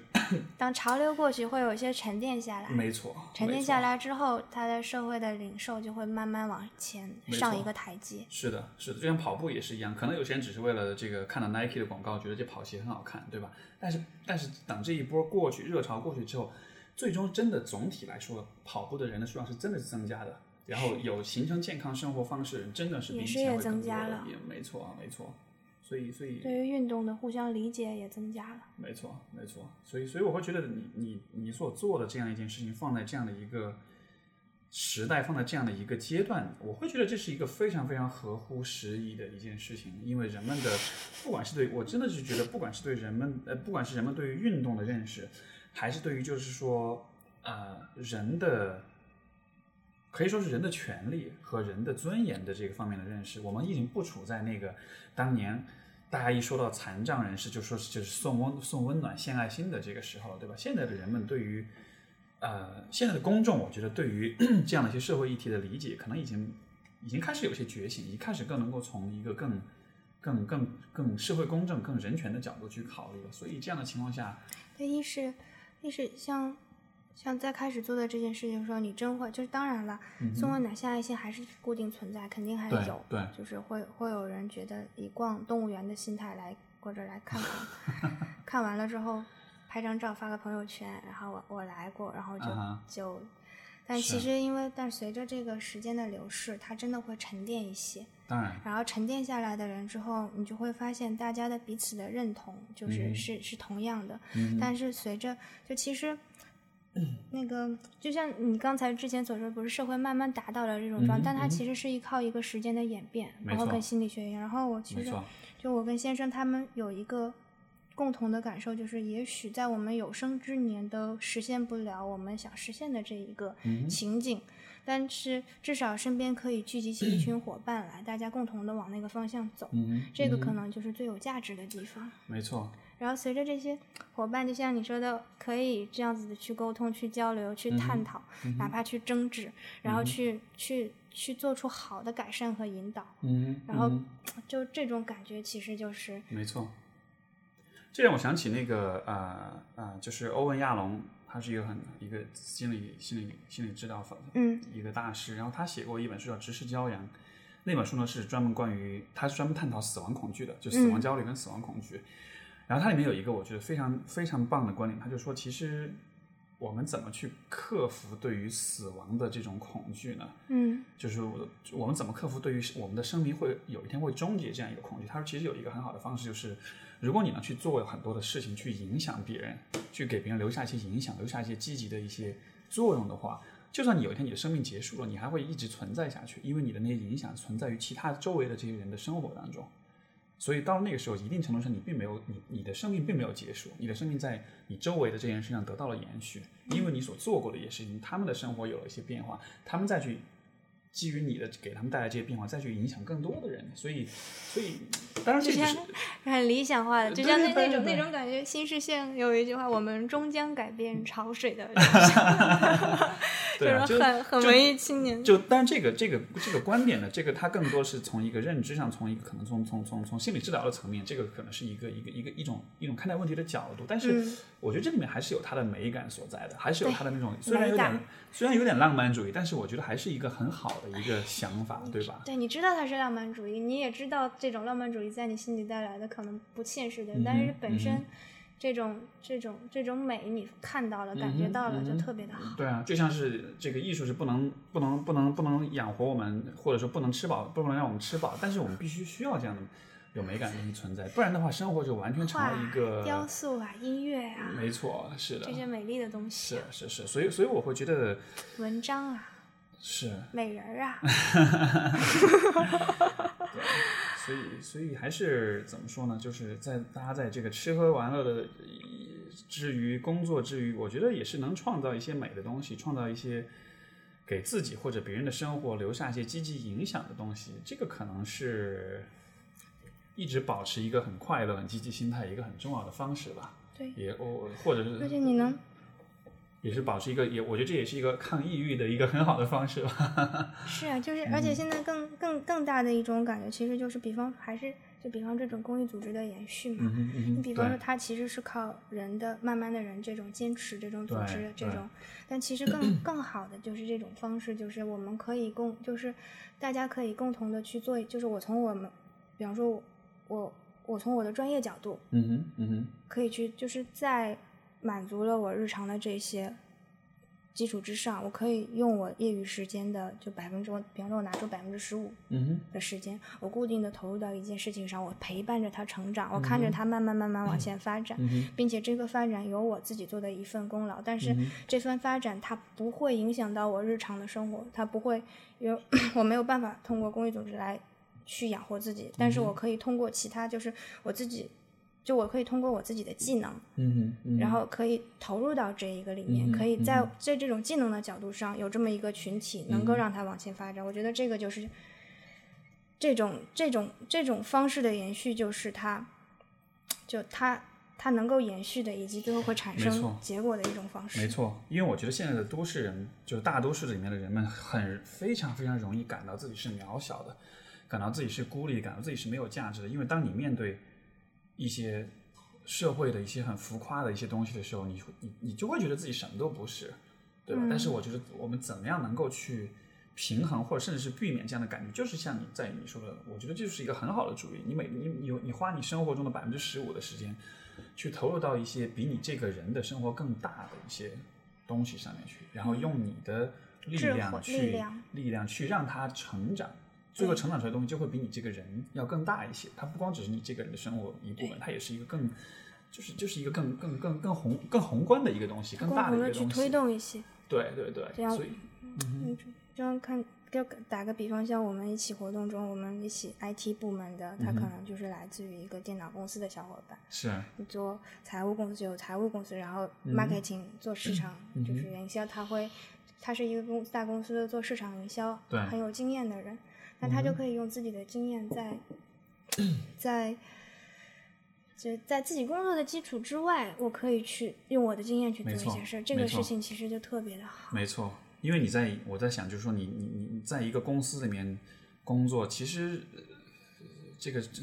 Speaker 2: 当潮流过去，会有一些沉淀下来，
Speaker 1: 没错，
Speaker 2: 沉
Speaker 1: 没
Speaker 2: 淀
Speaker 1: 错
Speaker 2: 下来之后，它的社会的领受就会慢慢往前
Speaker 1: 没
Speaker 2: 上
Speaker 1: 错
Speaker 2: 一个台阶。
Speaker 1: 是的，是的，就像跑步也是一样，可能有些人只是为了这个看到 Nike 的广告，觉得这跑鞋很好看，对吧？但是但是等这一波过去，热潮过去之后，最终真的总体来说，跑步的人的数量是真的是增加的。然后有形成健康生活方式的人，真的是比
Speaker 2: 也
Speaker 1: 以
Speaker 2: 是
Speaker 1: 前
Speaker 2: 也
Speaker 1: 会更
Speaker 2: 增
Speaker 1: 多
Speaker 2: 加
Speaker 1: 了
Speaker 2: 了
Speaker 1: 也没错，没错。所以所以
Speaker 2: 对于运动的互相理解也增加了。
Speaker 1: 没错，没错。所以，所以我会觉得你你你所做的这样一件事情，放在这样的一个时代，放在这样的一个阶段，我会觉得这是一个非常非常合乎时宜的一件事情。因为人们的，不管是对我真的是觉得，不管是对人们，呃，不管是人们对于运动的认识，还是对于就是说，呃，人的。可以说是人的权利和人的尊严的这个方面的认识，我们已经不处在那个当年大家一说到残障人士，就说是就是送温送温暖、献爱心的这个时候了，对吧？现在的人们对于呃现在的公众，我觉得对于 这样的一些社会议题的理解，可能已经已经开始有些觉醒，已经开始更能够从一个更更更更社会公正、更人权的角度去考虑了。所以这样的情况下，
Speaker 2: 对，一是一是像像在开始做的这件事情的时候，你真会就是当然了，
Speaker 1: 嗯
Speaker 2: 送
Speaker 1: 哼
Speaker 2: 温暖下一些还是固定存在，肯定还
Speaker 1: 对
Speaker 2: 哎有，
Speaker 1: 对
Speaker 2: 就是会会有人觉得以逛动物园的心态来或者来看 看，看完了之后拍张照发个朋友圈，然后我我来过，然后就、
Speaker 1: 啊哈
Speaker 2: 就。但其
Speaker 1: 是
Speaker 2: 实，因为但随着这个时间的流逝，它真的会沉淀一些。
Speaker 1: 当然
Speaker 2: 然后沉淀下来的人之后，你就会发现大家的彼此的认同就是、
Speaker 1: 嗯
Speaker 2: 是是同样的，
Speaker 1: 嗯
Speaker 2: 但是随着就其实。那个就像你刚才之前所说，不是社会慢慢达到了这种状
Speaker 1: 嗯哼
Speaker 2: 态，但它
Speaker 1: 嗯哼
Speaker 2: 其实是依靠一个时间的演变，
Speaker 1: 没
Speaker 2: 包括
Speaker 1: 错
Speaker 2: 跟心理学一样。然后我其
Speaker 1: 没
Speaker 2: 实
Speaker 1: 错，
Speaker 2: 就我跟先生他们有一个共同的感受，就是也许在我们有生之年都实现不了我们想实现的这一个
Speaker 1: 嗯哼
Speaker 2: 情景，但是至少身边可以聚集起一群伙伴来，大家共同的往那个方向走，
Speaker 1: 嗯哼，
Speaker 2: 这个
Speaker 1: 嗯哼
Speaker 2: 可能就是最有价值的地方。
Speaker 1: 没错，
Speaker 2: 然后随着这些伙伴，就像你说的，可以这样子的去沟通、去交流、
Speaker 1: 嗯
Speaker 2: 去探讨，哪怕去争执，然后去、去去做出好的改善和引导，
Speaker 1: 嗯哼，
Speaker 2: 然后
Speaker 1: 嗯哼
Speaker 2: 就这种感觉其实就是
Speaker 1: 没错，这让我想起那个呃呃，就是欧文亚龙，他是一个很一个心理心理心理指导方
Speaker 2: 嗯
Speaker 1: 一个大师，然后他写过一本书叫《直视骄阳》，那本书呢是专门关于他是专门探讨死亡恐惧的，就死亡
Speaker 2: 嗯
Speaker 1: 焦虑跟死亡恐惧。然后它里面有一个我觉得非常非常棒的观点，他就说，其实我们怎么去克服对于死亡的这种恐惧呢？
Speaker 2: 嗯
Speaker 1: 就是我我们怎么克服对于我们的生命会有一天会终结这样一个恐惧？他说，其实有一个很好的方式，就是如果你能去做很多的事情去影响别人，去给别人留下一些影响，留下一些积极的一些作用的话，就算你有一天你的生命结束了，你还会一直存在下去，因为你的那些影响存在于其他周围的这些人的生活当中。所以到了那个时候，一定程度上你并没有你你的生命并没有结束，你的生命在你周围的这些人身上得到了延续，因为你所做过的一些事情，他们的生活有了一些变化，他们再去基于你的给他们带来这些变化，再去影响更多的人。所以，所以当然这只是
Speaker 2: 很理想化的，就
Speaker 1: 对
Speaker 2: 像那
Speaker 1: 对
Speaker 2: 那种
Speaker 1: 对
Speaker 2: 那
Speaker 1: 对
Speaker 2: 种感觉。新视线有一句话：“我们终将改变潮 水的人
Speaker 1: 对啊，
Speaker 2: 生。”就
Speaker 1: 就是
Speaker 2: 很很
Speaker 1: 就
Speaker 2: 文艺青年。
Speaker 1: 就，但这个这个这个观点呢，这个它更多是从一个认知上，从一个可能从从从从心理治疗的层面，这个可能是一个一个一个一种一种看待问题的角度。但是
Speaker 2: 嗯
Speaker 1: 我觉得这里面还是有它的美感所在的，还是有
Speaker 2: 对
Speaker 1: 它的那种虽然有
Speaker 2: 美
Speaker 1: 点
Speaker 2: 感
Speaker 1: 虽然有点浪漫主义，但是我觉得还是一个很好的一个想法，对吧？
Speaker 2: 对，你知道它是浪漫主义，你也知道这种浪漫主义在你心里带来的可能不现实的，
Speaker 1: 嗯哼
Speaker 2: 但是本
Speaker 1: 嗯
Speaker 2: 身
Speaker 1: 哼
Speaker 2: 这种这种这种美，你看到了，感觉到了，
Speaker 1: 嗯
Speaker 2: 就
Speaker 1: 哼
Speaker 2: 特别的好。
Speaker 1: 对啊，就像是这个艺术是不能不能不能不能养活我们，或者说不能吃饱，不能让我们吃饱，但是我们必须需要这样的有美感的东西存在，不然的话，生活就完全成
Speaker 2: 画、
Speaker 1: 了一个嗯
Speaker 2: 雕塑啊，音乐啊，
Speaker 1: 没错，是的
Speaker 2: 这，些美丽的东西
Speaker 1: 是
Speaker 2: 啊，
Speaker 1: 是是，所以所以我会觉得
Speaker 2: 文章啊，
Speaker 1: 是，
Speaker 2: 美人儿啊，
Speaker 1: 所以所以还是怎么说呢？就是在大家在这个吃喝玩乐的至于工作之余，我觉得也是能创造一些美的东西，创造一些给自己或者别人的生活留下一些积极影响的东西，这个可能是。一直保持一个很快乐、很积极心态，一个很重要的方式吧。
Speaker 2: 对，
Speaker 1: 也我或者是
Speaker 2: 而且你能
Speaker 1: 也是保持一个也，我觉得这也是一个抗抑郁的一个很好的方式 吧。
Speaker 2: 是啊，就是而
Speaker 1: 嗯
Speaker 2: 且现在更更更大的一种感觉，其实就是比方还是就比方这种公益组织的延续嘛。
Speaker 1: 嗯嗯
Speaker 2: 你比方说，它其实是靠人的慢慢的人这种坚持、这种组
Speaker 1: 对
Speaker 2: 织、这
Speaker 1: 对
Speaker 2: 种，但其实 更更好的就是这种方式，就是我们可以共，就是大家可以共同的去做，就是我从我们，比方说我我我从我的专业角度，
Speaker 1: 嗯哼，嗯哼，
Speaker 2: 可以去，就是在满足了我日常的这些基础之上，我可以用我业余时间的就百分之，比方说我拿出百分之十五
Speaker 1: 嗯哼，
Speaker 2: 的时间，我固定的投入到一件事情上，我陪伴着他成长，我看着他慢慢慢慢往前发展，
Speaker 1: 嗯哼，
Speaker 2: 并且这个发展有我自己做的一份功劳，但是
Speaker 1: 嗯哼
Speaker 2: 这份发展它不会影响到我日常的生活，它不会有 我没有办法通过公益组织来去养活自己，但
Speaker 1: 嗯
Speaker 2: 是我可以通过其他就是我自己，就我可以通过我自己的技能，
Speaker 1: 嗯哼，嗯哼
Speaker 2: 然后可以投入到这一个里面，
Speaker 1: 嗯哼
Speaker 2: 可以
Speaker 1: 嗯嗯
Speaker 2: 在
Speaker 1: 哼
Speaker 2: 在这种技能的角度上有这么一个群体，能够让它往前发展。我觉得这个就是这种这种这种方式的延续，就是它就它它能够延续的，以及最后会产
Speaker 1: 没
Speaker 2: 生
Speaker 1: 错
Speaker 2: 结果的一种方式。
Speaker 1: 没错，因为我觉得现在的都市人，就是大都市里面的人们很，非常非常容易感到自己是渺小的，感到自己是孤立，感到自己是没有价值的。因为当你面对一些社会的一些很浮夸的一些东西的时候，你会你你就会觉得自己什么都不是，对吧？
Speaker 2: 嗯
Speaker 1: 但是我觉得我们怎么样能够去平衡，或者甚至是避免这样的感觉，就是像你在你说的，我觉得这就是一个很好的主意。你每你你你花你生活中的百分之十五的时间，去投入到一些比你这个人的生活更大的一些东西上面去，然后用你的力
Speaker 2: 智慧
Speaker 1: 量去
Speaker 2: 力量
Speaker 1: 力量去让它成长。最后成长出来的东西就会比你这个人要更大一些，它不光只是你这个人的生活一部分，它也是一个更，就是就是一个更更更更宏更宏观的一个东西，更
Speaker 2: 共
Speaker 1: 大的
Speaker 2: 同
Speaker 1: 一
Speaker 2: 的
Speaker 1: 个
Speaker 2: 去
Speaker 1: 东
Speaker 2: 推
Speaker 1: 西。
Speaker 2: 动一些，
Speaker 1: 对对对，
Speaker 2: 这样
Speaker 1: 所以
Speaker 2: 嗯，这样看，就打个比方，像我们一起活动中，我们一起 IT 部门的，
Speaker 1: 嗯
Speaker 2: 他可能就是来自于一个电脑公司的小伙伴，
Speaker 1: 是
Speaker 2: 你做财务公司有财务公司，然后
Speaker 1: 嗯
Speaker 2: marketing 做市场，
Speaker 1: 嗯
Speaker 2: 就是营销，他会，他是一个公大公司的做市场营销
Speaker 1: 对嗯
Speaker 2: 很有经验的人，那他就可以用自己的经验在，在。就在自己工作的基础之外，我可以去用我的经验去做
Speaker 1: 没
Speaker 2: 一
Speaker 1: 错
Speaker 2: 些事儿，这个
Speaker 1: 没错
Speaker 2: 事情其实就特别的好。
Speaker 1: 没错，因为你在我在想，就是说你你你你在一个公司里面工作，其实、呃这个这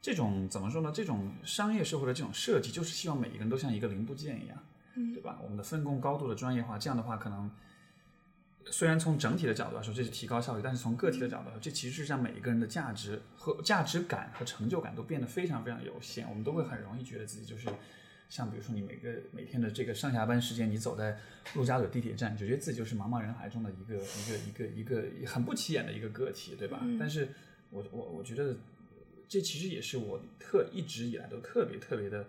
Speaker 1: 这种怎么说呢？这种商业社会的这种设计，就是希望每一个人都像一个零部件一样，
Speaker 2: 嗯
Speaker 1: 对吧？我们的分工高度的专业化，这样的话可能。呃虽然从整体的角度来说这是提高效率，但是从个体的角度来说，这其实是让每一个人的价值和价值感和成就感都变得非常非常有限。我们都会很容易觉得自己就是，像比如说你每个每天的这个上下班时间，你走在陆家嘴地铁站，你就觉得自己就是茫茫人海中的一个一个一个一个很不起眼的一个个体，对吧？
Speaker 2: 嗯
Speaker 1: 但是我我我觉得这其实也是我特一直以来都特别特别的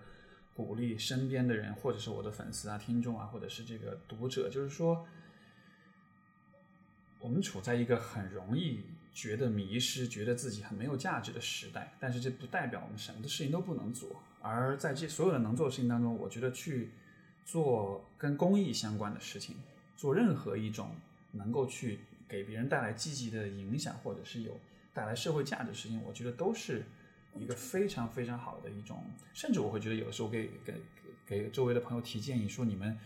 Speaker 1: 鼓励身边的人，或者是我的粉丝啊、听众啊，或者是这个读者，就是说，我们处在一个很容易觉得迷失、觉得自己很没有价值的时代，但是这不代表我们什么的事情都不能做。而在这所有的能做的事情当中，我觉得去做跟公益相关的事情，做任何一种能够去给别人带来积极的影响，或者是有带来社会价值的事情，我觉得都是一个非常非常好的一种，甚至我会觉得有的时候给给给周围的朋友提建议说你们。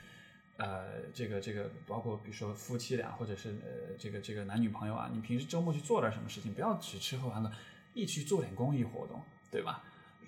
Speaker 1: 呃，这个这个，包括比如说夫妻俩，或者是呃，这个这个男女朋友啊，你平时周末去做点什么事情，不要只吃喝玩乐，一起去做点公益活动，对吧？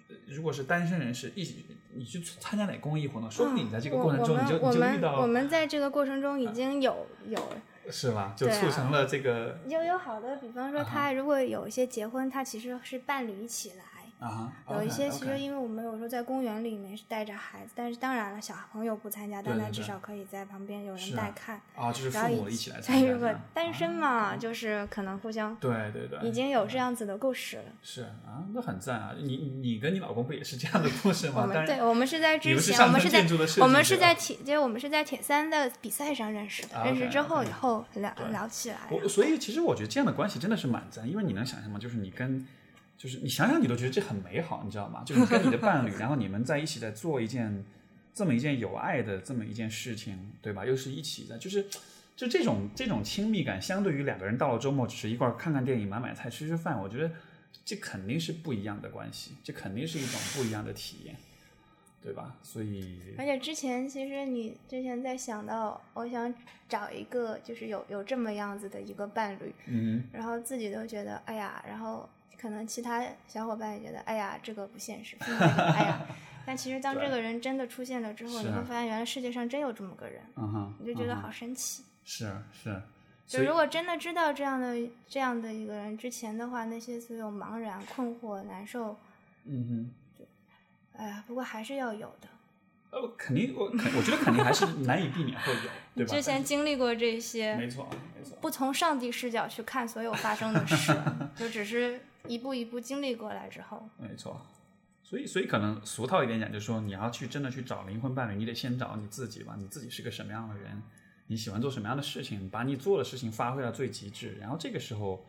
Speaker 1: 呃如果是单身人士，一起你去参加点公益活动，说不定你在这个
Speaker 2: 嗯我
Speaker 1: 过程中你就
Speaker 2: 我
Speaker 1: 你就
Speaker 2: 们
Speaker 1: 遇
Speaker 2: 我们我
Speaker 1: 到啊
Speaker 2: 们在这个过程中已经有有
Speaker 1: 是吧？就
Speaker 2: 对啊
Speaker 1: 促成了这个
Speaker 2: 有有好的，比
Speaker 1: 啊
Speaker 2: 方说他如果有一些结婚，他其实是办理起来。
Speaker 1: 啊哈，
Speaker 2: 有一些其
Speaker 1: OK，OK
Speaker 2: 实因为我们有时候在公园里面是带着孩子，但是当然了，小朋友不参加，但
Speaker 1: 对
Speaker 2: 他
Speaker 1: 对
Speaker 2: 至
Speaker 1: 对
Speaker 2: 少可以在旁边有人
Speaker 1: 是啊
Speaker 2: 带看。
Speaker 1: 啊，就是
Speaker 2: 然
Speaker 1: 父
Speaker 2: 后
Speaker 1: 母
Speaker 2: 以
Speaker 1: 一起来参
Speaker 2: 对，
Speaker 1: 加
Speaker 2: 如
Speaker 1: 这
Speaker 2: 果
Speaker 1: 样，
Speaker 2: 单身
Speaker 1: 啊嗯
Speaker 2: 嘛，就是可能互相
Speaker 1: 对对对，
Speaker 2: 已经有这样子的故事了。
Speaker 1: 是啊，那很赞啊！你你跟你老公不也是这样的故事
Speaker 2: 我
Speaker 1: 啊吗？当
Speaker 2: 们
Speaker 1: 然
Speaker 2: 对，我们是在
Speaker 1: 你
Speaker 2: 之
Speaker 1: 们是
Speaker 2: 前，我
Speaker 1: 上
Speaker 2: 们
Speaker 1: 层
Speaker 2: 是在
Speaker 1: 建筑的设计，
Speaker 2: 我们是
Speaker 1: 对吧
Speaker 2: 在铁，就是我们是在铁三的比赛上认识的，
Speaker 1: 啊
Speaker 2: 认识
Speaker 1: OK，
Speaker 2: 之后
Speaker 1: OK
Speaker 2: 以后聊
Speaker 1: 对
Speaker 2: 聊起来了。
Speaker 1: 我所以其实我觉得这样的关系真的是蛮赞，因为你能想象吗？就是你跟，就是你想想你都觉得这很美好，你知道吗？就是你跟你的伴 侣，然后你们在一起在做一件这么一件有爱的这么一件事情，对吧？又是一起的，就是就这种这种亲密感，相对于两个人到了周末只是一块儿看看电影、买买菜、吃吃饭，我觉得这肯定是不一样的关系，这肯定是一种不一样的体验，对吧？所以
Speaker 2: 而且之前其实你之前在想到，我想找一个就是有有这么样子的一个伴侣，
Speaker 1: 嗯。
Speaker 2: 然后自己都觉得哎呀，然后可能其他小伙伴也觉得哎呀这个不现实，父母也觉得哎呀， 但其实当这个人真的出现了之后，
Speaker 1: 是
Speaker 2: 你会发现原来世界上真有这么个人，
Speaker 1: 嗯哼，
Speaker 2: 你就觉得
Speaker 1: 嗯哼
Speaker 2: 好神奇。
Speaker 1: 是是，
Speaker 2: 就
Speaker 1: 所以
Speaker 2: 如果真的知道这样的这样的一个人之前的话，那些所有茫然、困惑、难受，
Speaker 1: 嗯哼，
Speaker 2: 哎呀，不过还是要有的。
Speaker 1: 呃，肯定，我肯我觉得肯定还是难以避免 会有，对吧？
Speaker 2: 之前经历过这些，
Speaker 1: 没错，没错，
Speaker 2: 不从上帝视角去看所有发生的事， 就只是一步一步经历过来之后，
Speaker 1: 没错。所以，所以可能俗套一点讲，就是说你要去真的去找灵魂伴侣，你得先找你自己吧，你自己是个什么样的人，你喜欢做什么样的事情，把你做的事情发挥到最极致，然后这个时候，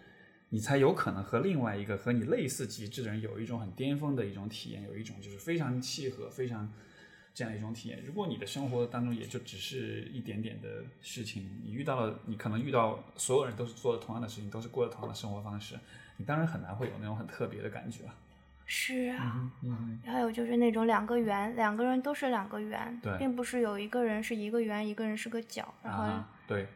Speaker 1: 你才有可能和另外一个和你类似极致的人有一种很巅峰的一种体验，有一种就是非常契合、非常这样一种体验。如果你的生活当中也就只是一点点的事情，你遇到了，你可能遇到所有人都是做了同样的事情，都是过了同样的生活方式，你当然很难会有那种很特别的感觉了。
Speaker 2: 是啊。
Speaker 1: 嗯嗯，
Speaker 2: 还有就是那种两个圆，两个人都是两个圆
Speaker 1: 对，
Speaker 2: 并不是有一个人是一个圆，一个人是个角，然后
Speaker 1: 啊，对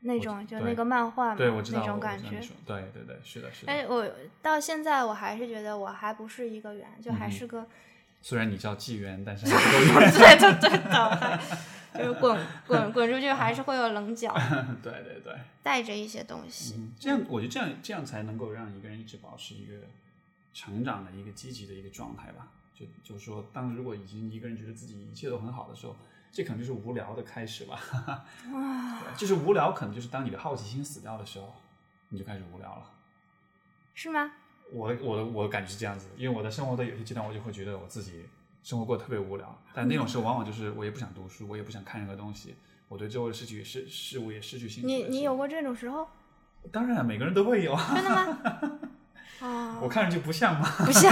Speaker 2: 那
Speaker 1: 我
Speaker 2: 种
Speaker 1: 知
Speaker 2: 就
Speaker 1: 对
Speaker 2: 那个漫画嘛
Speaker 1: 对，我知道
Speaker 2: 那种
Speaker 1: 我
Speaker 2: 感
Speaker 1: 知道
Speaker 2: 觉
Speaker 1: 你。说对对对，是的，是
Speaker 2: 但
Speaker 1: 的。
Speaker 2: 是我到现在我还是觉得我还不是一个圆，就还
Speaker 1: 嗯
Speaker 2: 是个、
Speaker 1: 虽然你叫纪元，但是还是个圆
Speaker 2: 对对对的，就是滚 滚滚出去还是会有棱角，
Speaker 1: 对对对。
Speaker 2: 带着一些东西。
Speaker 1: 嗯，这样我觉得这样这样才能够让一个人一直保持一个成长的一个积极的一个状态吧。就就是说，当如果已经一个人觉得自己一切都很好的时候，这可能就是无聊的开始吧。
Speaker 2: 啊
Speaker 1: 嗯
Speaker 2: 哇，
Speaker 1: 对就是无聊，可能就是当你的好奇心死掉的时候，你就开始无聊了。
Speaker 2: 是吗？
Speaker 1: 我的我的我的感觉是这样子，因为我的生活的有些阶段，我就会觉得我自己生活过得特别无聊。但那种
Speaker 2: 嗯
Speaker 1: 时候，往往就是我也不想读书，我也不想看任何东西，我对周围的事情事事物也失去兴趣的
Speaker 2: 你
Speaker 1: 时候。
Speaker 2: 你有过这种时候？
Speaker 1: 当然，每个人都会有啊。
Speaker 2: 真的吗？ 啊
Speaker 1: 我，看上去不像吗？
Speaker 2: 不像。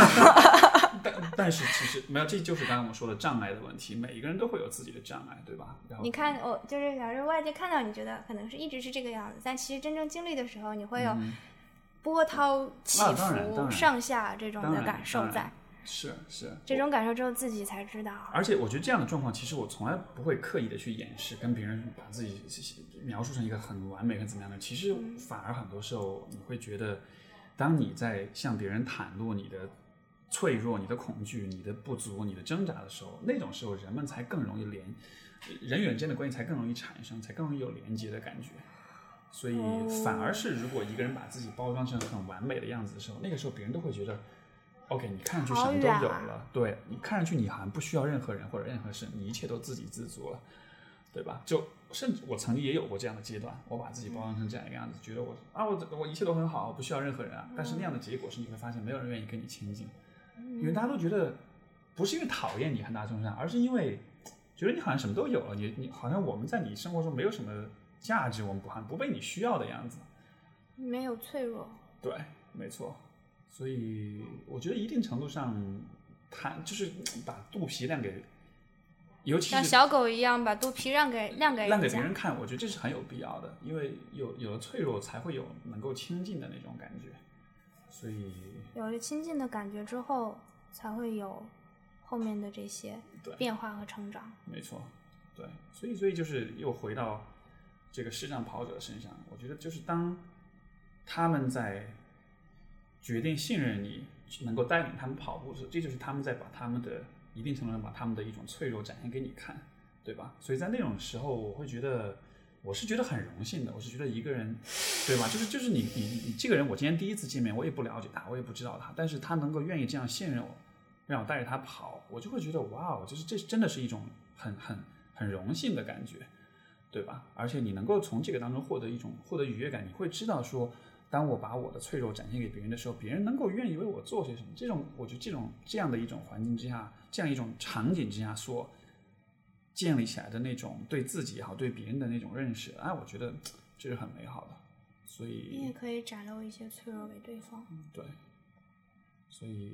Speaker 1: 但但是其实没有，这就是刚刚我说的障碍的问题。每一个人都会有自己的障碍，对吧？然后
Speaker 2: 你看，我、就是假如外界看到你觉得可能是一直是这个样子，但其实真正经历的时候，你会有波涛起
Speaker 1: 嗯那当然当
Speaker 2: 伏、
Speaker 1: 然
Speaker 2: 上下这种
Speaker 1: 当
Speaker 2: 的
Speaker 1: 然
Speaker 2: 感受
Speaker 1: 当然
Speaker 2: 在。
Speaker 1: 是是
Speaker 2: 这种感受只有自己才知道。啊
Speaker 1: 而且我觉得这样的状况，其实我从来不会刻意的去掩饰，跟别人把自己描述成一个很完美、很怎么样的。其实反而很多时候，你会觉得，当你在向别人袒露你的脆弱、你的恐惧、你的不足、你的挣扎的时候，那种时候人们才更容易连人与人之间的关系才更容易产生，才更容易有连接的感觉。所以反而是如果一个人把自己包装成很完美的样子的时候，那个时候别人都会觉得，OK，你看上去什
Speaker 2: 好
Speaker 1: 么都
Speaker 2: 远
Speaker 1: 有
Speaker 2: 啊
Speaker 1: 了，对你看上去你好像不需要任何人或者任何事，你一切都自给自足了，对吧？就甚至我曾经也有过这样的阶段，我把自己包
Speaker 2: 嗯
Speaker 1: 装成这样一个样子，觉得我啊我我一切都很好，我不需要任何人啊，但是那样
Speaker 2: 嗯
Speaker 1: 的结果是你会发现没有人愿意跟你亲近，因为大家都觉得不是因为讨厌你很大程度上，而是因为觉得你好像什么都有了，你你好像我们在你生活中没有什么价值，我们不好像不被你需要的样子。
Speaker 2: 没有脆弱，
Speaker 1: 对，没错。所以我觉得一定程度上，谈就是把肚皮亮给，尤其
Speaker 2: 像
Speaker 1: 是
Speaker 2: 小狗一样把肚皮让给让给
Speaker 1: 让给
Speaker 2: 家
Speaker 1: 别，人看，我觉得这是很有必要的，因为有有了脆弱，才会有能够亲近的那种感觉。所以，
Speaker 2: 有了亲近的感觉之后，才会有后面的这些
Speaker 1: 对
Speaker 2: 变化和成长。
Speaker 1: 没错，对，所以所以就是又回到这个视障跑者身上，我觉得就是当他们在决定信任你，能够带领他们跑步的时候，这就是他们在把他们的一定程度上把他们的一种脆弱展现给你看，对吧？所以在那种时候，我会觉得。我是觉得很荣幸的，我是觉得一个人，对吧？就是就是你你你你这个人，我今天第一次见面，我也不了解他，我也不知道他，但是他能够愿意这样信任我，让我带着他跑，我就会觉得哇哦，就是这真的是一种很很很荣幸的感觉，对吧？而且你能够从这个当中获得一种获得愉悦感，你会知道说，当我把我的脆弱展现给别人的时候，别人能够愿意为我做些什么。这种我觉得这种这样的一种环境之下，这样一种场景之下所建立起来的那种对自己也好，对别人的那种认识，哎，我觉得这是很美好的。所以
Speaker 2: 你也可以展露一些脆弱给对方。
Speaker 1: 对，所以，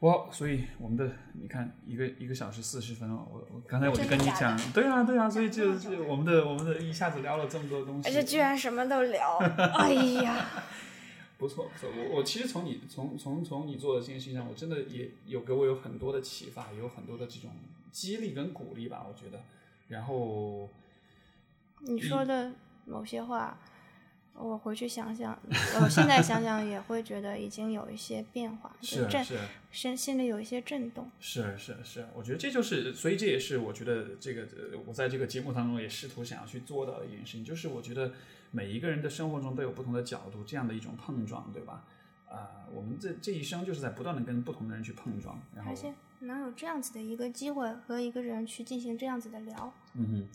Speaker 1: 我所以我们的你看一个一个小时四十分了，我我刚才我就
Speaker 2: 真的
Speaker 1: 跟你
Speaker 2: 假
Speaker 1: 讲
Speaker 2: 的，
Speaker 1: 对啊对啊，所以
Speaker 2: 讲
Speaker 1: 就
Speaker 2: 这么
Speaker 1: 是
Speaker 2: 久
Speaker 1: 我们的我们的一下子聊了这么多东西，
Speaker 2: 而且居然什么都 聊，哎呀，
Speaker 1: 不错不错，我我其实从你从从从你做的这件事情上，我真的也有给我有很多的启发，也有很多的这种激励跟鼓励吧，我觉得，然后嗯
Speaker 2: 你说的某些话，我回去想想，我现在想想也会觉得已经有一些变化，就是震
Speaker 1: 是。
Speaker 2: 身心里有一些震动。
Speaker 1: 是是是，我觉得这就是，所以这也是我觉得这个呃我在这个节目当中也试图想要去做到的一件事情，就是我觉得每一个人的生活中都有不同的角度，这样的一种碰撞，对吧？啊、我们这这一生就是在不断的跟不同的人去碰撞，然后
Speaker 2: 而且能有这样子的一个机会和一个人去进行这样子的聊，
Speaker 1: 嗯哼，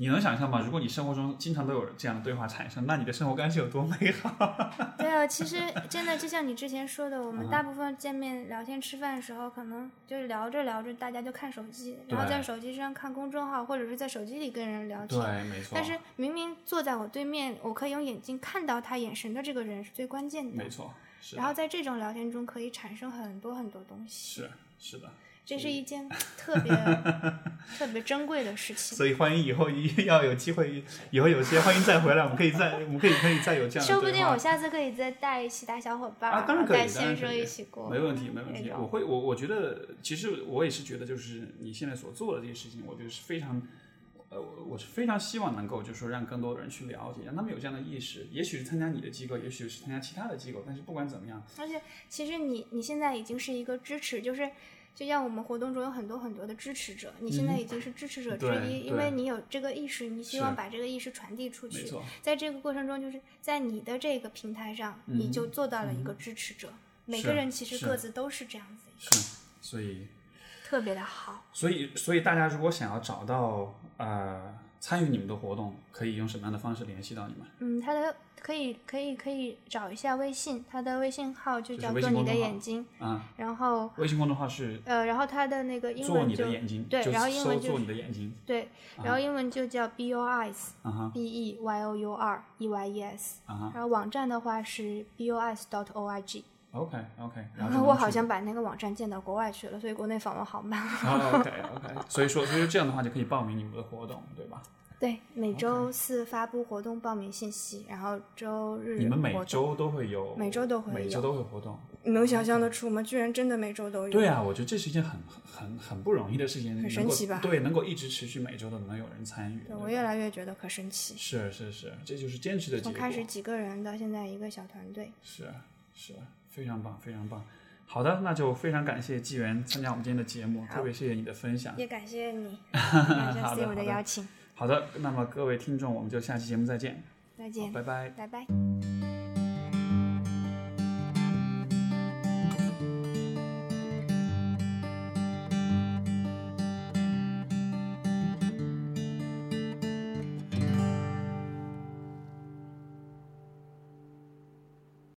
Speaker 1: 你能想象吗？如果你生活中经常都有这样的对话产生，那你的生活关系有多美好？
Speaker 2: 对啊，其实真的就像你之前说的，我们
Speaker 1: 嗯
Speaker 2: 大部分见面、聊天、吃饭的时候，可能就是聊着聊着，大家就看手机，然后
Speaker 1: 对
Speaker 2: 在手机上看公众号，或者是在手机里跟人聊天。
Speaker 1: 对，没错，
Speaker 2: 但是明明坐在我对面，我可以用眼睛看到他眼神的这个人是最关键的
Speaker 1: 没。错，是
Speaker 2: 然后在这种聊天中可以产生很多很多东西，
Speaker 1: 是是的。
Speaker 2: 这是 一件特别特别珍贵的事情。
Speaker 1: 所以欢迎以后一要有机会，以后有时间欢迎再回来，我们可以再我们可以可以再有嗯这样的对话。
Speaker 2: 说不定我下次可以再带其他小伙伴儿，
Speaker 1: 啊，当然可以，
Speaker 2: 带
Speaker 1: 当然
Speaker 2: 先
Speaker 1: 可
Speaker 2: 生
Speaker 1: 以
Speaker 2: 一起过，
Speaker 1: 没问题，没问
Speaker 2: 那
Speaker 1: 题。哦
Speaker 2: 种
Speaker 1: 我会，我我觉得，其实我也是觉得，就是你现在所做的这些事情，我觉得是非常，呃，我我是非常希望能够，就是说让更多的人去了解，让他们有这样的意识。也许是参加你的机构，也许是参加其他的机构，但是不管怎么样，
Speaker 2: 而且其实你你现在已经是一个支持，就是就像我们活动中有很多很多的支持者，你现在已经是支持者之
Speaker 1: 嗯对
Speaker 2: 一，
Speaker 1: 对
Speaker 2: 因为你有这个意识，你希
Speaker 1: 是
Speaker 2: 望把这个意识传递出
Speaker 1: 没
Speaker 2: 去。
Speaker 1: 错，
Speaker 2: 在这个过程中，就是在你的这个平台上，
Speaker 1: 嗯
Speaker 2: 你就做到了一个支持者。每个
Speaker 1: 是
Speaker 2: 人其实
Speaker 1: 是
Speaker 2: 各自都是这样子一个，
Speaker 1: 是，所以
Speaker 2: 特别的好。
Speaker 1: 所以，所以大家如果想要找到呃参与你们的活动，可以用什么样的方式联系到你们？
Speaker 2: 嗯，他的可以可以可以找一下微信，他的微信号就
Speaker 1: 就是
Speaker 2: 叫“
Speaker 1: 微
Speaker 2: 做
Speaker 1: 信
Speaker 2: 你
Speaker 1: 公
Speaker 2: 的
Speaker 1: 众号
Speaker 2: 眼睛
Speaker 1: 啊”，，
Speaker 2: 然后
Speaker 1: 微信公众号是
Speaker 2: 呃，然后他的那个英
Speaker 1: 做
Speaker 2: 文
Speaker 1: 你
Speaker 2: 就
Speaker 1: 的眼啊睛，
Speaker 2: 对
Speaker 1: 就
Speaker 2: 然后英文
Speaker 1: 搜
Speaker 2: 就
Speaker 1: 做你的眼睛，
Speaker 2: 对，然后英文就叫 “Be Your Eyes”。
Speaker 1: 啊哈
Speaker 2: b e y o u r e y e s，
Speaker 1: 啊哈
Speaker 2: 然后网站的话是 b o s dot o r g。
Speaker 1: ，OK OK，然
Speaker 2: 然
Speaker 1: 后
Speaker 2: 后
Speaker 1: 就
Speaker 2: 我
Speaker 1: 能
Speaker 2: 好
Speaker 1: 去
Speaker 2: 像把那个网站建到国外去了，所以国内访问好慢。
Speaker 1: o OK OK，所啊以说，所以说这样的话就可以报名你们的活动，对吧？
Speaker 2: 对，每周四发布活动报名信息，然后周日
Speaker 1: 你们每
Speaker 2: 活动
Speaker 1: 周都会有，
Speaker 2: 每周都会有
Speaker 1: 每周都会有活动。
Speaker 2: 你能想象得出吗？居然真的每周都有。
Speaker 1: 对啊，我觉得这是一件很很很不容易的事情，
Speaker 2: 很神奇吧
Speaker 1: 能够对，能够一直持续每周都能有人参与。
Speaker 2: 对，
Speaker 1: 对吧
Speaker 2: 我越来越觉得可神奇。
Speaker 1: 是是是，这就是坚持的结
Speaker 2: 从
Speaker 1: 果。
Speaker 2: 开始几个人到现在一个小团队，
Speaker 1: 是是，非常棒，非常棒。好的，那就非常感谢纪元参加我们今天的节目，特别谢谢你的分享。
Speaker 2: 也感谢你，感谢
Speaker 1: 好的
Speaker 2: Steve
Speaker 1: 好的
Speaker 2: 邀请。
Speaker 1: 好的，那么各位听众，我们就下期节目再见，
Speaker 2: 再见，
Speaker 1: 拜拜。
Speaker 2: 拜拜。